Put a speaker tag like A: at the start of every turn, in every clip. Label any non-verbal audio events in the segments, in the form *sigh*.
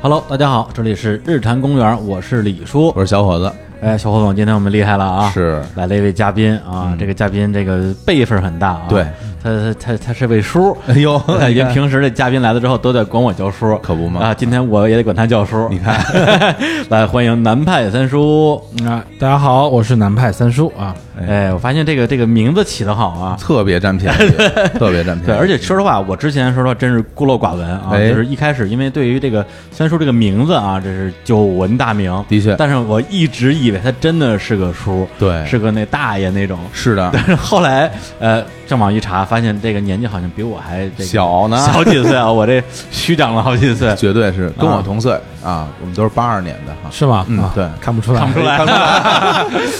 A: Hello，大家好，这里是日坛公园，我是李叔
B: 我。是小伙子，
A: 哎，小伙总，今天我们厉害了啊！
B: 是嗯
A: 来了一位嘉宾啊，这个嘉宾这个辈分很大啊，
B: 对
A: 他他他他是位叔。
B: 哎
A: *laughs*
B: 呦，
A: 感觉
B: 你看
A: 平时这嘉宾来了之后都得管我叫叔，
B: 可不嘛
A: 啊，今天我也得管他叫叔。
B: *laughs* 你看，
A: *laughs* 来欢迎南派三叔。
C: 啊，大家好，我是南派三叔啊。
A: 哎，我发现这个这个名字起得好啊。
B: 特别占便宜，特别占便宜，
A: *laughs* 对，
C: 哎
A: 而且说实话，我之前说实话真是孤陋寡闻啊，
B: 哎
A: 就是一开始因为对于这个三叔这个名字啊，这是久闻大名，
B: 的确
A: 但是我一直以为他真的是个叔，
B: 对
A: 是个那大爷那种。
B: 是的，
A: 但是后来，呃，上网一查，发现这个年纪好像比我还这个
B: 小呢
A: 小几岁啊，我这虚长了好几岁，
B: 绝对是跟我同岁啊，我们都是八二年的哈，
C: 是吗？
B: 嗯
C: 啊
B: 对
C: 看不出来，
A: 看不出来，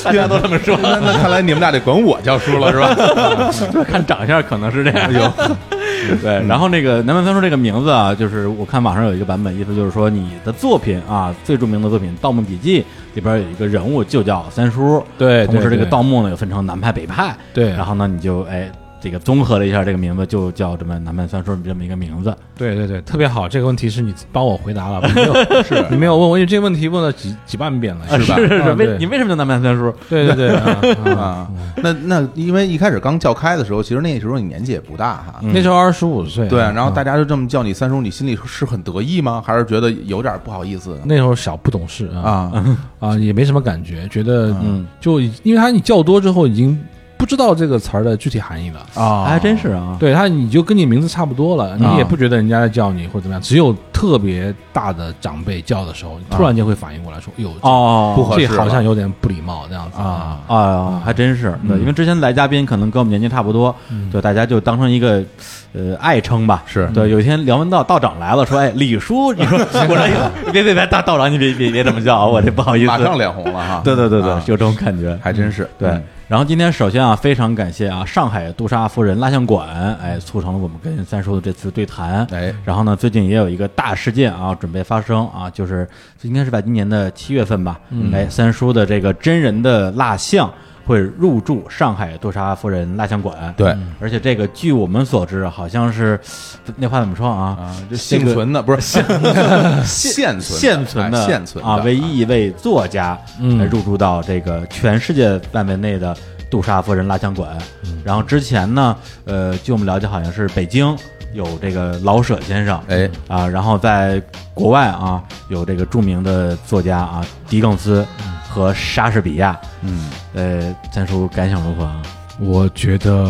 A: 大家都这么说，
B: 那那看来你们俩得管我叫叔了是吧？
A: 看长相可能是这
C: 哎
A: 样。有 *laughs*
C: 嗯
A: 对，然后那个南门三叔这个名字啊，就是我看网上有一个版本，意思就是说你的作品啊，最著名的作品《盗墓笔记》里边有一个人物就叫三叔，
C: 对对
A: 同时这个
C: 对
A: 盗墓呢有分成南派北派，
C: 对
A: 然后呢你就哎这个综合了一下这个名字，就叫这么南派三叔这么一个名字。
C: 对对对，特别好。这个问题是你帮我回答
B: *laughs*
C: 了，没有，
B: 是
C: 你没有问我，因为这个问题问了几几万遍了，
A: 啊
C: 吧？
B: 吧
A: *laughs* 是是是，
C: 啊
A: 为
C: 对
A: 你为什么叫南派三叔？
C: 对对
B: *laughs*
C: 对啊
A: 嗯
C: 啊
B: 啊，那那因为一开始刚叫开的时候，其实那时候你年纪也不大哈，
A: 嗯
C: 那时候二十五岁，啊
B: 对，啊然后大家就这么叫你三叔，你心里是很得意吗？还是觉得有点不好意思
C: 那时候小不懂事啊
B: 啊？
C: 啊，也没什么感觉，觉得
A: 嗯，
C: 就已因为他你叫多之后，已经不知道这个词儿的具体含义了。
B: 啊
A: 还真是啊，
C: 对他，你就跟你名字差不多了，你
B: 啊
C: 也不觉得人家在叫你或者怎么样，只有特别大的长辈叫的时候，你突然间会反应过来说：“哟，
A: 哦，
B: 啊不合适
C: 这
B: 了
C: 好像有点不礼貌这样子
B: 啊。
A: 啊，还真是
B: 嗯
A: 对，因为之前来嘉宾可能跟我们年纪差不多，对，大家就当成一个呃爱称吧。
B: 是
A: 对，有一天梁文道道长来了，
B: *laughs*
A: 说：“哎，李叔，你说我来，别别别，大道长，你别别别这么叫啊，我这不好意思。”
B: 马上脸红了哈，
A: 对对对对，
B: 啊
A: 有这种感觉。
B: 还真是
A: 对
B: 嗯，
A: 然后今天首先啊，非常感谢啊，上海杜莎夫人蜡像馆，哎，促成了我们跟三叔的这次对谈。
B: 哎
A: 然后呢，最近也有一个大事件啊，准备发生啊，就是应该是在今年的七月份吧，
B: 嗯
A: 哎，三叔的这个真人的蜡像会入驻上海杜莎夫人蜡像馆。
B: 对。
A: 而且这个，据我们所知，好像是那话怎么说啊？
B: 啊，
A: 这
B: 这幸
A: 个
B: 存
A: *laughs*
B: 的不是现现存
A: 现存的
B: 的哎现存的
A: 啊，唯一一位作家
C: 嗯
A: 才入驻到这个全世界范围内的杜莎夫人蜡像馆。然后之前呢，呃，据我们了解，好像是北京有这个老舍先生，
B: 哎
A: 啊，然后在国外啊有这个著名的作家啊狄更斯和莎士比亚。
B: 嗯
A: 呃，三叔感想如何啊？
C: 我觉得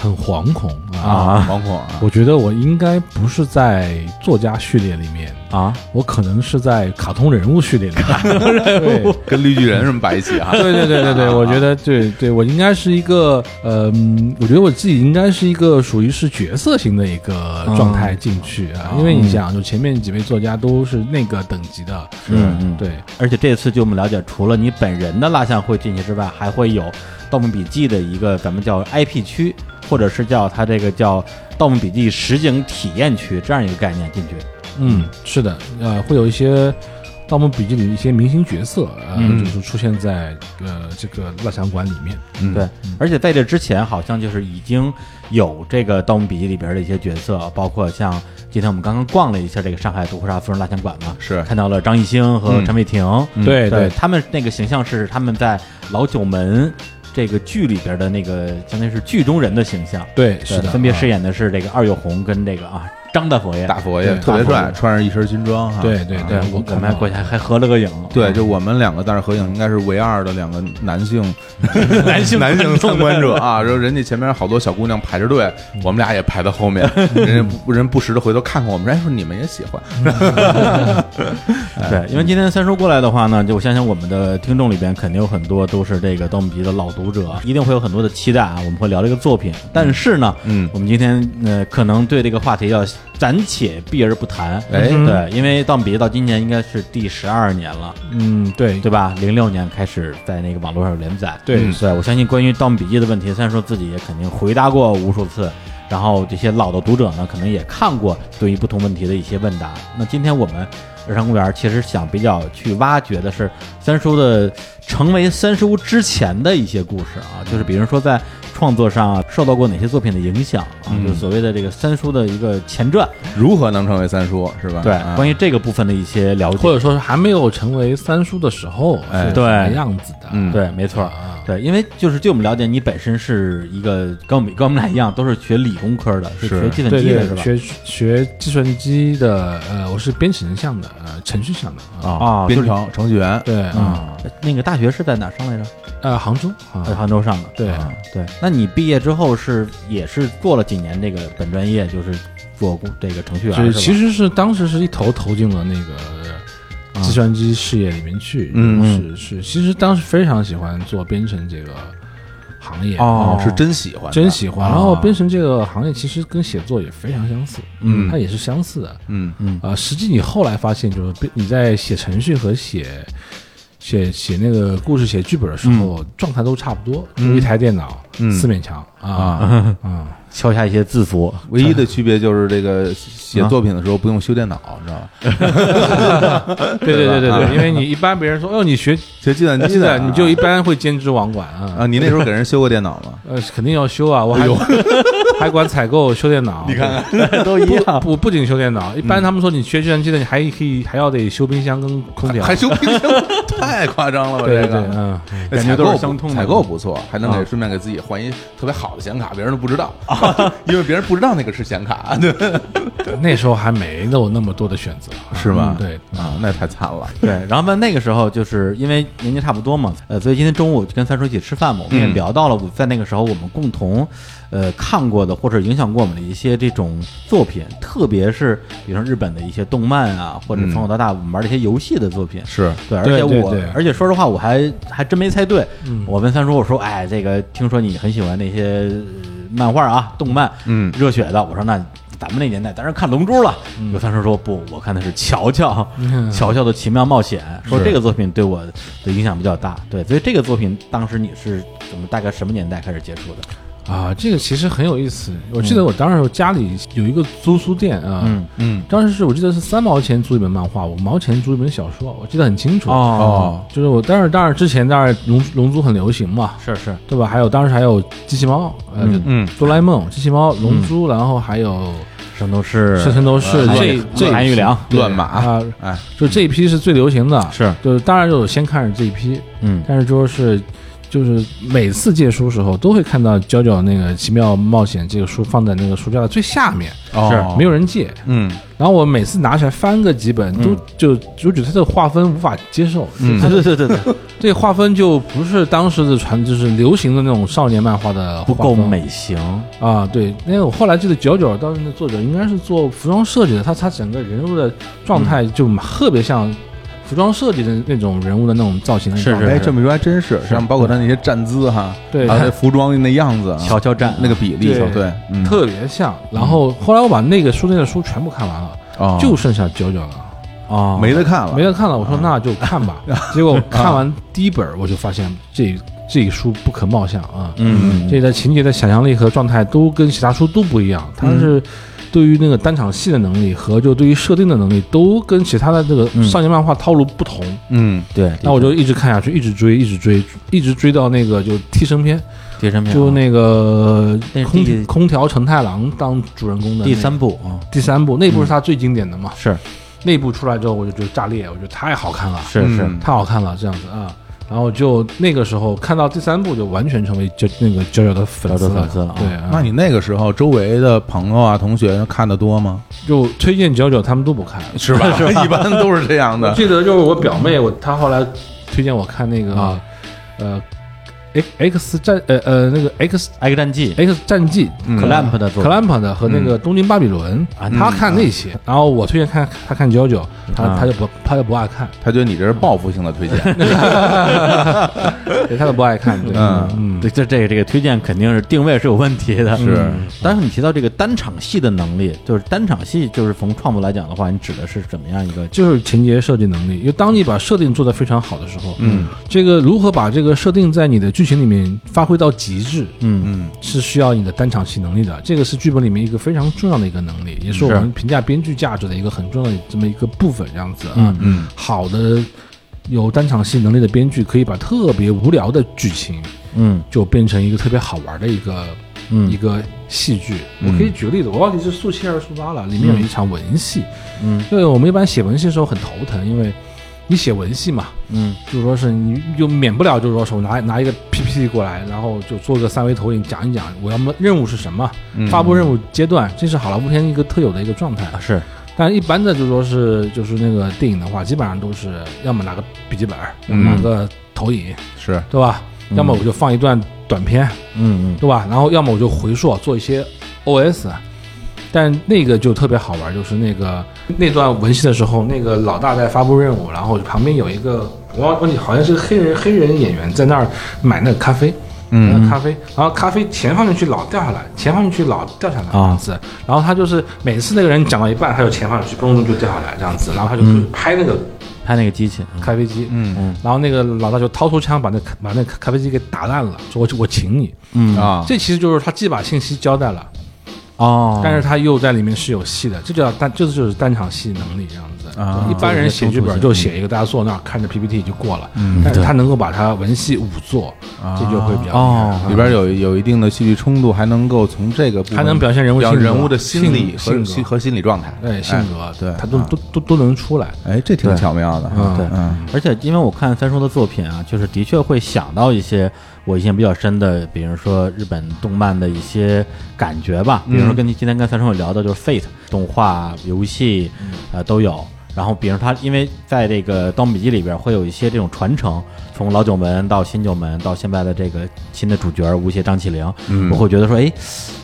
C: 很惶恐啊！
A: 啊
B: 惶恐啊，
C: 我觉得我应该不是在作家序列里面，
A: 啊，
C: 我可能是在卡通人物序列里
A: *laughs*
C: 面。卡通人物，
B: 跟绿巨人什么摆一起啊，
C: 对对对对对，我觉得对对，我应该是一个呃，嗯我觉得我自己应该是一个属于是角色型的一个状态进去
A: 嗯
C: 啊，因为你想，就前面几位作家都是那个等级的，
A: 嗯嗯
C: 对。
A: 而且这次据我们了解，除了你本人的蜡像会进去之外，还会有《盗墓笔记》的一个咱们叫 IP 区，或者是叫它这个叫《盗墓笔记》实景体验区这样一个概念进去。
C: 嗯，是的，呃，会有一些《盗墓笔记》里的一些明星角色，呃，
A: 嗯
C: 就是出现在呃这个蜡像馆里面。
B: 嗯
A: 对，而且在这之前，好像就是已经有这个《盗墓笔记》里边的一些角色，包括像今天我们刚刚逛了一下这个上海杜莎夫人蜡像馆嘛，
B: 是
A: 看到了张艺兴和
B: 嗯
A: 陈伟霆，
B: 嗯
C: 对
A: 对
C: 对
A: 他们那个形象是他们在老九门这个剧里边的那个，相当于是剧中人的形象。
C: 对，
A: 对
C: 是的，
A: 分别
C: 啊
A: 饰演的是这个二月红跟这个啊张大佛爷。
B: 大佛爷
C: 对
B: 特别
C: 大佛
B: 帅，
C: 爷
B: 穿着一身军装哈，
C: 对对对
B: 啊
C: 我
A: 嗯我们还过去还还合了个影，
B: 对，就我们两个在那合影，应该是唯二的两个男性
A: 男 *laughs* 性
B: 男性参
A: *laughs*
B: 观者啊，然后人家前面好多小姑娘排着队，
A: 嗯
B: 我们俩也排在后
A: *laughs*
B: 面，人家不人不时的回头看看我们，哎，说你们也喜欢，
A: 嗯
B: 哎
A: 对，因为今天三叔过来的话呢，就我相信我们的听众里边肯定有很多都是这个《盗墓笔记》的老读者，一定会有很多的期待啊。我们会聊这个作品，但是呢，
B: 嗯
A: 我们今天呃可能对这个话题要暂且避而不谈。
B: 哎
A: 对，因为《盗墓笔记》到今年应该是第十二年了，
C: 嗯，对
A: 对吧？零六年开始在那个网络上有连载，
C: 对
B: 嗯
A: 对，我相信关于《盗墓笔记》的问题，虽然说自己也肯定回答过无数次，然后这些老的读者呢，可能也看过对于不同问题的一些问答。那今天我们日常公园其实想比较去挖掘的是三叔的成为三叔之前的一些故事啊，就是比如说在创作上啊受到过哪些作品的影响啊，就是所谓的这个三叔的一个前传。
B: 如何能成为三叔是吧？
A: 对，
B: 啊
A: 关于这个部分的一些了解，
C: 或者说是还没有成为三叔的时候
B: 哎
C: 是什
A: 对
C: 么样子的？
B: 嗯
A: 对，没错
C: 啊，
A: 对，因为就是据我们了解，你本身是一个跟我们跟我们俩一样，都是学理工科的，是
B: 是
A: 学计算
C: 对
A: 机的
C: 对
A: 是，吧？
C: 学学计算机的，呃，我是编程项的，呃，程序项的啊。
A: 啊
B: 编
A: 就是
B: 程程序员，
C: 对啊，
A: 啊，那个大学是在哪上来着？
C: 呃，杭州
A: 在
C: 啊，
A: 杭州上的。
C: 对
A: 啊对，那你毕业之后是也是做了几年这个本专业，就是做工这个程序员
C: 就是
A: 吧
C: 其实是当时是一头投进了那个呃计算机事业里面去。
A: 嗯
C: 是是，其实当时非常喜欢做编程这个行业，
A: 哦
B: 是真喜欢的，
C: 真喜欢。
A: 啊
C: 然后编程这个行业其实跟写作也非常相似，
B: 嗯
C: 它也是相似的。
B: 嗯
C: 啊，实际你后来发现，就是编你在写程序和写写写那个故事、写剧本的时候，状态都差不多，就一台电脑，四面墙嗯啊
B: 啊，
C: 啊，
A: 敲下一些字符。
B: 唯一的区别就是这个写作品的时候不用修电
C: 啊
B: 脑，你知道吧？
C: *laughs* 对对对对啊对，因为你一般别人说，哦，你学
B: 学计算
C: 计
B: 机的
C: 的，
B: 啊，
C: 你就一般会兼职网管
B: 啊，
C: 啊，
B: 你那时候给人修过电脑
C: *laughs*
B: 吗？
C: 呃，肯定要修啊，我还 *laughs* 还管采购修电脑，你看看。
A: 都一样
C: 不不仅修电脑，一般他们说你学计算机的，你还可以还要得修冰箱跟空调，
B: 还修冰箱，太夸张了吧？
C: 对
B: 这
C: 对对，
B: 个。
C: 嗯，
B: 哎
A: 感觉都是相通的
B: 采购不错，还能
A: 啊
B: 给顺便给自己换一特别好的显卡，别人都不知
C: *laughs*
B: 道，因为别人不知道那个是显卡，对
C: 那时候还没有那么多的选择，
B: 是吗
C: 嗯对，
B: 啊，那太惨了。
A: 对，然后呢，那个时候就是因为年纪差不多嘛，呃，所以今天中午就跟三叔一起吃饭嘛，我们也
B: 嗯
A: 聊到了我在那个时候我们共同，呃，看过的或者影响过我们的一些这种作品，特别是比如说日本的一些动漫啊，或者
B: 嗯
A: 从小到大我们玩的一些游戏的作品。
B: 是
A: 对，而
C: 对
A: 且
C: 对
A: 我
C: 对，
A: 而且说实话，我还还真没猜对。
C: 嗯
A: 我问三叔，我说：“哎，这个听说你很喜欢那些呃漫画啊、动漫，
B: 嗯
A: 热血的。”我说：“那咱们那年代当然看《龙珠》了。”有三叔说：“不，我看的是乔乔。”
C: 嗯
A: 乔乔的奇妙冒险，说
C: 是
A: 这个作品对我的影响比较大，对，所以这个作品当时你是怎么大概什么年代开始接触的？
C: 啊，这个其实很有意思。我记得我当时家里有一个租书店啊，
A: 嗯，
B: 嗯
C: 当时是我记得是三毛钱租一本漫画，五毛钱租一本小说，我记得很清楚。嗯
A: 哦，
C: 就是我当时当然之前当然龙龙珠很流行嘛，
A: 是是，
C: 对吧？还有当时还有机器猫，呃，
A: 嗯
B: 嗯
C: 就哆啦 A 梦、机器猫、龙珠，然后还有
A: 圣斗士，
C: 圣圣斗士
A: 韩
C: 这
A: 语
C: 这
A: 韩语良，
C: 对
B: 乱码
C: 啊，
B: 哎，
C: 就这一批是最流行的。
A: 是，
C: 就是当然就是先看着这一批，
A: 嗯
C: 但是就是就是每次借书时候都会看到《娇娇那个奇妙冒险》这个书放在那个书架的最下面，
B: 哦
C: 没有人借。
B: 嗯
C: 然后我每次拿起来翻个几本，
A: 嗯
C: 都就就觉得它的划分无法接受，
B: 嗯
A: 对对对对对，
C: 这个划分就不是当时的传，就是流行的那种少年漫画的
A: 不
C: 划
A: 够
C: 分
A: 美型，
C: 啊。对，因为我后来记得九九当时的作者应该是做服装设计的，他他整个人物的状态就特别像服装设计的那种人物的那种造型的
A: 是
C: 状态
A: 是
B: 哎，这么一说还真是，像包括他那些站姿哈，
C: 对
B: 还有那服装那样子啊，
A: 乔乔站
B: 那个比例，
C: 对
B: 对，嗯
C: 特别像。然后后来我把那个书店的书全部看完了，
B: 哦
C: 就剩下九九了。
A: 哦，
B: 没得看了，
C: 没得看了，我说那就看吧。结果看完第一本儿，我就发现这这一书不可貌相啊，
A: 嗯，嗯，
C: 这的情节的想象力和状态都跟其他书都不一样，它
A: 嗯
C: 是对于那个单场戏的能力和就对于设定的能力都跟其他的这个
A: 嗯
C: 少年漫画套路不同。
B: 嗯
A: 对，
C: 那我就一直看下去，一直追，一直追，一直追到那个就替身篇，
A: 第三篇啊，
C: 就那个
A: 那是
C: 空
A: 第
C: 空调承太郎当主人公的
A: 第
C: 那
A: 三部啊，
C: 第三部，那部是他最经典的嘛。
A: 是
C: 那部出来之后，我就觉得炸裂，我觉得太好看了，
A: 是是，
B: 嗯
C: 太好看了，这样子啊。然后就那个时候看到第三部，就完全成为就那个娇娇的粉丝
A: 娇娇粉丝了啊
C: 对啊，
B: 那你那个时候周围的朋友啊、同学看的多
C: *laughs*
B: 吗？
C: 就推荐娇娇，他们都不看。
B: 是吧？一般都是这样
C: 我 *laughs*
B: 的。
C: 记得就是我表妹，我她后来推荐我看那个、
A: 啊
C: 呃 X X 战呃呃那个 X
A: 《X 战记》
C: X 战记。
B: 嗯
A: 哎 Clamp 的作品
C: clamp 的和那个东京巴比伦，
A: 啊
C: 她看那些，然后我推荐看她看娇娇，她
A: 啊
C: 她就不她就不爱 *laughs* 看，
B: 他觉得你这是报复性的推荐，
C: *laughs* 对她就不爱看，对，
B: 嗯
C: 嗯，
A: 对，这这个这个推荐肯定是定位是有问题的。
B: 是
A: 嗯，但是你提到这个单场戏的能力，就是单场戏，就是从创作来讲的话，你指的是怎么样一个？
C: 就是情节设计能力。因为当你把设定做得非常好的时候，嗯，这个如何把这个设定在你的剧剧情里面发挥到极致，
A: 嗯
B: 嗯
C: 是需要你的单场戏能力的。这个是剧本里面一个非常重要的一个能力，也是我
A: 是
C: 们评价编剧价值的一个很重要的这么一个部分，这样子啊。
A: 嗯
B: 嗯
C: 好的有单场戏能力的编剧，可以把特别无聊的剧情
A: 嗯
C: 就变成一个特别好玩的一个、一
A: 嗯
C: 个戏剧。
B: 嗯
C: 我可以举个例子，我忘记是速七还是速八了，里面有一场文戏，
A: 嗯
C: 因为我们一般写文戏的时候很头疼，因为你写文戏嘛，
A: 嗯
C: 就是说是你就免不了就是说是我拿拿一个 PPT 过来，然后就做个三维投影，讲一讲我要么任务是什么，
B: 嗯
C: 发布任务阶段，这是好莱坞片一个特有的一个状态。
A: 啊是
C: 但一般的就说是就是那个电影的话，基本上都是要么拿个笔记本，要
B: 嗯
C: 么拿个投影，
B: 是
C: 对吧？
A: 嗯
C: 要么我就放一段短片，
A: 嗯嗯
C: 对吧？然后要么我就回溯做一些 OS，但那个就特别好玩，就是那个那段文戏的时候，那个老大在发布任务，然后旁边有一个我忘忘记好像是个黑人黑人演员在那儿买那个咖啡，
A: 嗯
C: 买那个咖啡，然后咖啡钱放进去老掉下来，钱放进去老掉下
A: 啊
C: 来这样子，然后他就是每次那个人讲到一半，他有钱放进去，嘣就掉下来这样子，然后他就
A: 嗯
C: 拍那个
A: 拍那个机器，嗯
C: 咖啡机。
B: 嗯
C: 然后那个老大就掏出枪把那把那咖啡机给打烂了，说我我请你。
A: 嗯
B: 啊
C: 这其实就是他既把信息交代了，
A: 哦，
C: 但是他又在里面是有戏的，这叫单，这就是单场戏能力这样子。
B: 啊
C: 就一般人写剧
A: 这
C: 本
A: 个
C: 就写一个，大家坐那儿看着 PPT 就过了，
B: 嗯
C: 但是
A: 对
C: 他能够把它文戏武做，这就会比较厉害
A: 哦
B: 里边有有一定的戏剧冲突，还能够从这个部分
C: 嗯还能表现人物
B: 表
C: 性格
B: 人物的心理
C: 性
B: 和
C: 格
B: 心和心理状态，
C: 哎，性格
B: 哎对，
C: 他都
B: 啊
C: 都都都能出来。
B: 哎，这挺
A: 对
B: 巧妙的，
C: 嗯
A: 对
B: 嗯
A: 而且因为我看三叔的作品啊，就是的确会想到一些我印象比较深的，比如说日本动漫的一些感觉吧，
B: 嗯
A: 比如说跟你今天跟三叔有聊到就是 Fate 动画、游戏，
B: 嗯
A: 呃都有。然后，比如他，因为在这个《盗墓笔记》里边会有一些这种传承，从老九门到新九门，到现在的这个新的主角吴邪、张起灵，
B: 嗯
A: 我会觉得说，哎，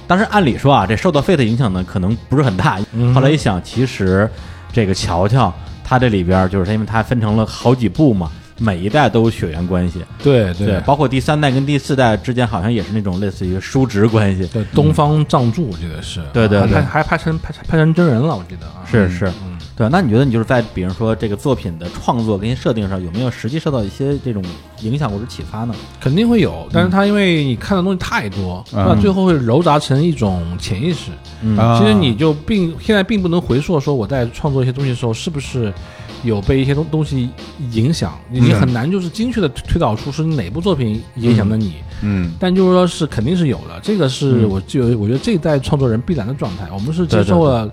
A: 当时按理说啊，这受到 Fate 影响呢，可能不是很大。
B: 嗯
A: 后来一想，其实这个乔乔他这里边儿就是因为他分成了好几部嘛，每一代都有血缘关系，
C: 对
A: 对，包括第三代跟第四代之间好像也是那种类似于叔侄关系，
C: 对，东方仗助我记得是，
A: 对对
C: 啊
A: 对
C: 还还拍成拍成拍成真人了，我记得啊。
A: 是是，对。那你觉得你就是在比如说这个作品的创作跟设定上，有没有实际受到一些这种影响或者启发呢？
C: 肯定会有，但是他因为你看的东西太多，
B: 嗯
C: 那最后会揉杂成一种潜意识。
A: 嗯
C: 其实你就并现在并不能回溯说我在创作一些东西的时候是不是有被一些东东西影响，你你
B: 嗯
C: 很难就是精确的推导出是哪部作品影响了你，
B: 嗯
C: 但就是说是肯定是有的，这个是
A: 嗯
C: 我就我觉得这一代创作人必然的状态，我们是
A: 对
C: 接
A: 对
C: 受了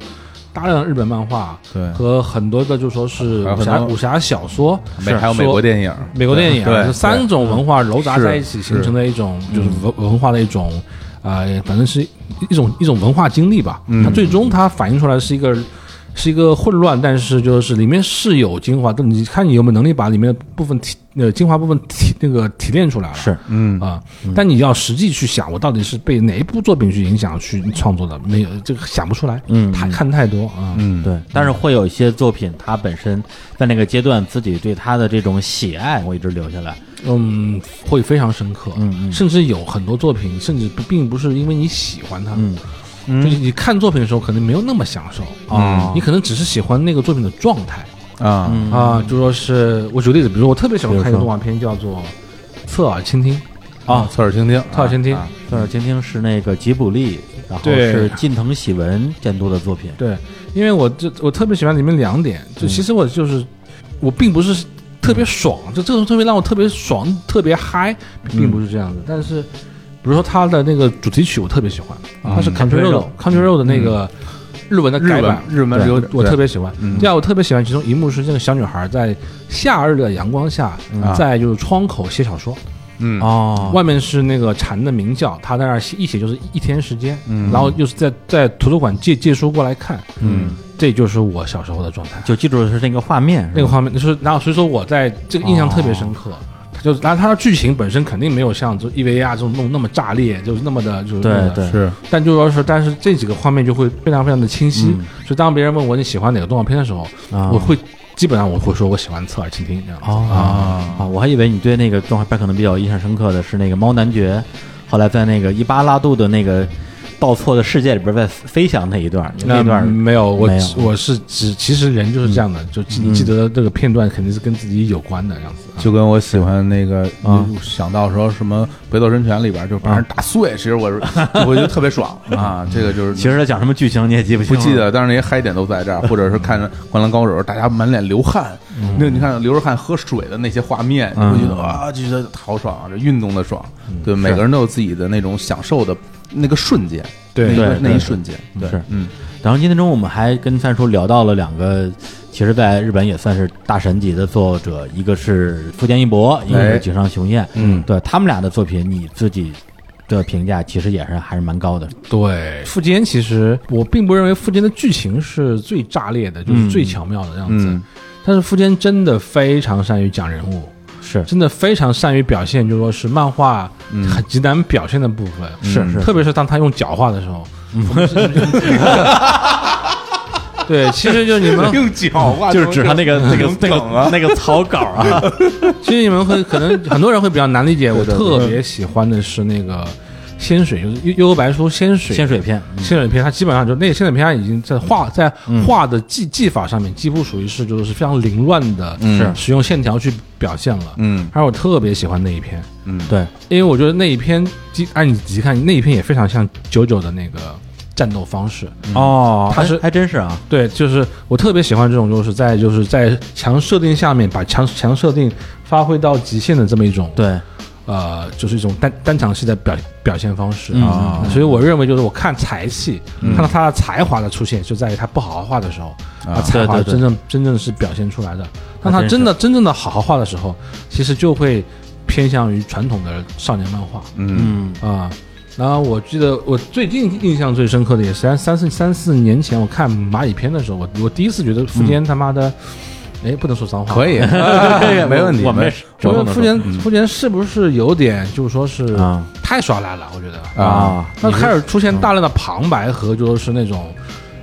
C: 大量的日本漫画
B: 对，
C: 和很多的就说是
B: 还有
C: 武
B: 很
C: 侠
B: 多
C: 武侠小说，
B: 美还有美
C: 说
B: 国电影，
C: 美国电影
B: 对
C: 啊，
B: 对
C: 就三种文化糅杂
B: 是
C: 在一起
B: 是
C: 形成的一种，就是文文化的一种，呃，反正是一一种一种文化经历吧。
B: 嗯
C: 它最终它反映出来是一个是一个混乱，但是就是里面是有精华，但你看你有没有能力把里面的部分提呃精华部分提那个提炼出来了。
A: 是，
B: 嗯
C: 啊，但你要实际去想，我到底是被哪一部作品去影响去创作的？没有这个想不出来，
A: 嗯
C: 太看太多啊。
B: 嗯，
A: 对，但是会有一些作品，它本身在那个阶段自己对它的这种喜爱，我一直留下来。
C: 嗯，会非常深刻，
A: 嗯嗯
C: 甚至有很多作品，甚至不并不是因为你喜欢它，
A: 嗯
C: 就是你看作品的时候可能没有那么享受，
A: 啊，
C: 你可能只是喜欢那个作品的状态
B: 啊
A: 嗯
C: 啊，就说是我举个例子，比如说我特别喜欢
A: 比
C: 看一个
A: 如说
C: 动画片叫做《侧耳倾听》，
A: 啊，
B: 侧耳倾听，
C: 哦侧耳倾听
B: 啊
A: 侧耳倾听是那个吉卜力，然后
C: 对
A: 是近藤喜文监督的作品。
C: 对，因为我这我特别喜欢里面两点，
B: 嗯
C: 就其实我就是、我并不是特别爽，就这种特别让我特别爽、特别嗨，并不是这样
B: 嗯
C: 子。但是比如说它的那个主题曲，我特别喜欢，
B: 嗯
C: 它是 Country
A: Country
C: Road Country Road 的那个日文的
B: 日
C: 改版
B: 本，嗯日本
C: 对
B: 流，
C: 我
B: 对
C: 特别喜欢
B: 嗯。
C: 第二，我特别喜欢其中一幕是那个小女孩在夏日的阳光下，
B: 啊
C: 在就是窗口写小说，
B: 嗯
A: 哦，
C: 外面是那个蝉的鸣叫，她在那儿写一写就是一天时间，
B: 嗯
C: 然后又是在在图书馆借借书过来看，
B: 嗯
C: 这就是我小时候的状态，
A: 就记住的是那个画面，
C: 那
A: 个
C: 个画面就是，然后所以说我在这个印象特别深
A: 哦
C: 刻。它就然后它的剧情本身肯定没有像就 EVA 这种弄那么炸裂，就是那么的，就是那么
A: 对对，
C: 的
B: 是
C: 但就说是，但是这几个画面就会非常非常的清晰。
A: 嗯
C: 所以当别人问我你喜欢哪个动画片的时候，
A: 啊
C: 我会基本上我会说我喜欢侧耳倾听这样子。
A: 哦
B: 啊，
A: 啊，我还以为你对那个动画片可能比较印象深刻的是那个猫男爵，后来在那个伊巴拉杜的那个倒错的世界里边在飞翔那一段，那
C: 那
A: 一段
B: 嗯
C: 没有，嗯我
A: 没有
C: 我是只其实人就是这样的，就记你记得这个片段肯定是跟自己有关的这样子啊。
B: 就跟我喜欢那个
A: 啊
B: 想到说什么《北斗神拳》里边就把人打碎，其实我
A: *laughs*
B: 是我觉得特别爽啊，这个就是
A: 其实他讲什么剧情你也记不清
B: 不
A: 了
B: 记得，但是那些嗨点都在这儿，或者是看
A: 嗯
B: 《灌篮高手》，大家满脸流汗，那你看流着汗喝水的那些画面，你会觉
A: 嗯
B: 得啊，就觉得好爽啊，这运动的爽，对，每个人都有自己的那种享受的那个瞬间，
C: 对
B: 那一
A: 对
B: 个那
A: 对
B: 一瞬间，对
A: 是，
B: 嗯，
A: 然后今天中午我们还跟范叔聊到了两个，其实在日本也算是大神级的作者，一个是富坚义博，一个是井上雄彦，
B: 哎嗯
A: 对他们俩的作品，你自己的评价其实也是还是蛮高的，
C: 对，富坚其实我并不认为富坚的剧情是最炸裂的，就是
A: 嗯
C: 最巧妙的这样子。
B: 嗯
C: 但是富坚真的非常善于讲人物，
A: 是
C: 真的非常善于表现，就说是漫画很极难表现的部分，
A: 是嗯是
C: 特别嗯是嗯当他用脚画的时候。 *laughs* 对，其实就你们
B: 用脚画
A: 嗯就是指他那
B: *laughs*
A: 个那个那个那个草稿啊，
C: 其实你们会可能很多人会比较难理解，我
B: 对对
C: 特别喜欢的是那个仙水，就是幽幽游白书仙水。
A: 仙水篇，嗯
C: 仙水篇，它基本上就那个仙水篇，它已经在画在
B: 嗯
C: 画的技技法上面，几乎属于是就是非常凌乱的，
B: 嗯是
C: 使用线条去表现了。
B: *laughs* 嗯
C: 而我特别喜欢那一篇，
B: 嗯，
A: 对，
C: 因为我觉得那一篇，即按你仔细看，那一篇也非常像九九的那个战斗方式。
A: 哦
C: 他是
A: 还真是啊，
C: 对，就是我特别喜欢这种，就是在就是在强设定下面把强强设定发挥到极限的这么一种
A: 对，
C: 呃，就是一种单单场戏的表表现方式
A: 嗯
C: 啊、所以我认为，就是我看才气，看到他的才华的出现，就在于他不好好画的时候，他才华
A: 啊对对对
C: 真正真正是表现出来的。当他
A: 还真
C: 真的真正的好好画的时候，其实就会偏向于传统的少年漫画
B: 嗯
A: 嗯
C: 啊、然后我记得我最近印象最深刻的也是三三四三四年前我看蚂蚁篇的时候，我我第一次觉得
A: 嗯
C: 福坚他妈的，哎、不能说脏话，
B: 可
A: *laughs*
B: 以，没问题，
A: 我们
B: 没
C: 我觉
A: 们
C: 得福田福田是不是有点就是说是
A: 啊
C: 太耍赖了？我觉得
A: 啊，
C: 那开始出现大量的旁白和就是那种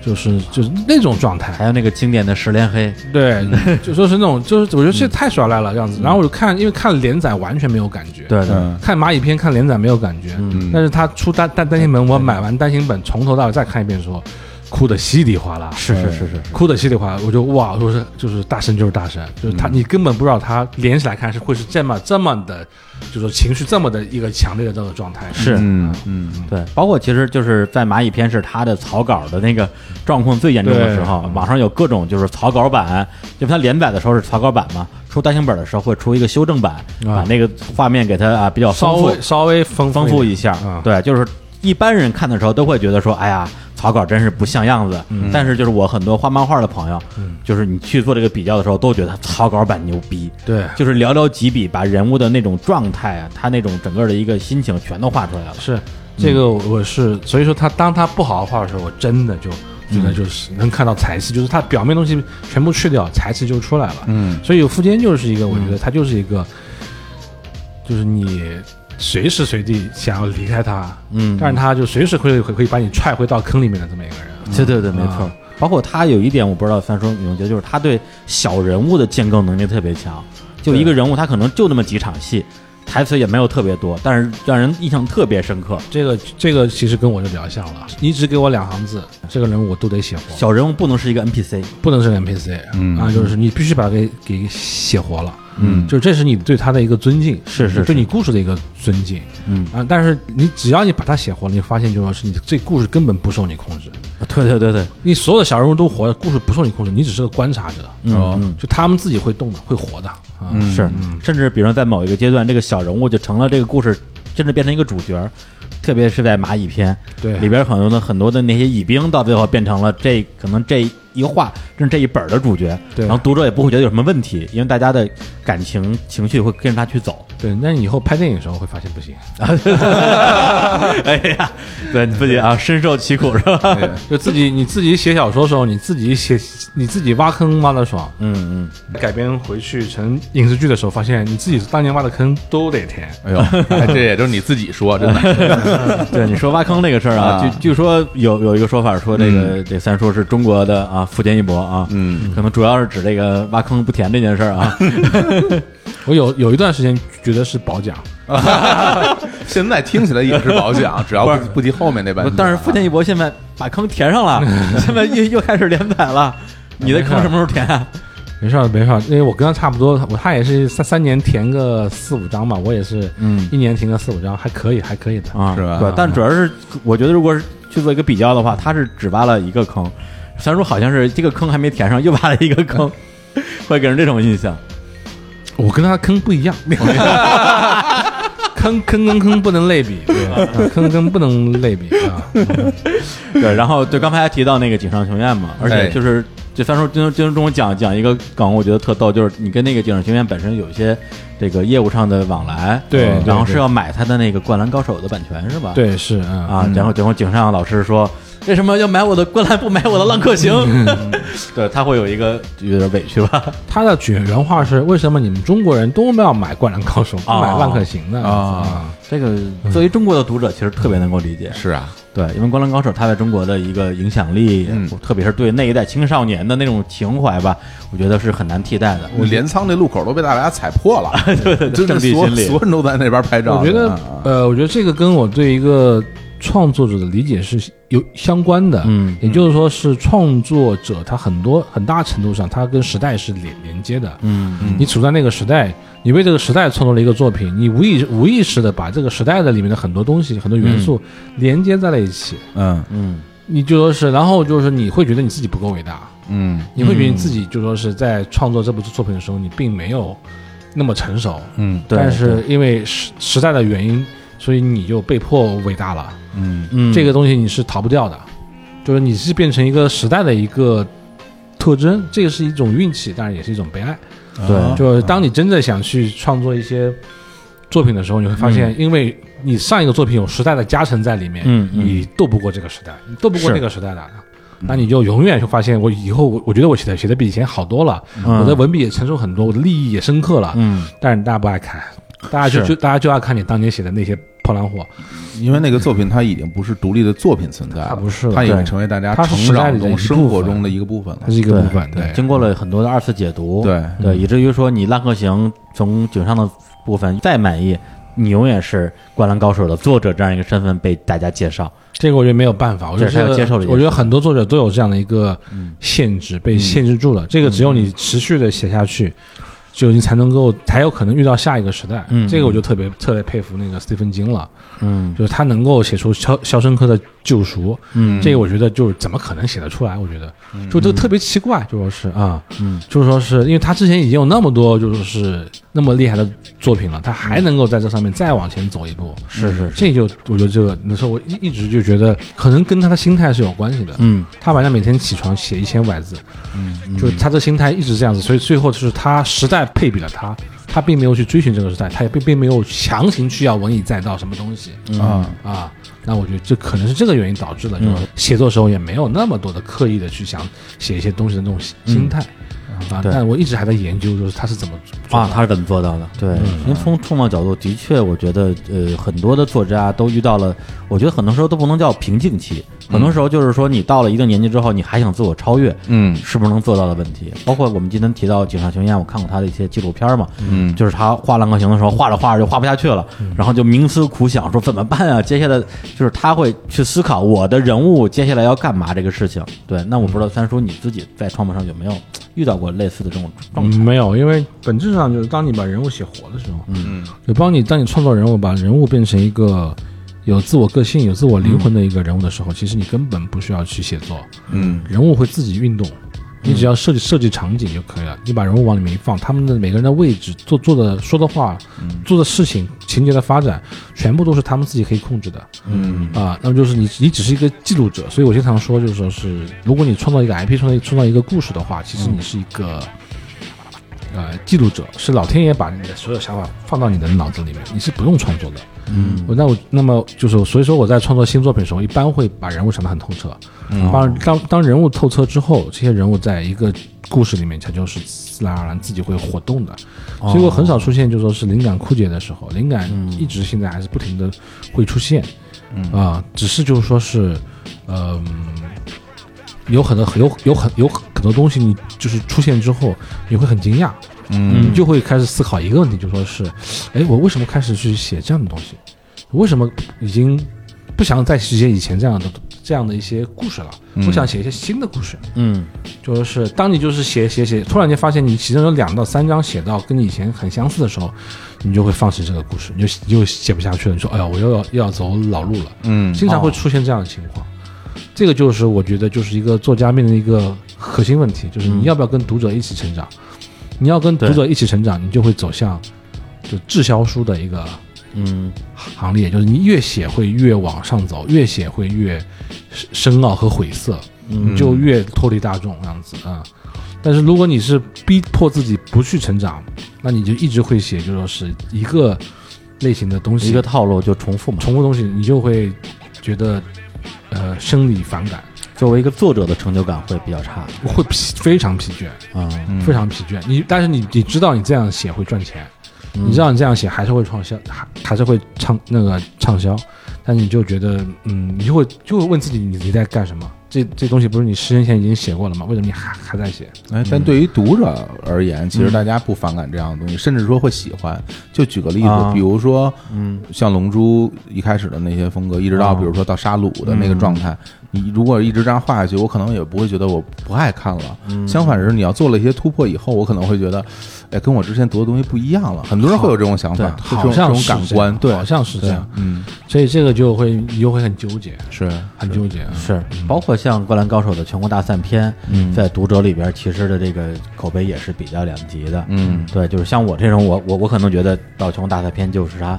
C: 就是就是那种状态，
A: 还有那个经典的十连黑， *laughs*
C: 对，就说是那种就是我觉得
A: 嗯
C: 这太耍赖了这样子。然后我就看，因为看连载完全没有感觉，，
A: 对对，
B: 嗯
C: 看蚂蚁篇看连载没有感觉，
A: 嗯
C: 但是他出单单单行本，我买完单行本从头到尾再看一遍的时候，哭的稀里哗啦，
A: 是是是是，
C: 哭的稀里哗啦，我就哇，我是就是大神就是大神，
A: 嗯
C: 就是他，你根本不知道他连起来看是会是这么这么的，就是说情绪这么的一个强烈的这个状态。
A: 是
B: 嗯嗯。
A: 对，包括其实就是在蚂蚁篇是他的草稿的那个状况最严重的时候，网上有各种就是草稿版，因为他连载的时候是草稿版嘛，出单行本的时候会出一个修正版，把那个画面给它啊比较
C: 稍
A: 丰富
C: 微稍微丰
A: 丰富
C: 富
A: 一
C: 一
A: 下
C: 啊。
A: 对，就是一般人看的时候都会觉得说，哎呀。草稿真是不像样子，但是就是我很多画漫画的朋友，就是你去做这个比较的时候，都觉得草稿版牛逼，
C: 对，
A: 就是寥寥几笔把人物的那种状态啊，他那种整个的一个心情全都画出来了。
C: 是这个我我是，所以说他当他不好好画的时候，我真的就觉得就是能看到才气，就是他表面东西全部去掉，才气就出来了。
B: 嗯，
C: 所以有富坚就是一个，我觉得他就是一个，就是你随时随地想要离开他，
A: 嗯
C: 但是他就随时会会可以把你踹回到坑里面的这么一个人。
A: 对对对，没错。
C: 啊
A: 包括他有一点我不知道，三叔你们觉得就是他对小人物的建构能力特别强，就一个人物他可能就那么几场戏，台词也没有特别多，但是让人印象特别深刻。
C: 这个这个其实跟我就比较像了，你只给我两行字，这个人我都得写活，
A: 小人物不能是一个 NPC，
C: 不能是 NPC，
B: 嗯
C: 啊，就是你必须把它给给写活了，
B: 嗯
C: 就这是你对他的一个尊敬，
A: 是是是
C: 对你故事的一个尊敬，
A: 嗯
C: 啊，但是你只要你把它写活了，你发现就说是你这故事根本不受你控制，
A: 对对对对，
C: 你所有的小人物都活着，故事不受你控制，你只是个观察者，
B: 哦
A: 嗯
C: 就他们自己会动的，会活的，啊，
A: 嗯是，甚至比如说在某一个阶段，这个小人物就成了这个故事，甚至变成一个主角。特别是在蚂蚁篇，
C: 对
A: 里边很多的很多的那些蚁兵，到最后变成了这可能这一画，甚至这一本的主角。
C: 对
A: 然后读者也不会觉得有什么问题，因为大家的感情情绪会跟着他去 *laughs* 走。
C: 对，那你以后拍电影的时候会发现不 *laughs* 行，
A: 哎呀，对你自己啊，深受其苦是吧？
B: 对
C: 哎就自己你自己写小说的时候，你自己写你自己挖坑挖的爽，
A: 嗯
C: 改编回去成影视剧的时候，发现你自己当年挖的坑都得填。
B: 哎呦，哎这也就是你自己
A: *laughs*
B: 说，真的。
A: 嗯，对，你说挖坑这个事儿啊，嗯
B: 啊
A: 据据说有有一个说法说这个、这三叔是中国的啊，富坚义博啊，
B: 嗯，
A: 可能主要是指这个挖坑不填这件事儿啊。
C: 我有有一段时间觉得是保甲，
B: *laughs* 现在听起来也是
A: *laughs*
B: 保奖，只要
A: 不是
B: 不不及后面那半句啊。
A: 但是福建一博现在把坑填上 *laughs* 了，现在又又开始连载 *laughs* 了。你的坑什么时候填啊？
C: 没事儿没事儿，因为我跟他差不多，我他也是三三年填个四五张吧，我也是
A: 嗯
C: 一年填个四五张，还可以还可以的。
A: *laughs* 啊，
B: 是吧
A: 对，但主要是我觉得，如果是去做一个比较的话，他是只挖了一个坑，虽然说好像是这个坑还没填上，又挖了一个坑， *laughs* 会给人这种印象。
C: 我跟他坑不
A: *laughs*
C: 一样， *laughs* 坑坑跟坑不能类比，对吧？
A: *laughs*
C: 啊坑跟不能类比啊。
A: 对，然后对，刚才还提到那个井上雄彦嘛，而且
B: 哎
A: 就是就三叔今今天中午讲讲一个梗，我觉得特逗，就是你跟那个井上雄彦本身有一些这个业务上的往来，
C: 对
A: 嗯
C: 对
A: 然后
C: 对
A: 是要买他的那个《灌篮高手》的版权是吧？
C: 对，是啊，
A: 啊，然后然后井上老师说。为什么要买我的灌篮，不买我的浪客行？ *laughs* 对他会有一个有点委屈吧？
C: 他的原原话是：为什么你们中国人都要买《灌篮高手》，不
A: 啊
C: 买《万可行》呢？
B: 啊，
A: *laughs* 这个作为中国的读者，其实特别能够理解。
B: 是啊，
A: 对，因为《灌篮高手》它在中国的一个影响力，
B: 嗯
A: 特别是对那一代青少年的那种情怀吧，我觉得是很难替代的。
B: 镰仓这路口都被大家踩
A: *laughs*
B: 破了，真
A: 正
B: 的
A: 地
B: 所
A: 心理
B: 所有人都在那边拍照。
C: 我觉得
B: 啊，
C: 呃，我觉得这个跟我对一个创作者的理解是有相关的。
A: 嗯
C: 也就是说，是创作者他很多很大程度上，他跟时代是连连接的。
A: 嗯嗯
C: 你处在那个时代，你为这个时代创作了一个作品，你无意无意识的把这个时代的里面的很多东西、很多元素连接在了一起。
B: 嗯
A: 嗯
C: 你就说是，然后就是你会觉得你自己不够伟大，
B: 嗯
C: 你会觉得你自己就说是在创作这部作品的时候，你并没有那么成熟，
B: 嗯
A: 对
C: 但是因为时时代的原因，所以你就被迫伟大了。
B: 嗯
A: 嗯，
C: 这个东西你是逃不掉的，就是你是变成一个时代的一个特征，这个是一种运气，当然也是一种悲哀。
A: 对
B: 啊
C: 就是当你真的想去创作一些作品的时候，你会发现，因为你上一个作品有时代的加成在里面，
A: 嗯嗯
C: 你斗不过这个时代，你斗不过
B: 是
C: 那个时代的。那你就永远就发现，我以后我我觉得我写的写的比以前好多了，
A: 嗯
C: 我的文笔也成熟很多，我的立意也深刻了。
A: 嗯
C: 但是大家不爱看，大家就是就大家就爱看你当年写的那些破烂货。
B: 因为那个作品它已经不是独立的作品存在了，
C: 它不是了
B: 它已经
A: 对
B: 成为大家
C: 它是
B: 成
C: 时代
B: 长
C: 里的一
B: 中、
C: 部
B: 生活
C: 分
B: 中的一个部分了
C: 它。是一个部分，
A: 对，经过了很多的二次解读，
B: 对
A: 对，以至于说你《浪客行》从井上的部分再满意，你永远是《灌篮高手》的作者这样一个身份被大家介绍。
C: 这个我觉得没有办法，我觉得
A: 这是要
C: 这个
A: 接受的一件事嗯
C: 我觉得很多作者都有这样的一个限制，被限制住了。这个只有你持续的写下去，就你才能够才有可能遇到下一个时代。
A: 嗯
C: 这个我就特别特别佩服那个斯蒂芬金了，
A: 嗯
C: 就是他能够写出《肖肖申克的救赎》，
A: 嗯
C: 这个我觉得就是怎么可能写得出来？我觉得就都特别奇怪，就说是啊，
A: 嗯，
C: 就是说是因为他之前已经有那么多就是那么厉害的作品了，他还
A: 嗯
C: 能够在这上面再往前走一步，
A: 是是是，
C: 这就我觉得这个那时候我一一直就觉得，可能跟他的心态是有关系的。
A: 嗯
C: 他晚上每天起床写一千百字，嗯，就是他这心态一直这样子，所以最后就是他时代配比了他，他并没有去追寻这个时代，他也并并没有强行去要文以载道什么东西
B: 啊，
C: 啊。那我觉得这可能是这个原因导致的，
A: 嗯
C: 就是写作的时候也没有那么多的刻意的去想写一些东西的那种心心态啊。
A: 嗯对
C: 但我一直还在研究，就是他是怎么做
A: 啊，
C: 到的
A: 他是怎么做到的？对，因为从创造角度，的确，我觉得呃，很多的作家都遇到了，我觉得很多时候都不能叫瓶颈期，很多时候就是说，你到了一定年纪之后，你还想自我超越，
B: 嗯
A: 是不是能做到的问题。包括我们今天提到井上雄彦，我看过他的一些纪录片嘛，
B: 嗯
A: 就是他画《浪客行》的时候，画着画着就画不下去了，然后就冥思苦想，说怎么办啊？接下来就是他会去思考我的人物接下来要干嘛这个事情。对，那我不知道三叔你自己在创作上有没有遇到过类似的这种状
C: 嗯
A: 态？
C: 没有，因为本质上就是当你把人物写活的时候，
B: 嗯，
C: 就帮你当你创造人物，把人物变成一个有自我个性、有自我灵魂的一个人物的时候，其实你根本不需要去写作，
B: 嗯
C: 人物会自己运动，你只要设计设计场景就可以了，你把人物往里面一放，他们的每个人的位置、做做的说的话、做的事情、情节的发展，全部都是他们自己可以控制的
B: 嗯
C: 啊。那么就是你，你只是一个记录者，所以我经常说，就是说是，如果你创造一个 IP，创造创造一个故事的话，其实你是一个。呃，记录者是老天爷把你的所有想法放到你的脑子里面，你是不用创作的。
A: 嗯
C: 我那我那么就是，所以说我在创作新作品的时候，一般会把人物想得很透彻。当当当人物透彻之后，这些人物在一个故事里面，它就是自然而然自己会活动的。所以我很少出现就说是灵感枯竭的时候，灵感一直现在还是不停的会出现。啊、只是就是说是，呃嗯、有很多有有很有很多东西，你就是出现之后，你会很惊讶。
B: 嗯
C: 你就会开始思考一个问题，就说是，哎，我为什么开始去写这样的东西？为什么已经不想再写以前这样的这样的一些故事了？
B: 嗯
C: 我想写一些新的故事。
A: 嗯
C: 就说是当你就是写写写，突然间发现你其中有两到三章写到跟你以前很相似的时候，你就会放弃这个故事，你就你就写不下去了。你说，哎呀，我又要又要走老路了。
B: 嗯
C: 经常
A: 哦
C: 会出现这样的情况。这个就是我觉得就是一个作家面临的一个核心问题，就是
A: 嗯
C: 你要不要跟读者一起成长？你要跟读者一起成长，你就会走向就滞销书的一个
A: 嗯
C: 行列，就是你越写会越往上走，越写会越深奥和晦涩，
A: 嗯
C: 你就越脱离大众这样子啊、嗯但是如果你是逼迫自己不去成长，那你就一直会写，就说是一个类型的东西，
A: 一个套路就重复嘛。
C: 重复东西，你就会觉得呃生理反感， *laughs*
A: 作为一个作者的成就感会比较差
C: 会疲非常疲倦，
A: 啊，
B: 嗯
C: 非常疲倦。你但是你你知道你这样写会赚钱，
B: 嗯
C: 你知道你这样写还是会创销，还还是会畅那个畅销，但你就觉得嗯，你就会就会问自己你你在干什么？这这东西不是你十年前已经写过了吗？为什么你还还在写？
B: 哎，
C: 嗯
B: 但对于读者而言，其实大家不反感这样的东西，甚至说会喜欢。就举个例子，
A: 啊
B: 比如说，嗯，像《龙珠》一开始的那些风格，一直
C: 啊
B: 到比如说到沙鲁的
C: 嗯
B: 那个状态，你如果一直这样画下去，我可能也不会觉得我不爱看了。
C: 嗯
B: 相反是，你要做了一些突破以后，我可能会觉得，哎，跟我之前读的东西不一样了。很多人会有这种想法，
A: 对
B: 会这
C: 好
B: 种这
C: 像
B: 种
C: 是
B: 感
C: 这样
B: 官，对
C: 好，像是这样，
B: 嗯，
C: 所以这个就会你就会很纠结，
B: 是，
C: 很纠结。嗯
A: 是，包括像《灌篮高手》的全国大赛篇，
B: 嗯
A: 在读者里边其实的这个口碑也是比较两极的。
B: 嗯，
A: 对，就是像我这种，我我我可能觉得到全国大赛篇就是啥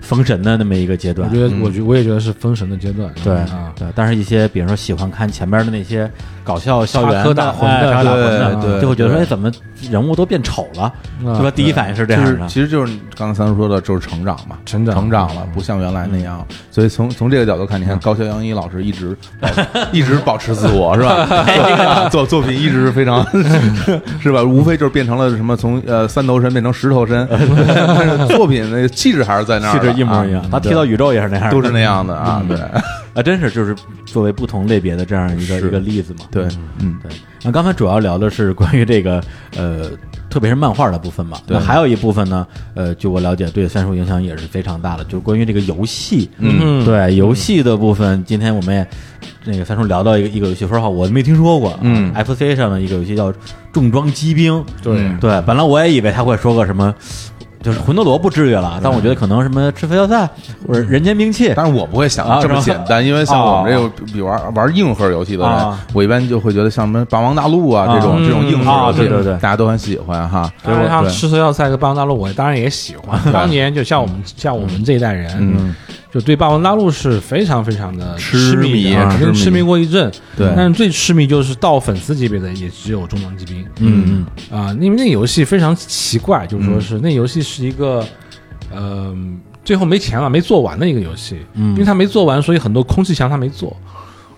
A: 封神的那么一个阶
C: 我
A: 段。
C: 觉
B: 嗯
C: 得，我觉我也觉得是封神的阶段。
A: 对
C: 啊，
A: 对，但是一些比如说喜欢看前面的那些搞笑校园
C: 插科
A: 的
C: 打诨
A: 哎
C: 的
A: 插科打诨
B: 对
A: 的，
B: 对
A: 就会觉得说
B: 对嗯
A: 哎，怎么人物都变丑了，
C: 啊
A: 对吧？第一反应是这样
B: 就是
A: 的。
B: 其实就是你刚才三叔说的，就是成长嘛，
C: 成长
B: 成长了，不像原来那样。
A: 嗯
B: 所以从从这个角度看，你看高桥阳一老师一直
A: *laughs*
B: 一直保持自我，是吧？作作品一直是非常 *laughs* 是吧？无非就是变成了什么从呃三头身变成十
A: *laughs*
B: 头身，但是作品那个气质还是在那儿
A: 气
B: 的，
A: 质一模一样
B: 啊，
A: 他踢到宇宙也是那样的，
B: 都是那样的啊，对
A: 啊，真是就是作为不同类别的这样一个
B: 是
A: 一个例子嘛。
B: 对，嗯
A: 对，那刚才主要聊的是关于这个呃，特别是漫画的部分嘛。
B: 对
A: 那还有一部分呢，呃，据我了解，对三叔影响也是非常大的，就是关于这个游戏。
C: 嗯
A: 对游戏的部分，今天我们也那个三叔聊到一个一个游戏，说实话我没听说过。
B: 嗯
A: ，FC 上的一个游戏叫《重装机兵》。
C: 对
B: 嗯
A: 对，本来我也以为他会说个什么。就是魂斗罗不至于了，但我觉得可能什么吃飞要塞或者人间兵器，
B: 但是我不会想
A: 啊
B: 这么
A: 是吧哦
B: 简单，因为像我们这种比玩玩硬核游戏的人
A: 啊，
B: 我一般就会觉得像什么《霸王大陆》啊
A: 啊
B: 这种这种硬核游
A: 啊对对
B: 戏
A: 对，
B: 大家都很喜欢哈。
C: 当然，像
B: 对
C: 吃蛇要塞和霸王大陆，我当然也喜欢。当年就像我们像我们这一代人，
B: 嗯，
C: 就对霸王大陆是非常非常的
B: 痴迷
C: 迷的
B: 啊
C: 啊，
B: 痴迷
C: 就痴迷过一阵。
B: 对
C: 但是最痴迷就是到粉丝级别的，也只有中装机兵。
A: 嗯
C: 啊，因为那个游戏非常奇怪，就是
B: 嗯
C: 说是那游戏是一个，嗯，最后没钱了，没做完的一个游戏。
A: 嗯
C: 因为他没做完，所以很多空气墙他没做。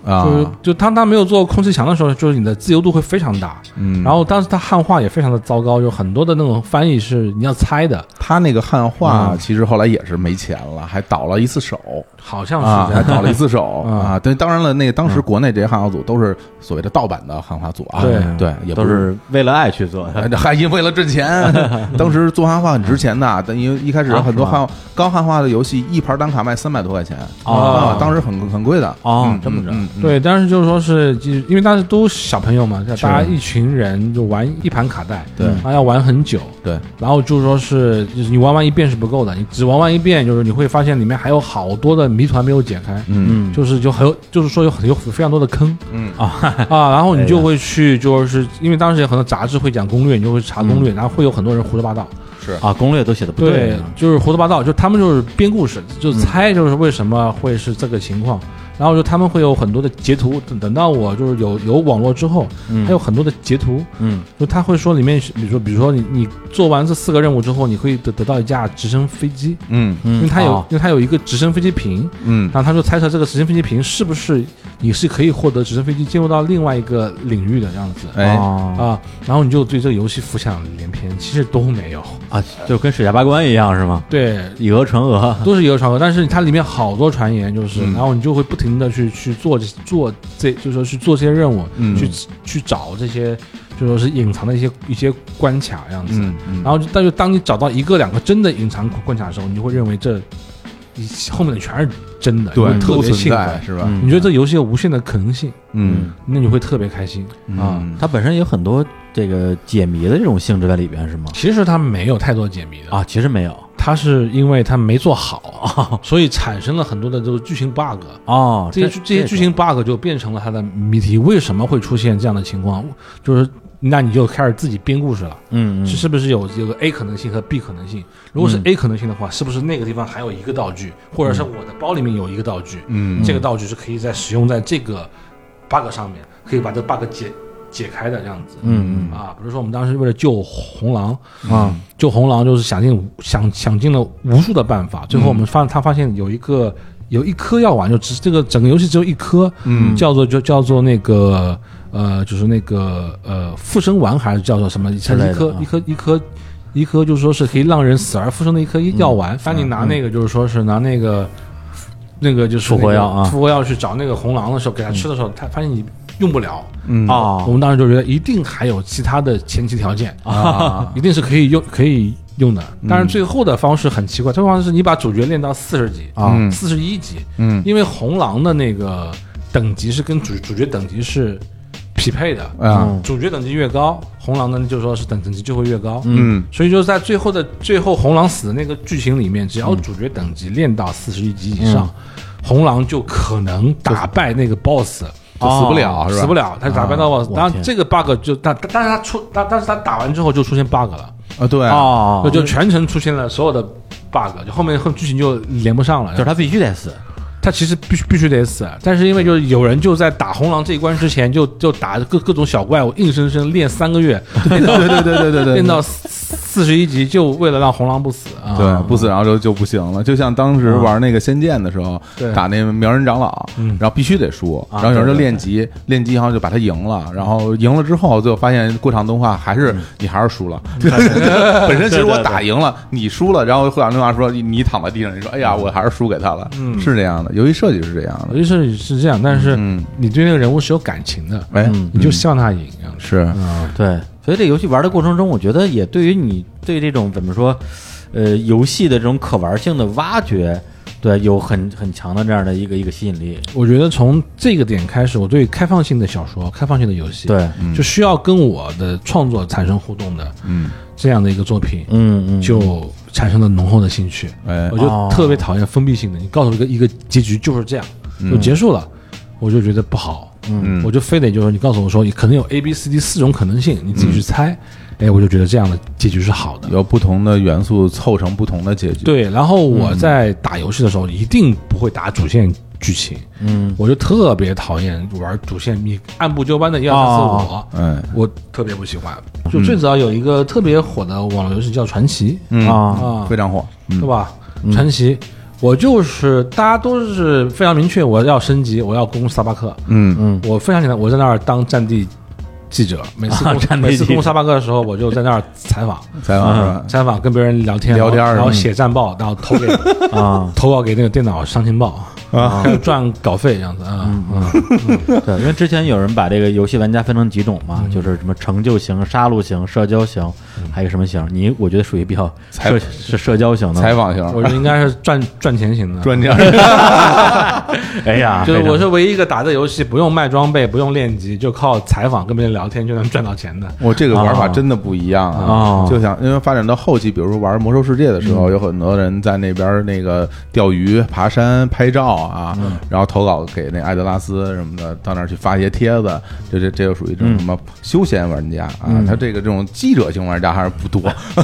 C: 就是
B: 啊，
C: 就当他没有做空气墙的时候，就是你的自由度会非常大。
B: 嗯，
C: 然后当时他汉化也非常的糟糕，有很多的那种翻译是你要猜的，
B: 他那个汉化其实后来也是没钱了，还倒了一次手
C: 好像
B: 啊
C: 是，
B: 还
C: 这样。
B: 倒了一次手
C: 嗯
B: 啊。对，当然了，那个当时国内这些汉化组都是所谓的盗版的汉化组啊，
C: 对
B: 对，也
A: 都
B: 不
A: 是为了爱去做的。
B: 哎 *laughs* 还因为了挣钱，当时做汉化很值钱的，但因为一开始
A: 啊
B: 很多
A: 是吗
B: 汉刚汉化的游戏，一盘单卡卖三百多块钱
A: 哦
B: 啊，当时很很贵的
A: 哦
B: 嗯
A: 这么着
B: 嗯嗯
C: *laughs* 对，当时就是说是，就是因为当时都是小朋友嘛，大家一群人就玩一盘卡带，
B: 对
C: 然后要玩很久，
B: 对，
C: 然后就是说是，就是你玩完一遍是不够的，你只玩完一遍，就是你会发现里面还有好多的谜团没有解开，
B: 嗯
A: 嗯
C: 就是就很有，就是说有很有非常多的坑，
B: 嗯
C: 啊，然后你就会去，就是因为当时有很多杂志会讲攻略，你就会查攻略，然后会有很多人胡说八道。
A: 啊，攻略都写的不啊
C: 对
A: 呢，
C: 就是胡说八道，就他们就是编故事，就猜就是为什么会是这个情况，然后就他们会有很多的截图，等等到我就是有有网络之后，还有很多的截图，
A: 嗯
C: 就他会说里面是，比如说比如说你你做完这四个任务之后，你会得得到一架直升飞机，
B: 嗯
A: 嗯，
C: 因为它有
A: 哦
C: 因为它有一个直升飞机屏，
B: 嗯
C: 然后他就猜测这个直升飞机屏是不是你是可以获得直升飞机进入到另外一个领域的这样子。
B: 哎
A: 哦
C: 啊，然后你就对这个游戏浮想联翩，其实都没有，
A: 啊，就跟水下八关一样是吗？
C: 对，
A: 以讹传讹，
C: 都是以讹传讹，但是它里面好多传言，就是，
B: 嗯
C: 然后你就会不停停的去去做这做这，就说去做这些任务，
B: 嗯
C: 去去找这些，就说是隐藏的一些一些关卡这样子。
B: 嗯嗯，
C: 然后就，但就当你找到一个两个真的隐藏关卡的时候，你就会认为这你后面的全是真的，你
B: 对
C: 会特
B: 都
C: 别
B: 存
C: 兴
B: 在
C: 奋。
B: 是吧？
A: 嗯
C: 你觉得这游戏有无限的可能性，
B: 嗯
C: 那你会特别开心。
A: 啊
B: 嗯，
A: 它本身有很多这个解谜的这种性质在里边，是吗？
C: 其实它没有太多解谜的，
A: 啊，其实没有
C: 它是因为它没做好，所以产生了很多的这个剧情 bug。
A: 哦，
C: 这些剧这些剧
A: 种
C: 情 bug 就变成了它的谜题，为什么会出现这样的情况？就是那你就开始自己编故事了，
A: 嗯嗯
C: 是是不是有有个 A 可能性和 B 可能性？如果是
A: 嗯
C: A 可能性的话，是不是那个地方还有一个道具，或者是我的包里面有一个道具？
B: 嗯
C: 这个道具是可以在使用在这个 bug 上面，可以把这 bug 解解开的这样子。
A: 嗯
C: 啊，比如说我们当时为了救红狼，
A: 嗯啊
C: 救红狼就是想尽想想尽了无数的办法，最后我
A: 嗯
C: 们发他发现有一个有一颗药丸，就只这个整个游戏只有一颗，
B: 嗯
C: 叫做就叫做那个呃，就是那个呃复生丸还是叫做什么？它
A: 类的
C: 一颗
A: 啊
C: 一颗一颗一颗，就是说是可以让人死而复生的一颗药
A: 嗯
C: 丸。当你拿那个就是说是拿那个那个就是
A: 复活药啊嗯
C: 那个复活药去找那个红狼的时候，给他吃的时候，他发现你用不了。
B: 嗯
C: 我
A: 哦
C: 们当时就觉得一定还有其他的前提条件
B: 啊，嗯
C: 一定是可以用可以用的。但是最后的方式很奇怪，最后方式是你把主角练到四十级
A: 啊
B: 嗯
C: 四十一级，
B: 嗯
C: 因为红狼的那个等级是跟主主角等级是匹配的，嗯
B: 啊
C: 主角等级越高，红狼呢就说是等等级就会越高。
B: 嗯
C: 所以就是在最后的最后红狼死的那个剧情里面，只
B: 嗯
C: 要主角等级练到四十一级以上，红狼就可能打败那个 BOSS。
B: 就死不了是吧？
C: 哦
B: 啊
C: 死不了，他打败到 boss，、
A: 我
C: 当然
A: 天
C: 这个 bug 就但但是他出但但是他打完之后就出现 bug 了，
B: 啊，对
A: 哦，
C: 就就全程出现了所有的 bug，就后面后剧情就连不上了。
A: 就是他必须得死
C: 他其实必须必须得死，啊但是因为就是有人就在打红狼这一关之前就就打各各种小怪物，硬生生练三
B: *laughs*
C: 个月，
B: 对对对对对对对，
C: 练到四十一级，就为了让红狼不死啊。
B: 对，不死然后就就不行了。就像当时玩那个《仙剑》的时候，
C: 嗯对嗯啊
B: 打那苗人长老，然后必须得输，然后有人就练级，练级然后就把他赢了，然后赢了之后，最后发现过场动画还
C: 嗯
B: 是你还是输了。 *laughs* 本身其实我打赢了，你输了，然后过场动画说你你躺在地上，你说哎呀，我还是输给他了，
C: 嗯
B: 是这样的，游戏设计是这样的。
C: 我觉得是是这样，但是
B: 嗯
C: 你对那个人物是有感情的，
B: 哎，
C: 你就希望他赢，这样子
B: 是，
C: 啊。
A: 对，所以这游戏玩的过程中，我觉得也对于你对这种怎么说，呃，游戏的这种可玩性的挖掘，对，有很很强的这样的一个一个吸引力。
C: 我觉得从这个点开始，我对开放性的小说、开放性的游戏，
A: 对，
C: 就需要跟我的创作产生互动的
B: 嗯，
C: 这样的一个作品，
A: 嗯嗯，
C: 就产生了浓厚的兴趣。
B: 哎
C: 我，就
A: 哦
C: 特别讨厌封闭性的，你告诉我一个一个结局就是这样，就结束了，我就觉得不好。
B: 嗯
C: 我就非得就是你告诉我说，你可能有 A、B、C、D 四种可能性，你自己去猜，
B: 嗯
C: 哎，我就觉得这样的结局是好的。
B: 有不同的元素凑成不同的结局。，
C: 对，然后我
A: 嗯
C: 在打游戏的时候一定不会打主线剧情，
A: 嗯，
C: 我就特别讨厌玩主线，你按部就班的一二三四
A: 哦
C: 五，
B: 哎，
C: 我特别不喜欢。
A: 嗯
C: 就最早有一个特别火的网络游戏叫《传奇
B: 嗯
A: 啊，
C: 啊》，
B: 非常火，
C: 是吧？
A: 嗯
C: 传奇，我就是大家都是非常明确，我要升级，我要攻萨巴克。
B: 嗯
A: 嗯
C: 我非常简单，我在那儿当战地记者，每次攻、
A: 啊战地
C: 每次
A: 记者
C: 攻萨巴克的时候，我就在那儿
A: *laughs*
C: 采访。
B: 采访是吧？
C: 采访跟别人聊天，
B: 聊天
C: 然后
B: 是吧
C: 然后写战报，然后投给
A: 啊，
C: 投稿给那个电脑上情报啊，赚稿费这样子啊。啊
A: 对，因为之前有人把这个游戏玩家分成几种嘛，就是什么成就型、杀戮型、社交型，还有什么型？你我觉得属于比较
B: 采
A: 社是社交型的。
B: 采访型，
C: 我觉得应该是赚 *laughs* 赚钱型的，啊
B: 专家，
A: 哎呀，
C: 就是
A: 非常
C: 我是唯一一个打这游戏不用卖装备、不用练级，就靠采访跟别人聊天就能赚到钱的。
B: 我这个玩法真的不一样啊！
A: 哦
B: 就想，因为发展到后期，比如说玩《魔兽世界》的时候，有很多人在那边那个钓鱼、爬山、拍照啊，然后投稿给那艾德拉斯什么的，到那儿去发一些帖子，这这这就属于这种什么休闲玩家啊？他这个这种记者型玩家还是不多，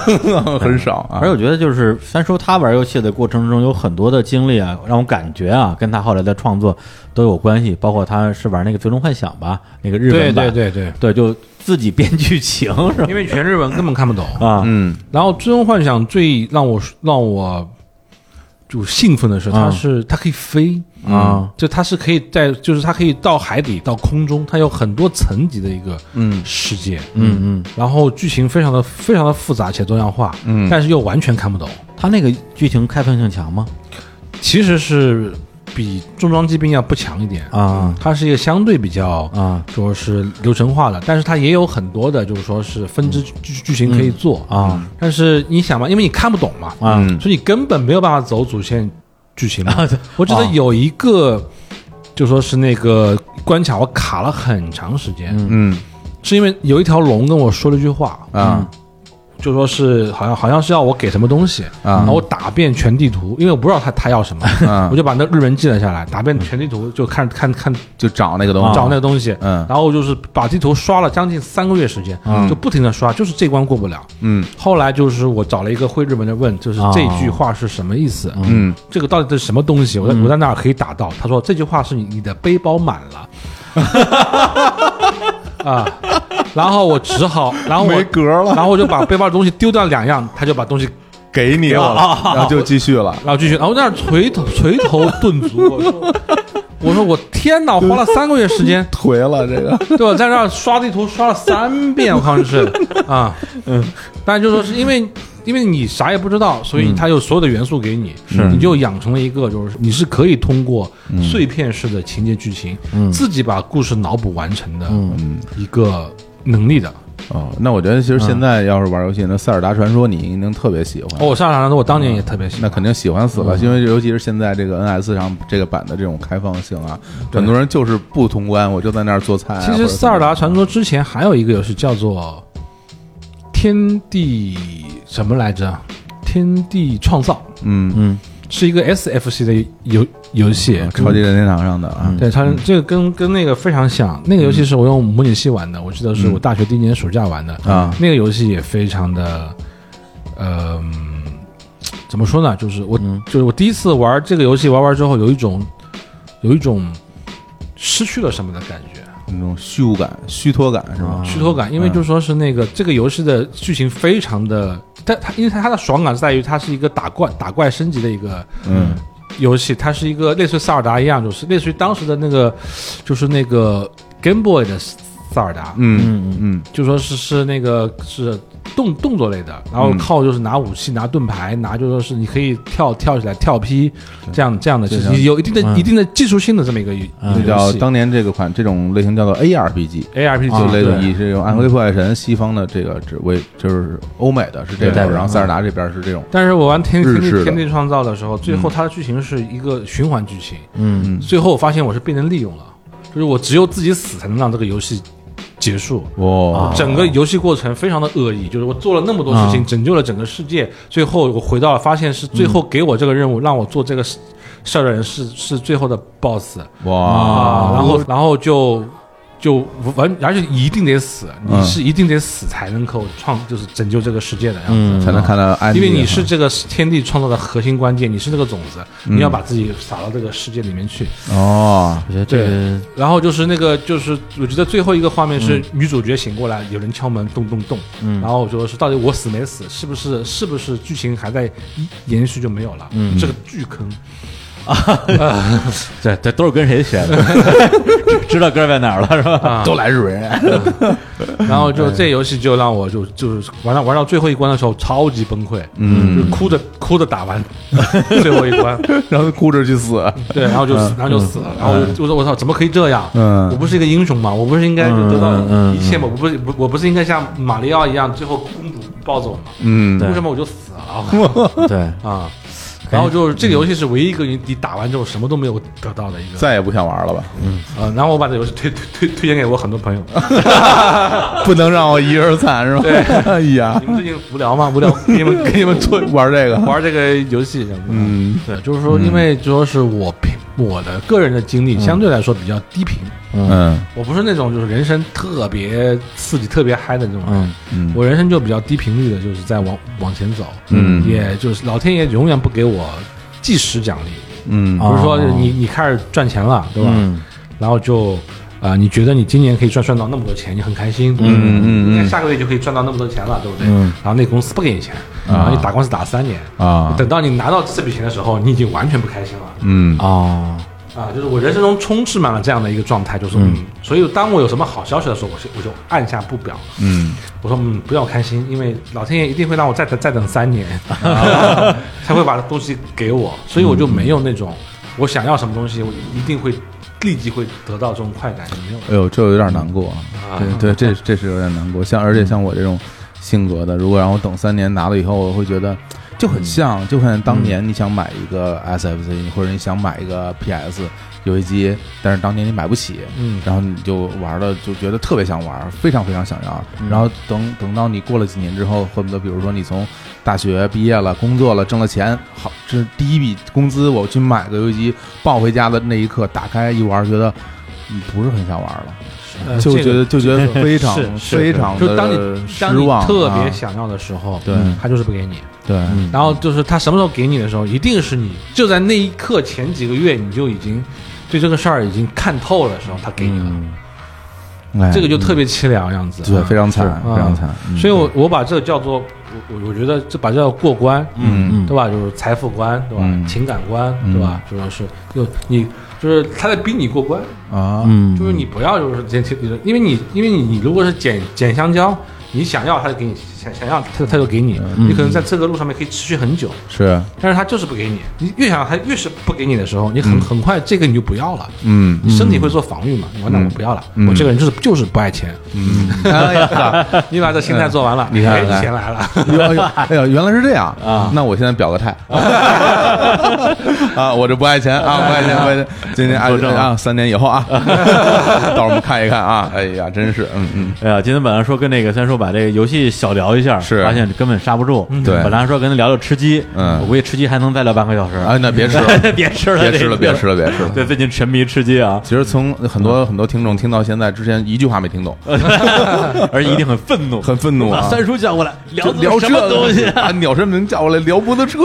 B: *laughs* 很少啊
A: 而且。我觉得，就是虽然说他玩游戏的过程中有很多的经历啊，让我感觉啊，跟他后来的创作都有关系，包括他是玩那个《最终幻想》吧，那个日
C: 对
A: 本版，
C: 对对对，
A: *laughs* 对就自己编剧情是吧？
C: 因为全日文根本看不懂。
A: 啊，
B: 嗯
C: 然后《最终幻想》最让我让我就兴奋的是，它
A: 嗯
C: 是它可以飞
A: 嗯，
C: 就它是可以在，就是它可以到海底到空中，它有很多层级的一个
B: 嗯
C: 世界。
A: 嗯嗯，
C: 然后剧情非常的非常的复杂且多样化，
B: 嗯
C: 但是又完全看不懂。
A: 他那个剧情开放性强吗？
C: 其实是比重装机兵要不强一点
A: 啊
C: 它是一个相对比较
A: 啊
C: 说是流程化的，但是它也有很多的，就是说是分支剧剧情可以做
A: 啊。
C: 但是你想嘛，因为你看不懂嘛，
A: 啊
B: 嗯
C: 所以你根本没有办法走主线剧情嘛
A: 啊对。
C: 我记得
A: 哦
C: 有一个，就说是那个关卡，我卡了很长时间，
A: 嗯
B: 嗯
C: 是因为有一条龙跟我说了一句话，嗯
B: 啊
C: 就说是好像好像是要我给什么东西，
B: 啊
C: 然后我打遍全地图，因为我不知道他他要什么，
B: 啊嗯
C: 我，就把那日文记了下来，打遍全地图就看看看
B: 就找那个东西，
C: 找那个东西，
B: 嗯
C: 然后就是把地图刷了将近三个月时间，就不停的刷，就是这关过不了。
B: 嗯
C: 后来就是我找了一个会日文的问，就是
A: 哦
B: 啊
C: 这句话是什么意思？
B: 嗯，
C: 这个到底是什么东西？我在我在那儿可以打到。他说这句话是你你的背包满了， *laughs* 啊，然后我只好，然后我
B: 没格了
C: 然后我就把背包的东西丢掉两样，他就把东西，
B: 给你了，然后就继续了，
C: 然后继续，然后我在那儿垂头垂头顿足，我说我说我天哪，我花了三个月时间。
B: 颓了这个，
C: 对我在那儿刷地图刷了三遍，我好像是啊，嗯，但就说是因为因为你啥也不知道，所以它有所有的元素给你，是你就养成了一个就是你是可以通过
B: 嗯
C: 碎片式的情节剧情，自己把故事脑补完成的
B: 嗯
C: 一个能力的。
B: 哦，那我觉得其实现在要是玩游戏，那《塞尔达传说》你一定特别喜欢
C: 嗯哦，，嗯我上上的我当年也特别喜欢，
B: 那肯定喜欢死了，因为尤其是现在这个 NS 上这个版的这种开放性啊，很多人就是不通关，我就在那儿做菜啊。
C: 其
B: 或者
C: 实《
B: 怎么
C: 塞尔达传说》之前还有一个游戏叫做《天地》什么来着？《天地创造》
B: 嗯，
C: 是一个 SFC 的游游戏，
B: 啊超级任天堂上的啊，
C: 对，它这个跟跟那个非常像。那个
B: 嗯
C: 游戏是我用模拟器玩的，我记得是我大学第一年暑假玩的
B: 啊
C: 那个游戏也非常的，呃，嗯怎么说呢？就是我、
B: 嗯
C: 就是我第一次玩这个游戏，玩完之后有一种有一种失去了什么的感觉。
B: 那种虚无感、虚脱感是吧？
C: 虚脱感，因为
B: 嗯
C: 就说是那个、这个游戏的剧情非常的，它它因为它它的爽感在于它是一个打怪打怪升级的一个
B: 嗯
C: 游戏，它是一个类似于塞尔达一样，就是类似于当时的那个就是那个 Game Boy 的塞尔达，
B: 嗯
A: 嗯
B: 嗯
C: 就说是是那个是动动作类的，然后靠就是拿武器、拿盾牌、拿就说是你可以跳跳起来、跳劈这样这样的，
B: 这
C: 就是
B: 样
C: 有一定的、
A: 嗯
C: 一定的技术性的这么一个游
A: 嗯
B: 这
C: 一个游
B: 叫
C: 戏。
B: 当年这个款这种类型叫做 ARPG。
C: ARPG
B: 就类似
C: 啊对
B: 于是用《暗黑破坏神》西方的这个只为就是欧美的是这
A: 对
B: 种，然后
C: 嗯
B: 塞尔达这边是这种，
C: 但是我玩天
B: 日
C: 天
B: 式的
C: 地天地创造的时候，最后它的剧情是一个循环剧情，
A: 嗯，
C: 最后我发现我是被人利用了，就是我只有自己死才能让这个游戏结束。
B: 哇，
C: 整个游戏过程非常的恶意，就是我做了那么多事情，拯救了整个世界，最后我回到了，发现是最后给我这个任务，让我做这个事事儿的人是是最后的 boss
B: 哇，
C: 啊，然后然后就就完，而且一定得死，
B: 嗯
C: 你是一定得死才能够创，就是拯救这个世界的样子。
A: 嗯
B: 才能看到安妮
C: 因
B: 哈，
C: 为你是这个天地创造的核心关键，你是这个种子，你要把自己撒到这个世界里面去。
B: 哦，
A: 我觉得这个嗯
C: 然后就是那个，就是我觉得最后一个画面是女主角醒过来，有人敲门，咚咚咚，然后我就说是到底我死没死？是不是是不是剧情还在延续就没有了？嗯，这个巨坑，
A: 这这都是跟谁学 *laughs* 的？知道歌在哪儿了是吧？
B: 都来日本人， *laughs*
C: 然后就这游戏就让我就就是玩到玩到最后一关的时候超级崩溃，嗯，就是哭着哭着
A: *laughs*
C: 打完最后一关，
B: 然后哭着去死。
C: 对，然后
A: 嗯
C: 就死，然后就死了，然后我就我说我操，怎么可以这样？
B: 嗯
C: 我不是一个英雄吗？我不是应该就得到
A: 嗯嗯嗯
C: 一切吗？我不是不我不是应该像马里奥一样最后公主抱走吗？
B: 嗯
A: 对
C: 为什么我就死了
A: *laughs* 对，
C: 啊？然后就是这个游戏是唯一一个你你打完之后什么都没有得到的一个，
B: 再也不想玩了吧？
C: 呃，然后我把这游戏推推推推荐给我很多朋友， *laughs*
B: 不能让我一人惨是吧？ *laughs* 哎呀
C: 你，们最近无聊吗？无聊，给你们给你们做
B: 玩这个，
C: 玩这个游戏什么的。
B: 嗯
C: 对，就是说，因为主要是我平我的个人的经历相对来说比较低频，
B: 嗯
C: 我不是那种就是人生特别刺激、特别嗨的那种人，
A: 嗯
B: 嗯
C: 我人生就比较低频率的，就是在往往前走，
B: 嗯
C: 也就是老天爷永远不给我计时奖励，
B: 嗯
A: 啊
C: 比如说
A: 哦
C: 你你开始赚钱了，对吧？
A: 嗯
C: 然后就。啊、你觉得你今年可以赚赚到那么多钱，你很开心，
B: 嗯嗯嗯
C: 你看下个月就可以赚到那么多钱了，对不对？
A: 嗯
C: 然后那公司不给你钱，然后你打官司打三年，
B: 啊
C: 等到你拿到这笔钱的时候，你已经完全不开心了。
B: 嗯
A: 哦，
C: 啊，就是我人生中充斥满了这样的一个状态，就是嗯，所以当我有什么好消息的时候，我是我就按下不表，
B: 嗯，
C: 我说嗯，不要开心，因为老天爷一定会让我再等再等三年，才会把东西给我，所以我就没有那种我想要什么东西，我一定会立即会得到这种快感，没有
B: 哎呦，这有点难过啊！
C: 啊
B: 对对，这这是有点难过。像而且像我这种性格的，如果让我等三年拿了以后，我会觉得就很像，就很当年你想买一个 SFC 或者你想买一个 PS 游戏机，但是当年你买不起，
C: 嗯
B: 然后你就玩了，就觉得特别想玩，非常非常想要。
C: 嗯
B: 然后等等到你过了几年之后，恨不得比如说你从大学毕业了，工作了，挣了钱，好，这是第一笔工资，我去买个游戏机，抱回家的那一刻，打开一玩，觉得嗯不是很想玩了。
C: 呃
B: 就觉得就觉得非常
C: 是是
B: 非常
C: *laughs* 就当
B: 的
C: 你当
B: 失
C: 你
B: 望，
C: 特别
B: 啊
C: 想要的时候，嗯
B: 对
C: 他就是不给你。
B: 对，
A: 嗯
C: 然后就是他什么时候给你的时候，一定是你就在那一刻前几个月你就已经对这个事儿已经看透了的时候，他给你了，
A: 嗯
B: 哎
C: 这个就特别凄凉样子。
B: 对非常惨，
C: 是啊
B: 非常惨。嗯
C: 所以我我把这个叫做我我我觉得这把这叫过关，
B: 嗯
C: 对吧？就是财富观，对吧？
B: 嗯
C: 情感观，
B: 嗯
C: 对吧？主要是就你就是他在逼你过关，
B: 啊，
A: 嗯，
C: 就是你不要就是捡捡，因为你因为你你如果是捡捡香蕉，你想要他就给你，想想要他他就给你，
B: 嗯
C: 你可能在这个路上面可以持续很久，
B: 是 *laughs*
C: 但是他就是不给你，你越想要他越是不给你的时候，你很很快这个你就不要了。
B: 嗯
C: 你身体会做防御嘛？我那我不要了，
B: 嗯
C: 我这个人就是就是不爱钱。
B: 嗯，哎呀，
C: 你把这心态做完了，
B: 你看
C: 哎
B: 看
C: 钱来了，
B: *laughs* 哎呦哎呦，原来是这样啊！那我现在表个态 *laughs* 啊，我这不爱钱啊，不爱钱，不爱钱。今天
A: 作证
B: 啊啊，三年以后 *laughs* 啊，到时候我们看一看啊。哎呀，真是，嗯嗯，
A: 哎呀，今天本来说跟那个，虽然说把这个游戏小聊一下，
B: 是嗯
A: 发现根本刹不住。
B: 对
A: 本来说跟他聊聊吃鸡，
B: 嗯
A: 我估计吃鸡还能再聊半个小时。
B: 哎，那别吃了，
A: *laughs* 别吃了，
B: 别吃了，别吃
A: 了。
B: 了，别吃了。
A: 对，最近沉迷吃鸡
B: *laughs*
A: 啊，
B: 其实从很多很多听众听到现在之前一句话没听懂，
A: 而且一定很愤怒，
B: 很愤怒
A: 把
B: 啊！
A: 三叔叫过来聊
B: 就聊
A: 什么
B: 这
A: 东
B: *laughs*
A: 西 *laughs* 啊？
B: 啊？鸟神明叫过来聊摩托 *laughs* 车，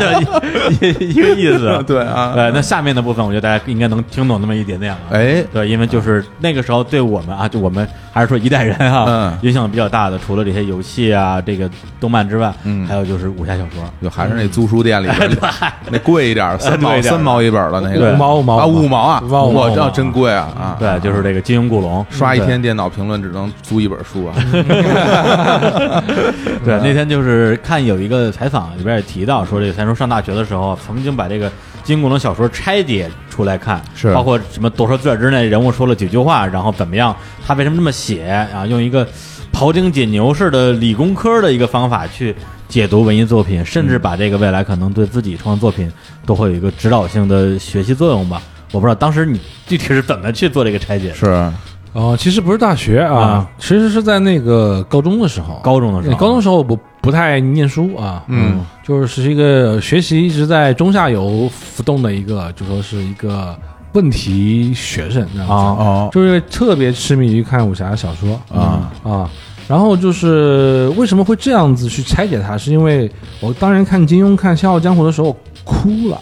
A: 对一一个意思。
B: *laughs* 对啊
A: 对，那下面的部分，我觉得大家应该能听懂那么一点点啊了。
B: 哎
A: 对，因为就是那个时候对我们啊，就我们还是说一代人啊，
B: 嗯
A: 影响比较大的，除了这些游戏啊、这个动漫之外，
B: 嗯啊
A: 还有就是武侠小说。
B: 就还是那租书店里边那哎贵一点，三
A: 贵
B: 毛
A: 一点
B: 三毛一本了那
A: 对
B: 个，
C: 五毛五毛
B: 啊，五毛啊，
C: 五毛五毛
B: 我
C: 五
B: 知
C: 毛
B: 道真贵啊啊！
A: 对，就是这个金庸古龙，
B: 刷一天电脑评论只能租一本书啊， *laughs*
A: *laughs* 对，
B: 嗯
A: 那天就是看有一个采访里边也提到说，这个三叔上大学的时候，曾经把这个金庸的小说拆解出来看，
B: 是
A: 包括什么多少字儿之内人物说了几句话，然后怎么样，他为什么这么写啊？用一个庖丁解牛式的理工科的一个方法去解读文艺作品，甚至把这个未来可能对自己创作作品都会有一个指导性的学习作用吧。我不知道当时你具体是怎么去做这个拆解的，
B: 是
C: 哦，其实不是大学啊，
A: 啊
C: 其实是在那个高中的时候，
A: 高中的时候，
C: 高中时候不不太念书啊，
B: 嗯，
C: 就是是一个学习一直在中下游浮动的一个，就说是一个问题学生这样子
A: 啊嗯
B: 哦
C: 就是特别痴迷于看武侠小说
B: 啊
C: 啊。然后就是为什么会这样子去拆解它，是因为我当年看金庸、看《笑傲江湖》的时候我哭了，